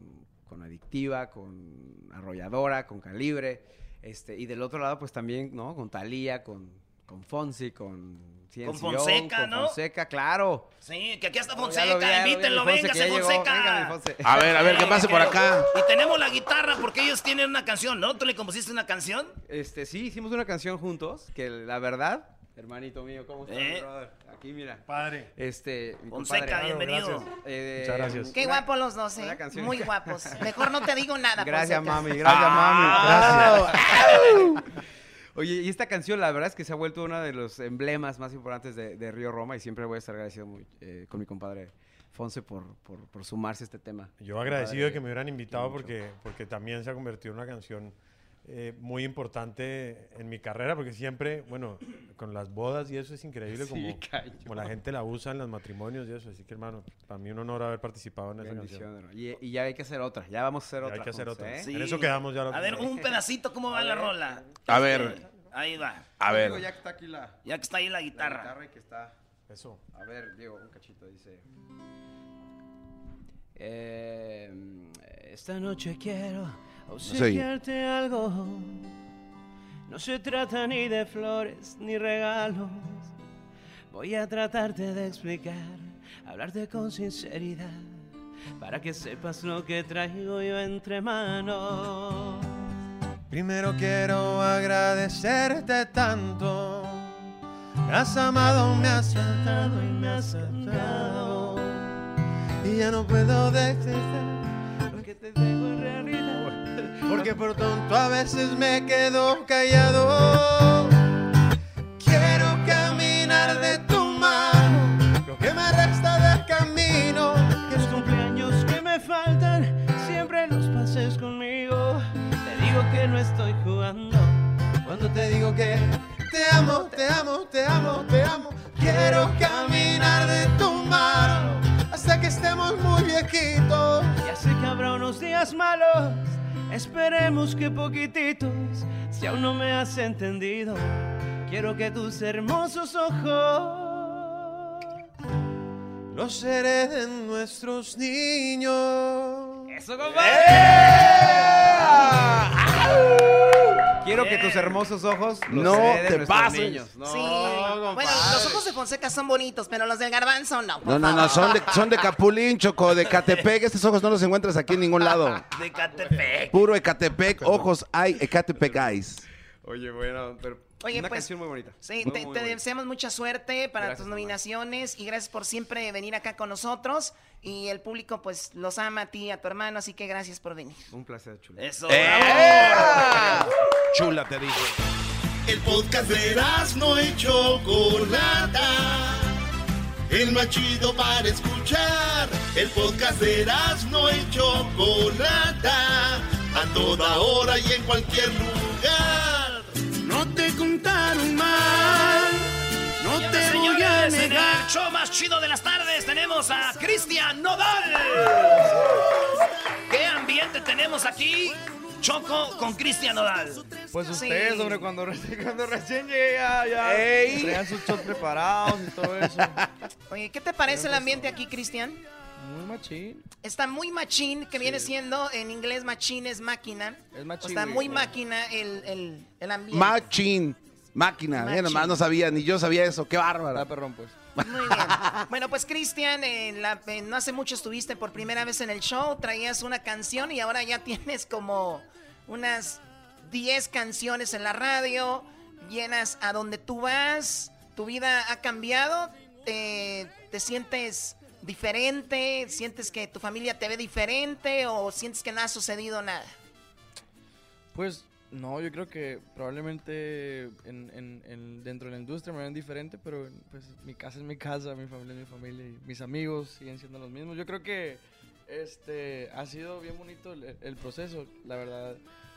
con Adictiva, con Arrolladora, con Calibre. Este, y del otro lado, pues también, ¿no? Con Talía, con, con Fonsi, con... Cien Con Sillón, Fonseca, con ¿no? Fonseca, claro. Sí, que aquí está No, ya lo Fonseca, vi, ya lo vi, invítenlo, Fonse, véngase que ya llegó. Fonseca. Venga, mi Fonse. A ver, a ver, que pase por acá. Y tenemos la guitarra porque ellos tienen una canción, ¿no? ¿Tú le compusiste una canción? Este, sí, hicimos una canción juntos, que la verdad, hermanito mío, ¿cómo estás, brother? Aquí, mira. Padre. Este, mi Eh. Fonseca, compadre. bienvenido. Gracias. Eh, Muchas una- Qué guapos los dos, eh. canción. Muy <laughs> guapos. Mejor no te digo nada. Gracias, Fonseca. mami. Gracias, Ah. mami. Gracias. Oye, y esta canción, la verdad es que se ha vuelto uno de los emblemas más importantes de, de Río Roma y siempre voy a estar agradecido muy, eh, con mi compadre Fonse por, por, por sumarse a este tema. Yo agradecido de que me hubieran invitado mucho. porque, porque también se ha convertido en una canción eh, muy importante en mi carrera, porque siempre, bueno, con las bodas y eso es increíble, Sí, como, cayó. como la gente la usa en los matrimonios y eso. Así que, hermano, para mí un honor haber participado en esa Bendición, canción. hermano. Y, y ya hay que hacer otra, ya vamos a hacer Ya otra. hay que hacer Fonse, otra. ¿eh? Sí. En eso quedamos ya la A ver, otra vez. un pedacito, ¿cómo va la rola? A ver. Este, Ahí va. A ver. Digo, ya que está aquí la- Ya que está ahí la guitarra. La guitarra y que está. Eso. A ver, Diego, un cachito dice. Em, Esta noche quiero sé. obsequiarte algo. No se trata ni de flores ni regalos. Voy a tratarte de explicar, hablarte con sinceridad, para que sepas lo que traigo yo entre manos. Primero quiero agradecerte tanto. Me has amado, me has tratado y me has cantado. Y ya no puedo detestar lo que te tengo en realidad. Porque por tonto a veces me quedo callado. Quiero caminar de tu mano. Lo que me resta del camino. Que los cumpleaños que me faltan siempre los pases conmigo. Te digo que no estoy jugando. Cuando te digo que te amo, te amo, te amo, te amo. Quiero Quiero caminar de tu mano hasta que estemos muy viejitos. Ya sé que habrá unos días malos, esperemos que poquititos, si aún no me has entendido, quiero que tus hermosos ojos Los hereden nuestros niños. ¡Eso, compadre! Quiero que tus hermosos ojos los No hereden te nuestros pases. niños. No, Sí. bueno, los ojos de Fonseca son bonitos, pero los del garbanzo no. por No, no, no, favor. son de, son de Capulín, Choco, de Catepec. Estos ojos no los encuentras aquí en ningún lado. <laughs> de Catepec. Puro Ecatepec, ojos hay, Ecatepec eyes. Oye, bueno, pero Oye, una pues, canción muy bonita. Sí, Muy, te, muy te bonita. deseamos mucha suerte para Gracias, tus mamá. nominaciones y gracias por siempre venir acá con nosotros. Y el público, pues, los ama a ti y a tu hermano, así que gracias por venir. Un placer, chulo. Eso. Eh. bravo. Chula, te dije. El podcast de no y Chocolata. El más chido para escuchar. El podcast de no y Chocolata. A toda hora y en cualquier lugar. No te contaron mal, Este, no te voy a Señores, en negar. el show más chido de las tardes tenemos a Cristian Nodal. ¿Qué ambiente tenemos aquí? Choco con Cristian Nodal. Pues Sí. ustedes, sobre cuando, reci- <laughs> cuando recién llega, ya Ey. traían sus shots preparados y todo <laughs> eso. Oye, ¿qué te parece el ambiente aquí, Cristian? Muy machín. Está muy machín, que viene siendo en inglés machín es máquina. Es machín, Está güey. eh. muy máquina el, el, el ambiente. Machín, máquina. Mira nomás, no sabía, ni yo sabía eso. Qué bárbaro. perrón, pues. Muy bien. Bueno, pues Cristian, en la- en- no hace mucho estuviste por primera vez en el show, traías una canción y ahora ya tienes como unas 10 canciones en la radio, llenas a donde tú vas, tu vida ha cambiado, te, te sientes diferente, sientes que tu familia te ve diferente o sientes que no ha sucedido nada. Pues no, yo creo que probablemente en, en- en- dentro de la industria me ven diferente, pero pues mi casa es mi casa, mi familia es mi familia y mis amigos siguen siendo los mismos. Yo creo que este ha sido bien bonito el, el proceso, la verdad.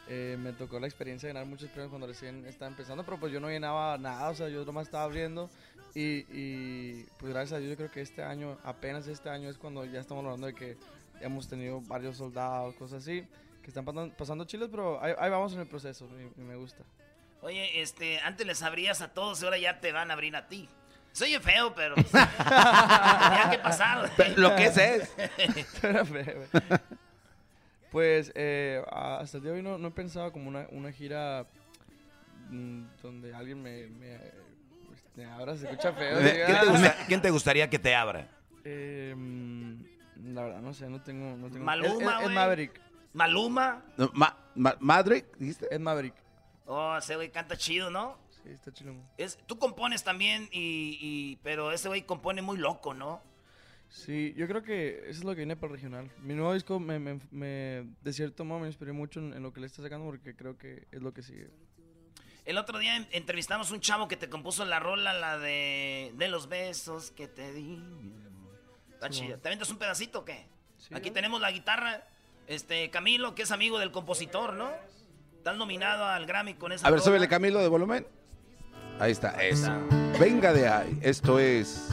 eh, me tocó la experiencia de ganar muchos premios cuando recién estaba empezando, pero pues yo no llenaba nada, o sea, yo nomás estaba abriendo y, y, pues gracias a Dios yo creo que este año, apenas este año es cuando ya estamos hablando de que hemos tenido varios soldados, cosas así, que están pasan- pasando chiles, pero ahí, ahí vamos en el proceso y- y me gusta. Oye, este, antes les abrías a todos y ahora ya te van a abrir a ti. Soy feo, <laughs> pero <laughs> tenía que pasar. Lo que es <laughs> es. Pues eh, a- hasta el día de hoy no, no he pensado como una, una gira mm, donde alguien me, me, me abra, se escucha feo. ¿Quién diga. te, gusta- quién te gustaría que te abra? Eh, mm, la verdad, no sé, no tengo. No tengo Maluma, Es- es- es güey. Maverick. Maluma. No, ma- ma- ¿Madrid? ¿Dijiste? Es Maverick. Oh, ese güey canta chido, ¿no? Sí, está chido. Es, tú compones también, y, y- pero ese güey compone muy loco, ¿no? Sí, yo creo que eso es lo que viene para el regional. Mi nuevo disco, me, me- me- de cierto modo, me inspiré mucho en, en lo que le está sacando porque creo que es lo que sigue. El otro día en- entrevistamos un chavo que te compuso la rola, la de, de los besos que te di. mi amor. Está Sí, chida. bueno. ¿Te vendes un pedacito o qué? Aquí ¿no? tenemos la guitarra. Este, Camilo, que es amigo del compositor, ¿no? Estás nominado al Grammy con esa A ver, rola. súbele Camilo de volumen. Ahí está, eso. Venga de ahí. Esto es.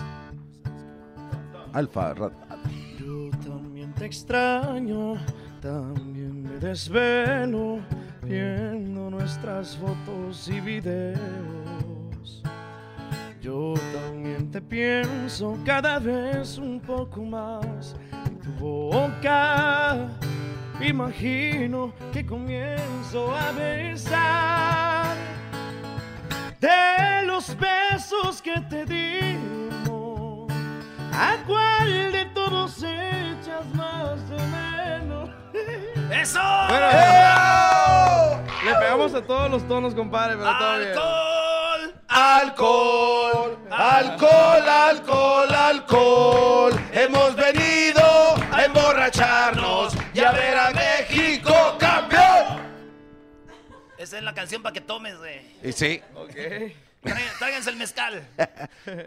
Alfa. Ra- También te extraño, también me desvelo viendo nuestras fotos y videos. Yo también te pienso cada vez un poco más. Tu boca, imagino que comienzo a besar de los besos que te dimos. ¿A cuál de todos echas más de menos? ¡Eso! Bueno, eh, le pegamos a todos los tonos, compadre, pero todo bien. Alcohol, alcohol, alcohol, alcohol. Hemos venido a emborracharnos y a ver a México campeón. Esa es la canción para que tomes, güey. Y eh, sí. <laughs> Trá- Tráiganse el mezcal.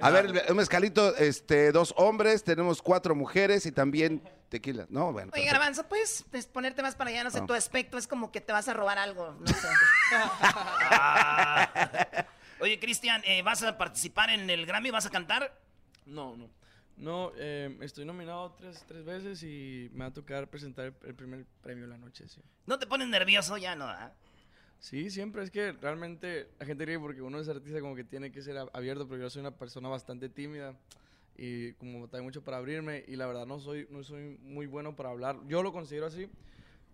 A ver, un mezcalito, este, dos hombres, tenemos cuatro mujeres y también tequila. No, bueno. Oye, Garbanzo, ¿puedes pues, ponerte más para allá? No sé, No. tu aspecto es como que te vas a robar algo, no sé. Oye, Cristian, eh, ¿vas a participar en el Grammy? ¿Vas a cantar? No, no. No, eh, estoy nominado tres, tres veces y me va a tocar presentar el, el primer premio de la noche, sí. ¿No te pones nervioso ya, no? ah? Sí, siempre es que realmente la gente cree porque uno es artista como que tiene que ser a- abierto, pero yo soy una persona bastante tímida y como tengo mucho para abrirme y la verdad no soy, no soy muy bueno para hablar, yo lo considero así,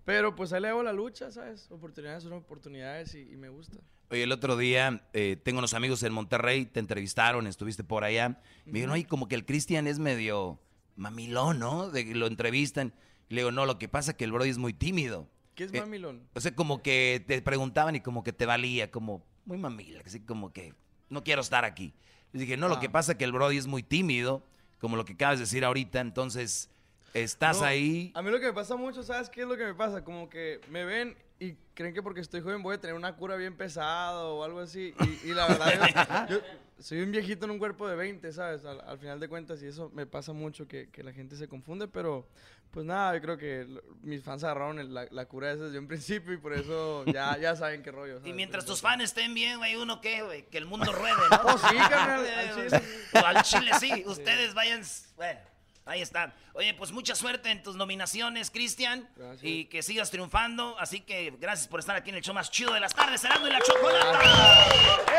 pero pues ahí le hago la lucha, ¿sabes? Oportunidades son oportunidades y, y me gusta. Oye, el otro día eh, tengo unos amigos en Monterrey, te entrevistaron, estuviste por allá. Me dijeron, Ujú. oye, como que el Cristian es medio mamilón, ¿no? De que lo entrevistan. Le digo, no, lo que pasa es que el Brody es muy tímido. ¿Qué es Eh, mamilón? O sea, como que te preguntaban y como que te valía, como muy mamila, así como que no quiero estar aquí. Les dije, no, lo Ah. que pasa es que el Brody es muy tímido, como lo que acabas de decir ahorita, entonces estás No, ahí. A mí lo que me pasa mucho, ¿sabes qué es lo que me pasa? Como que me ven y creen que porque estoy joven voy a tener una cura bien pesada o algo así. Y, y la verdad, yo, yo soy un viejito en un cuerpo de 20, ¿sabes? Al, al final de cuentas, y eso me pasa mucho que, que la gente se confunde, pero pues nada, yo creo que lo- mis fans agarraron el- la, la cura esa desde un principio y por eso ya, ya saben qué rollo. Y ¿sabes? mientras Entonces- tus fans estén bien, güey, ¿uno qué, güey? Que el <laughs> mundo ruede, ¿no? Oh, sí, <laughs> carnal, al Eh, chile. güey, Al chile sí. Ustedes vayan... Bueno, ahí están. Oye, pues mucha suerte en tus nominaciones, Cristian. Y que sigas triunfando. Así que gracias por estar aquí en el show más chido de las tardes, Cerrando y la Chocolata.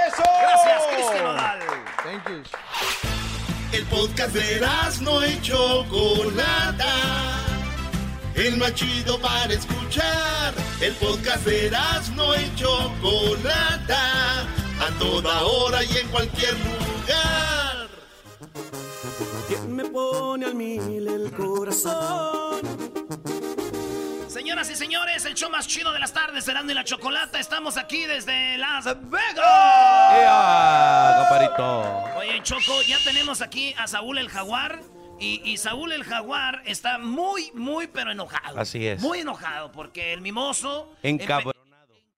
¡Eso! Gracias, Cristian Odal. Thank you. El podcast de Erasmo y Chocolata. El más chido para escuchar. El podcast de Erasmo y Chocolata. A toda hora y en cualquier lugar. ¿Quién me pone al mil el corazón? Señoras y señores, el show más chido de las tardes, Cerrando y la Chocolata. Estamos aquí desde Las Vegas. ¡Eh, ¡Ea, compadrito! Oye, Choco, ya tenemos aquí a Saúl el Jaguar. Y, y Saúl el Jaguar está muy, muy, pero enojado. Así es. Muy enojado, porque el mimoso. Encabronado.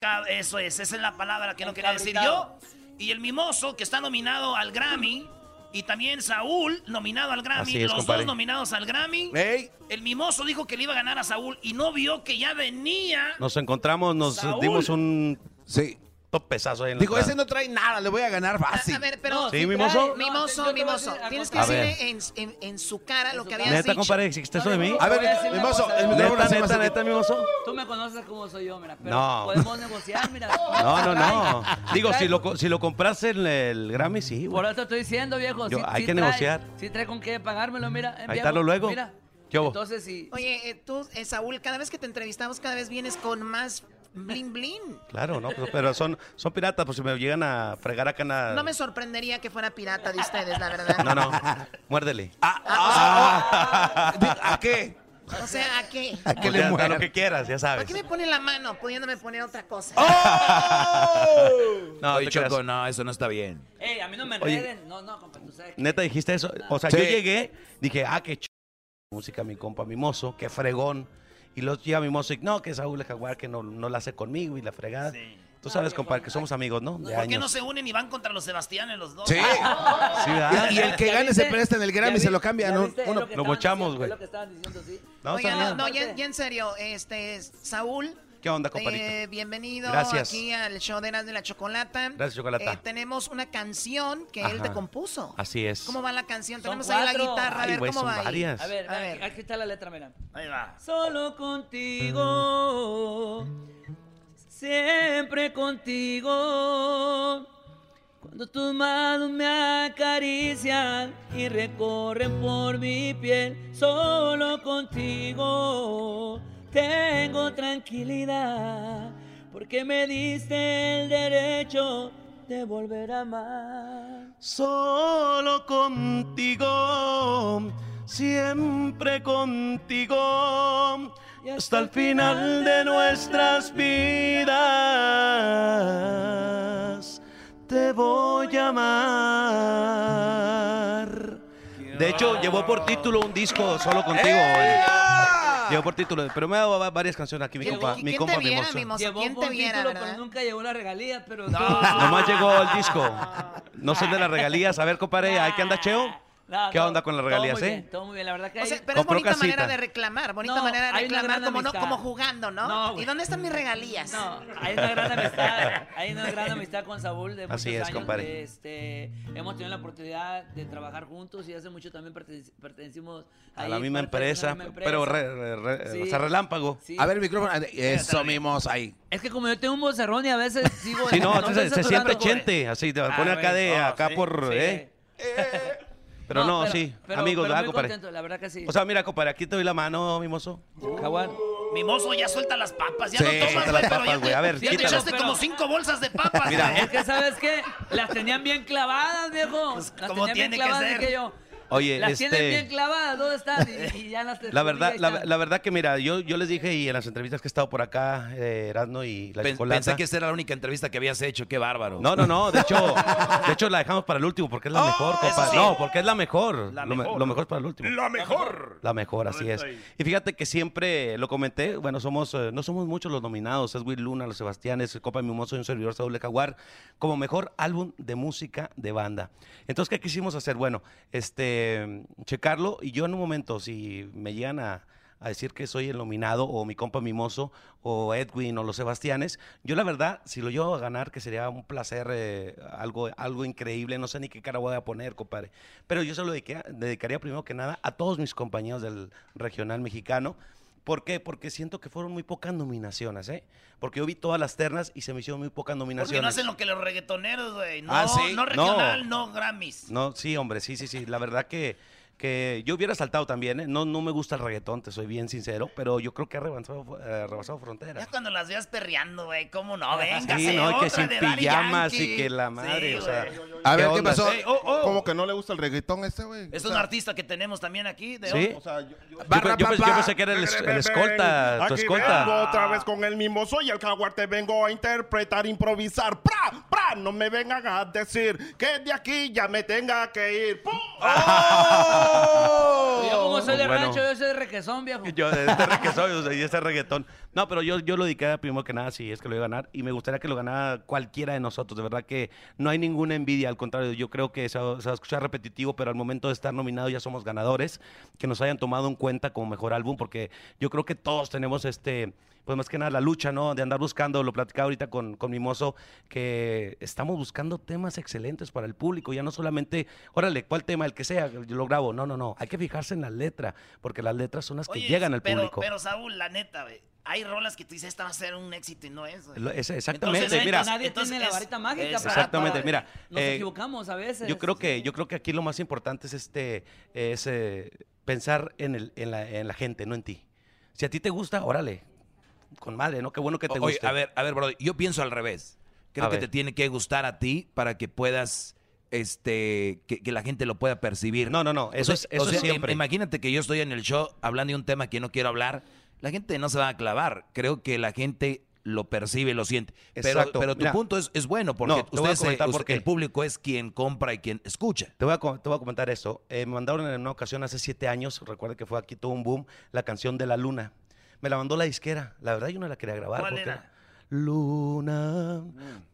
Enca- Eso es, esa es la palabra que no quería decir yo. Y el mimoso que está nominado al Grammy. Y también Saúl nominado al Grammy. Así es, los compadre. dos nominados al Grammy. Ey. El mimoso dijo que le iba a ganar a Saúl y no vio que ya venía. Nos encontramos, nos Saúl. dimos un sí. topezazo ahí en la Digo, ese entrada. no trae nada, le voy a ganar fácil. A ver, pero. ¿Sí, mimoso? Mimoso, mimoso. Tienes que A ver. decirle en, en- en su cara lo que habías Neta, dicho. compadre, ¿existe eso de mí? A ver, Te voy a decir una mimoso, cosa. el micrófono Neta, se me neta, hace neta, mimoso. Tú me conoces como soy yo, mira, pero No. podemos negociar, mira. <laughs> No, no, no. Digo, si lo, co- si lo compras en el Grammy, sí, Por güey. eso estoy diciendo, viejo. Yo, hay que trae- negociar. Sí trae con qué pagármelo, mira. eh, Ahí viejo, está lo luego. Mira, ¿Qué hubo? entonces sí. Oye, eh, tú, eh, Saúl, cada vez que te entrevistamos, cada vez vienes con más bling bling. Claro, no, Pues, pero, pero son, son piratas, pues si me llegan a fregar acá en la- No me sorprendería que fuera pirata de ustedes, la verdad. No, no, muérdele. Ah, ¿A qué? O sea, ¿a qué? ¿A qué le lo que quieras, ya ¿Por sabes. qué me pone la mano pudiéndome poner otra cosa? ¡Oh! <laughs> No, te Choco, creas. no, eso no está bien. Ey, a mí no me Oye. enreden. No, no, compa, tú sabes. Neta, dijiste eso. O sea, Sí. yo llegué, dije, ah, qué ch... música, mi compa, mi mozo, qué fregón. Y luego llega mi mozo y, no, que Saúl es jaguar, que no, no la hace conmigo y la fregada. Tú sabes, compadre, que somos amigos, ¿no? De ¿Por qué no años. se unen y van contra los Sebastianes los dos? <laughs> Sí. Sí, ¿verdad? Y el que ¿Ya gane se viste? presta en el Grammy, ¿Ya se lo viste? cambian. ¿Ya ¿no? viste? Uno- Es lo que Lo estaban bochamos, diciendo, es güey. lo que No, Oigan, está no, bien. no, ya, ya en serio, este, Saúl. ¿Qué onda, compadrito? eh, bienvenido Gracias. aquí al show de Eras de la Chocolata. Gracias, Chocolata. Eh, tenemos una canción que él Ajá. te compuso. Así es. ¿Cómo va la canción? Son Tenemos ahí la cuatro. guitarra, a Ay, ver güey, cómo son va. ahí. varias. A ver, A ve- ver. aquí está la letra, mira. Ahí va. Solo contigo, siempre contigo. Cuando tus manos me acarician y recorren por mi piel, solo contigo tengo tranquilidad, porque me diste el derecho de volver a amar. Solo contigo, siempre contigo, hasta el final de nuestras vidas, te voy a amar. De hecho, llevó por título un disco solo contigo. Llevó por título, pero me ha dado va- varias canciones aquí, mi compa, mi compa, mi mozo. Llevó ¿Quién por te viera, título, verdad? pero nunca llegó la regalía, pero... Nomás llegó el disco. No son de las regalías. A ver, compadre, ¿hay que andar cheo? No, ¿Qué todo- onda con las todo regalías, muy eh? bien, todo muy bien, la verdad que O hay- sea, pero es Compró bonita casita. manera de reclamar, bonita No, manera de hay una reclamar, gran como, no, amistad. como jugando, ¿no? No, güey. ¿Y dónde están mis regalías? No, Hay una gran amistad, hay una gran amistad con Saúl de muchos Así es, años. compadre. de, este, hemos tenido la oportunidad de trabajar juntos y hace mucho también pertenec- pertenecimos A ahí, la misma parte de empresa, una misma pero re- re- re- o sea, relámpago. Sí. A ver, <laughs> micrófono, eh, eso mismo, ahí. Es que como yo tengo un vocerrón y a veces sigo... Sí, <laughs> no, se, se saturando, siente joven. chente, así, te Ah, pone acá de, bueno, no, acá sí, por, sí. ¿eh? Pero no, sí, pero- amigos, pero ¿verdad, muy compadre? contento, la verdad que sí. O sea, mira, compadre, aquí te doy la mano, mimoso. Jaguar. Mimoso, ya suelta las papas, ya Sí, no tomas, suelta güey, las pero papas, ya güey, te- a ver, ya te quítalo. echaste como cinco bolsas de <laughs> papas. ¿eh? Mira, eh, güey. Es que, ¿sabes qué? Las tenían bien clavadas, viejo. Pues, Las como tenían bien tiene que clavadas, ser. dije yo. Oye, las tienen este- bien clavadas, ¿dónde están? Y, y ya las La verdad, descubrí, la, ahí están. la verdad que mira, yo, yo les dije y en las entrevistas que he estado por acá, eh, Erasmo y la Pen- Chocolata- pensé que esa era la única entrevista que habías hecho, qué bárbaro. No, no, no, de hecho, de hecho la dejamos para el último porque es la mejor, compadre. sí. No, porque es la mejor. La lo, me- mejor. lo mejor es para el último. La mejor. La mejor, así es. Y fíjate que siempre lo comenté, bueno, somos eh, no somos muchos los nominados, es Will Luna, los Sebastianes, Copa Mimoso y un servidor Saúl de Jaguar, como mejor álbum de música de banda. Entonces, ¿qué quisimos hacer? Bueno, este, checarlo y yo en un momento, si me llegan a, a decir que soy el nominado o mi compa Mimoso o Edwin o los Sebastianes, yo la verdad, si lo llevo a ganar, que sería un placer, eh, algo, algo increíble, no sé ni qué cara voy a poner, compadre. Pero yo se lo dediqué- dedicaría primero que nada a todos mis compañeros del regional mexicano. ¿Por qué? Porque siento que fueron muy pocas nominaciones, ¿eh? Porque yo vi todas las ternas y se me hicieron muy pocas nominaciones. Porque no hacen lo que los reggaetoneros, güey. No, Ah, sí, no no. regional, no, Grammys. No, sí, hombre, sí, sí, sí. La verdad que, que yo hubiera saltado también, ¿eh? No, no me gusta el reggaetón, te soy bien sincero, pero yo creo que ha rebasado, eh, rebasado fronteras. Ya cuando las veas perreando, güey, cómo no, venga, Sí, no, que sin pijamas y que la madre, o sea. A ver, ¿qué onda? pasó? Ey, oh, oh. Como que no le gusta el reggaetón ese, güey. Es O un sea, artista que tenemos también aquí. De Sí. O sea, yo, Barra, yo pe- yo papá. pensé que era el es- el escolta, tu Aquí escolta. vengo otra vez con el mismo soy el jaguar te vengo a interpretar, improvisar. ¡Pra! ¡Pra! No me vengan a decir que de aquí ya me tenga que ir. ¡Pum! Yo como soy de Oh, Pues Bueno. rancho, yo soy de requesón, viejo. Yo, de este reggaetón, o sea, y este reggaetón. No, pero yo, yo lo dediqué primero que nada, si es que lo iba a ganar. Y me gustaría que lo ganara cualquiera de nosotros. De verdad que no hay ninguna envidia, al contrario, yo creo que se va, se va a escuchar repetitivo, pero al momento de estar nominado ya somos ganadores. Que nos hayan tomado en cuenta como mejor álbum, porque yo creo que todos tenemos este. Pues más que nada la lucha, ¿no? De andar buscando, lo platicaba ahorita con, con Mimoso, que estamos buscando temas excelentes para el público, ya no solamente, órale, ¿cuál tema? El que sea, yo lo grabo. No, no, no, hay que fijarse en la letra, porque las letras son las que Oye, llegan al pero, público. Pero Saúl, la neta, güey. Hay rolas que tú dices, esta va a ser un éxito y no es, güey. Lo- es- exactamente, Entonces, mira. Nadie Entonces, tiene la es- varita mágica. es- para- Exactamente, para- mira, Nos eh, equivocamos a veces. Yo creo que, yo creo que aquí lo más importante es este, es eh, pensar en, el, en, la, en la gente, no en ti. Si a ti te gusta, órale, con madre, ¿no? Qué bueno que te O- oye, guste. a ver, a ver, bro, yo pienso al revés. A Creo que ver. te tiene que gustar a ti para que puedas, este, que, que la gente lo pueda percibir. No, no, no, eso es- eso es siempre. Imagínate que yo estoy en el show hablando de un tema que no quiero hablar, la gente no se va a clavar. Creo que la gente lo percibe, lo siente. Pero, Exacto, pero tu mira. punto es, es bueno porque No, te voy a ustedes, se- comentar us- por qué. el público es quien compra y quien escucha. Te voy a, co- te voy a comentar esto. Eh, me mandaron en una ocasión hace siete años, recuerda que fue aquí todo un boom, la canción de la luna. Me la mandó la disquera. La verdad yo no la quería grabar. ¿Cuál porque era? Mm. Luna,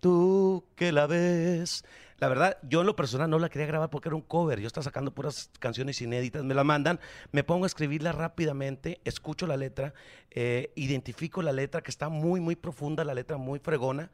tú que la ves. La verdad, yo en lo personal no la quería grabar porque era un cover. Yo estaba sacando puras canciones inéditas, me la mandan, me pongo a escribirla rápidamente, escucho la letra, eh, identifico la letra que está muy, muy profunda, la letra muy fregona.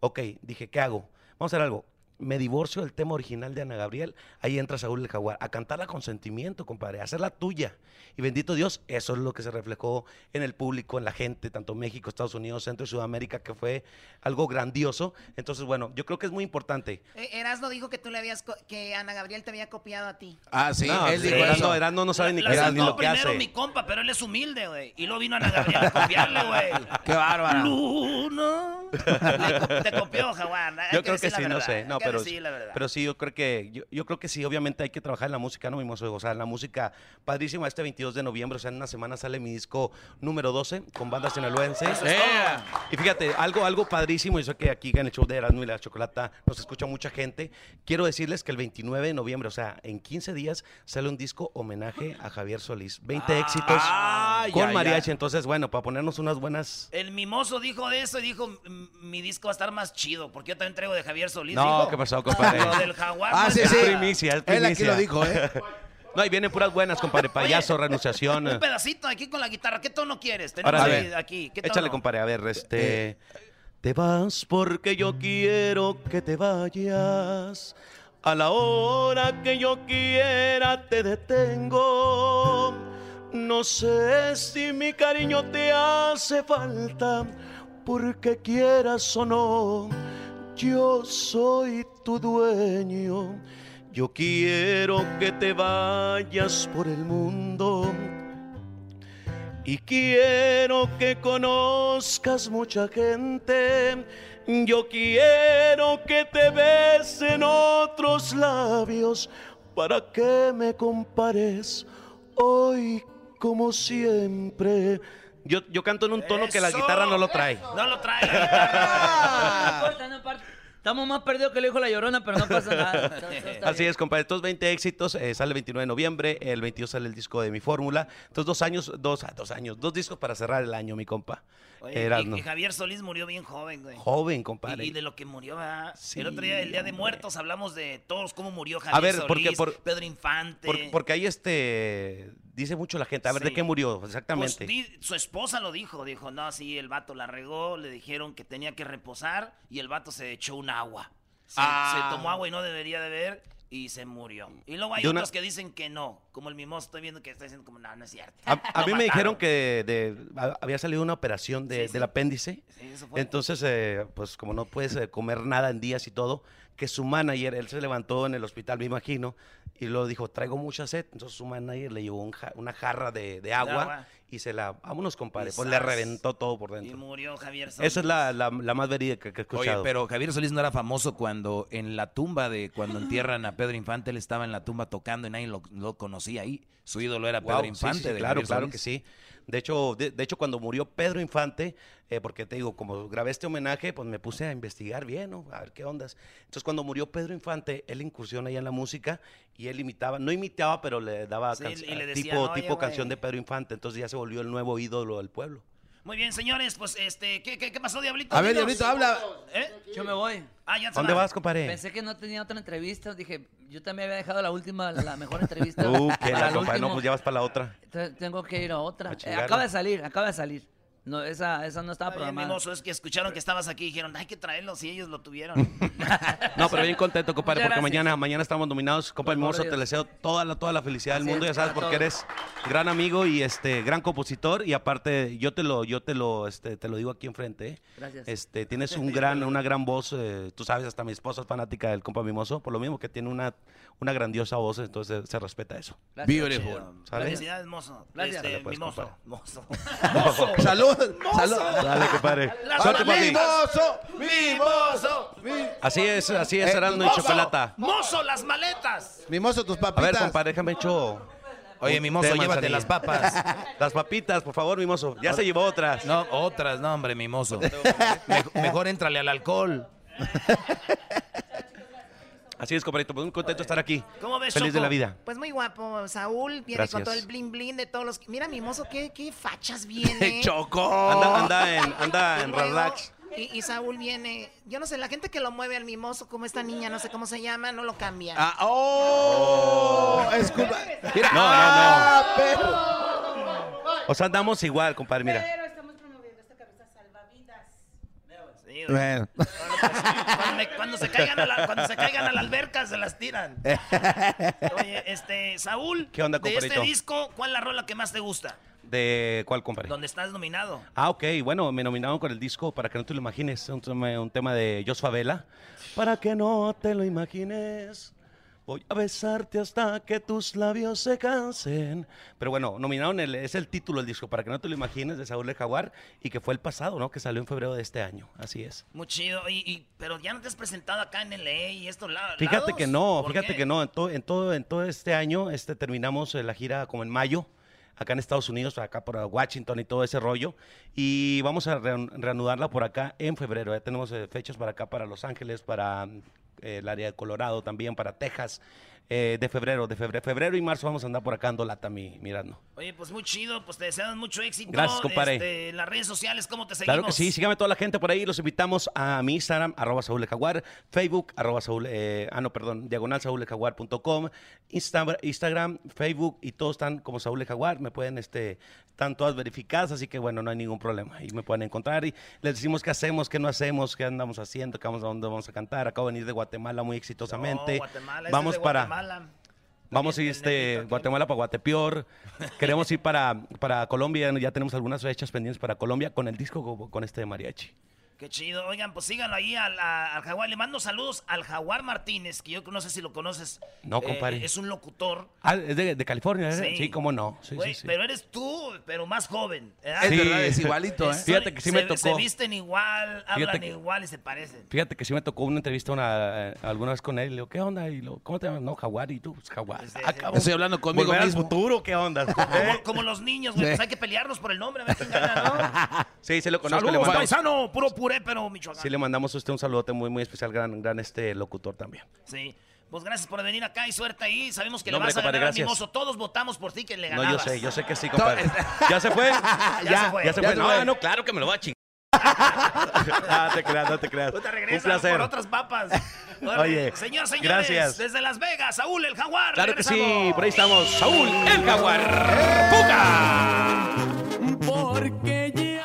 Ok, dije, ¿qué hago? Vamos a hacer algo. Me divorcio del tema original de Ana Gabriel. Ahí entra Saúl el Jaguar. A cantarla con sentimiento, compadre. A hacerla tuya. Y bendito Dios, eso es lo que se reflejó en el público, en la gente, tanto México, Estados Unidos, Centro y Sudamérica, que fue algo grandioso. Entonces, bueno, yo creo que es muy importante. Eh, Erasmo dijo que tú le habías co- que Ana Gabriel te había copiado a ti. Ah, sí, no, él dijo Erasmo- eso. Erasmo no sabe ni, La qué- ni sacó lo que primero hace. mi compa, pero él es humilde, güey. Y luego vino Ana Gabriel a copiarle, güey. <laughs> Qué bárbaro. Luna. <laughs> Le co- te copió, Jaguar. Hay Yo creo que decir la sí, no verdad, sé. hay No, que pero, decir la verdad. pero sí, yo creo que yo, yo creo que sí, obviamente hay que trabajar en la música, no mismo O sea, en la música padrísima este 22 de noviembre, o sea, en una semana sale mi disco número 12 con banda sinaloense. Eso es Yeah. Y fíjate, algo, algo padrísimo, y eso que aquí en el show de Erasmo y la Chocolata nos escucha mucha gente. Quiero decirles que el 29 de noviembre, o sea, en 15 días, sale un disco homenaje a Javier Solís. 20 éxitos Ah, con ya, mariachi. Entonces, bueno, para ponernos unas buenas. El mimoso dijo de eso y dijo, m- mi disco va a estar más chido, porque yo también traigo de Javier Solís. No, dijo. ¿qué pasó, compadre? <laughs> Lo del jaguar. pues, Ah, no sí, es sí. nada. Primicia, es Él aquí lo dijo, ¿eh? <laughs> No, y vienen puras buenas, compadre. Payaso, renunciación. Un pedacito aquí con la guitarra. ¿Qué tono quieres? Tenemos Ahora, a ahí- ver, aquí. ¿Qué tono? échale, compadre. A ver, este... Te vas porque yo quiero que te vayas. A la hora que yo quiera te detengo. No sé si mi cariño te hace falta, porque quieras o no, yo soy tu dueño. Yo quiero que te vayas por el mundo y quiero que conozcas mucha gente. Yo quiero que te besen otros labios para que me compares hoy como siempre. Yo, yo canto en un tono que la guitarra no lo trae. No lo <laughs> trae. la No importa, no par- Estamos más perdidos que el hijo de la llorona, pero no pasa nada. Todo- todo está Así es, compadre. Estos 20 éxitos eh, sale el 29 de noviembre. El 22 sale el disco de mi fórmula. Entonces, dos años, dos, ah, dos años, dos discos para cerrar el año, mi compa. Eh, Oye, y- Erasmo. y, Javier Solís murió bien joven, güey. Joven, compadre. Y, y de lo que murió, ¿verdad? El otro día, el Día de Muertos, hablamos de todos cómo murió Javier ver, Solís, porque por- Pedro Infante. Por- porque ahí este. Dice mucho la gente. A ver, ¿de Sí. qué murió Pues, exactamente? di- su esposa lo dijo, dijo, no, sí, el vato la regó, le dijeron que tenía que reposar y el vato se echó un agua. Se, Ah. se tomó agua y no debería de ver y se murió. Y luego hay De una- otros que dicen que no, como el mimoso, estoy viendo que está diciendo como, no, no es cierto. <laughs> A, a mí Lo me dijeron mataron. que de- a- había salido una operación de- del apéndice. Sí, eso fue. Entonces, eh, pues como no puedes eh, comer nada en días y todo, que su manager, él se levantó en el hospital, me imagino, y lo dijo, traigo mucha sed. Entonces su manager le llevó un ja- una jarra de, de agua, agua. y se la, vámonos compadre, Y pues le zas. reventó todo por Y dentro. murió Javier Solís. Esa es la, la- la más verídica que he Oye, escuchado. pero Javier Solís no era famoso cuando en la tumba de cuando entierran a Pedro Infante, él estaba en la tumba tocando y nadie lo, lo conocía ahí. Su ídolo era Pedro Guau, sí, Infante. sí, sí, de claro, Javier claro Solís. que sí. De hecho, de, de hecho, cuando murió Pedro Infante, eh, porque te digo, como grabé este homenaje, pues me puse a investigar bien, ¿no? A ver qué ondas. Entonces, cuando murió Pedro Infante, él incursiona ahí en la música y él imitaba, no imitaba, pero le daba Sí, can- y le a- decían, tipo, "Oye, tipo güey". canción de Pedro Infante. Entonces ya se volvió el nuevo ídolo del pueblo. Muy bien, señores, pues, este, ¿qué, qué, qué pasó, <laughs> Diablito? A ver, Dinos. Diablito, habla. ¿Eh? Yo me voy. Ah, ya se ¿Dónde va. vas, compadre? Pensé que no tenía otra entrevista. Dije, yo también había dejado la última, la mejor entrevista. <laughs> <laughs> Uh, que para la el compa, no, último. pues ya vas para la otra. Te- Tengo que ir a otra. A Eh, chingarle. acaba de salir, acaba de salir. No, esa, esa no estaba Está bien, programada. mimoso, es que escucharon que estabas aquí y dijeron, hay que traerlo, si ellos lo tuvieron. <laughs> No, pero bien contento, compadre, Muchas porque gracias. mañana, mañana estamos nominados. Compadre favor Mimoso, de te Dios. deseo toda la, toda la felicidad del mundo, es, ya sabes, para porque todos. eres gran amigo y este gran compositor. Y aparte, yo te lo, yo te lo, este, te lo digo aquí enfrente. ¿eh? Gracias. Este, <laughs> tienes un gran, una gran voz. eh, tú sabes, hasta mi esposa es fanática del compa Mimoso, por lo mismo que tiene una, una grandiosa voz, entonces se, se respeta eso. ¿Sale? Felicidades, mozo. Gracias. Este, Sale, pues, mimoso. compadre. <laughs> Mozo. Mozo. Salud. Salud. Dale, compadre. Las Suerte, papi. mimoso. Mimoso. Mimoso. Así es, así es, Eh, Erasmo y mozo. Chocolata. Mozo, las maletas. Mimoso, tus papitas. A ver, compadre, déjame hecho. Oye, un Mimoso, té de llévate manzanilla. las papas. <laughs> las papitas, por favor, Mimoso. Ya se llevó otras. No, otras, no, <laughs> hombre, Mimoso. Mejor, mejor éntrale al alcohol. Así es, compadrito. Pues muy contento de estar aquí. ¿Cómo ves, Feliz de Choco? la vida. <laughs> Pues muy guapo, Saúl viene Gracias. con todo el bling bling de todos los... Mira, mimoso, qué, qué fachas <laughs> viene. Anda, <laughs> anda en, anda en Y luego- relax. Y, y Saúl viene, yo no sé, la gente que lo mueve al mimoso, como esta niña, no sé cómo se llama, no lo cambia. Ah, oh, es culpa. Mira. No, no, Ah, no. O sea, andamos igual, compadre, mira. Bueno. Cuando, me- cuando se caigan a la, cuando se caigan a la alberca, se las tiran. Oye, este, Saúl. ¿Qué onda, De este compadrito? disco, ¿cuál es la rola que más te gusta? <laughs> ¿De cuál, compadre? Donde estás nominado. Ah, ok, bueno, me nominaron con el disco Para que no te lo imagines, un, tema- un tema de Jos Favela. Para que no te lo imagines, voy a besarte hasta que tus labios se cansen. Pero bueno, nominaron, el, es el título del disco, Para que no te lo imagines, de Saúl de Jaguar, y que fue el pasado, ¿no? Que salió en febrero de este año, así es. Muy chido. Y, y- pero ya no te has presentado acá en LA y estos la- lados. Fíjate que no, ¿Por fíjate qué? que no. En, to- en todo, en todo este año este, terminamos eh, la gira como en mayo, acá en Estados Unidos, acá por Washington y todo ese rollo. Y vamos a rean- reanudarla por acá en febrero. Ya tenemos eh, fechas para acá, para Los Ángeles, para mm, eh, el área de Colorado también, para Texas. eh, de febrero, de febrero, febrero y marzo vamos a andar por acá dando lata, mi Mirando. Oye, pues muy chido, pues te deseamos mucho éxito. Gracias, compadre. Este, en las redes sociales, ¿cómo te seguimos? Claro que sí, sígame toda la gente por ahí. Los invitamos a mi Instagram, arroba Saúl El Jaguar, Facebook, arroba Saúl, eh, ah, no, perdón, diagonal saúleljaguar.com, Instagram, Instagram, Facebook y todos están como Saúl El Jaguar. Me pueden, este, están todas verificadas, así que bueno, no hay ningún problema. Ahí me pueden encontrar y les decimos qué hacemos, qué no hacemos, qué andamos haciendo, qué vamos, a dónde vamos a cantar. Acabo de venir de Guatemala muy exitosamente. No, Guatemala, ese vamos es de para. Guatemala. Vamos a ir este, Guatemala para Guatepeor. Queremos ir para, para Colombia. Ya tenemos algunas fechas pendientes para Colombia con el disco co- con este de mariachi. Qué chido. Oigan, pues síganlo ahí al, a- al Jaguar. Le mando saludos al Jaguar Martínez, que yo no sé si lo conoces. No, Eh, compadre. es un locutor. Ah, es de, de California, ¿eh? Sí. Sí, cómo no. Sí, Güey, sí, sí. Pero eres tú, pero más joven. Es Sí, verdad, es igualito, ¿eh? son- Fíjate que sí me se- Se tocó. visten igual, hablan que- igual y se parecen. Fíjate que sí me tocó una entrevista una, eh, alguna vez con él. Y le digo, ¿qué onda? Y lo, ¿Cómo te llamas? No, Jaguar. Y tú, pues, Jaguar. Ah, cabrón. Estoy hablando conmigo Volver al mismo. futuro, ¿qué <laughs> onda? Como, como los niños, güey. Eh. Sí. Pues hay que pelearnos por el nombre, a ver quién gana, ¿no? sí, se lo conozco. le Saludos, mandamos- paisano. Puro puré, pero Michoacán. Sí, le mandamos a usted un saludote muy, muy especial. Gran, gran este locutor también. Sí. Pues gracias por venir acá y suerte ahí. Sabemos que No, le hombre, vas a compadre, ganar al gracias. mimoso. Todos votamos por ti que le No, yo ganabas. sé, yo sé que sí, compadre. <laughs> ¿Ya se fue? Ya se Ya se fue. Ya fue. se No, fue. no, claro que me lo va a chingar. <laughs> no te creas, no te creas. Un Regresa placer. por otras papas. <laughs> Oye, Señor, señores, gracias. desde Las Vegas, Saúl el Jaguar. Claro que sí, regresamos. por ahí estamos. Saúl, el jaguar. <laughs> Porque ya.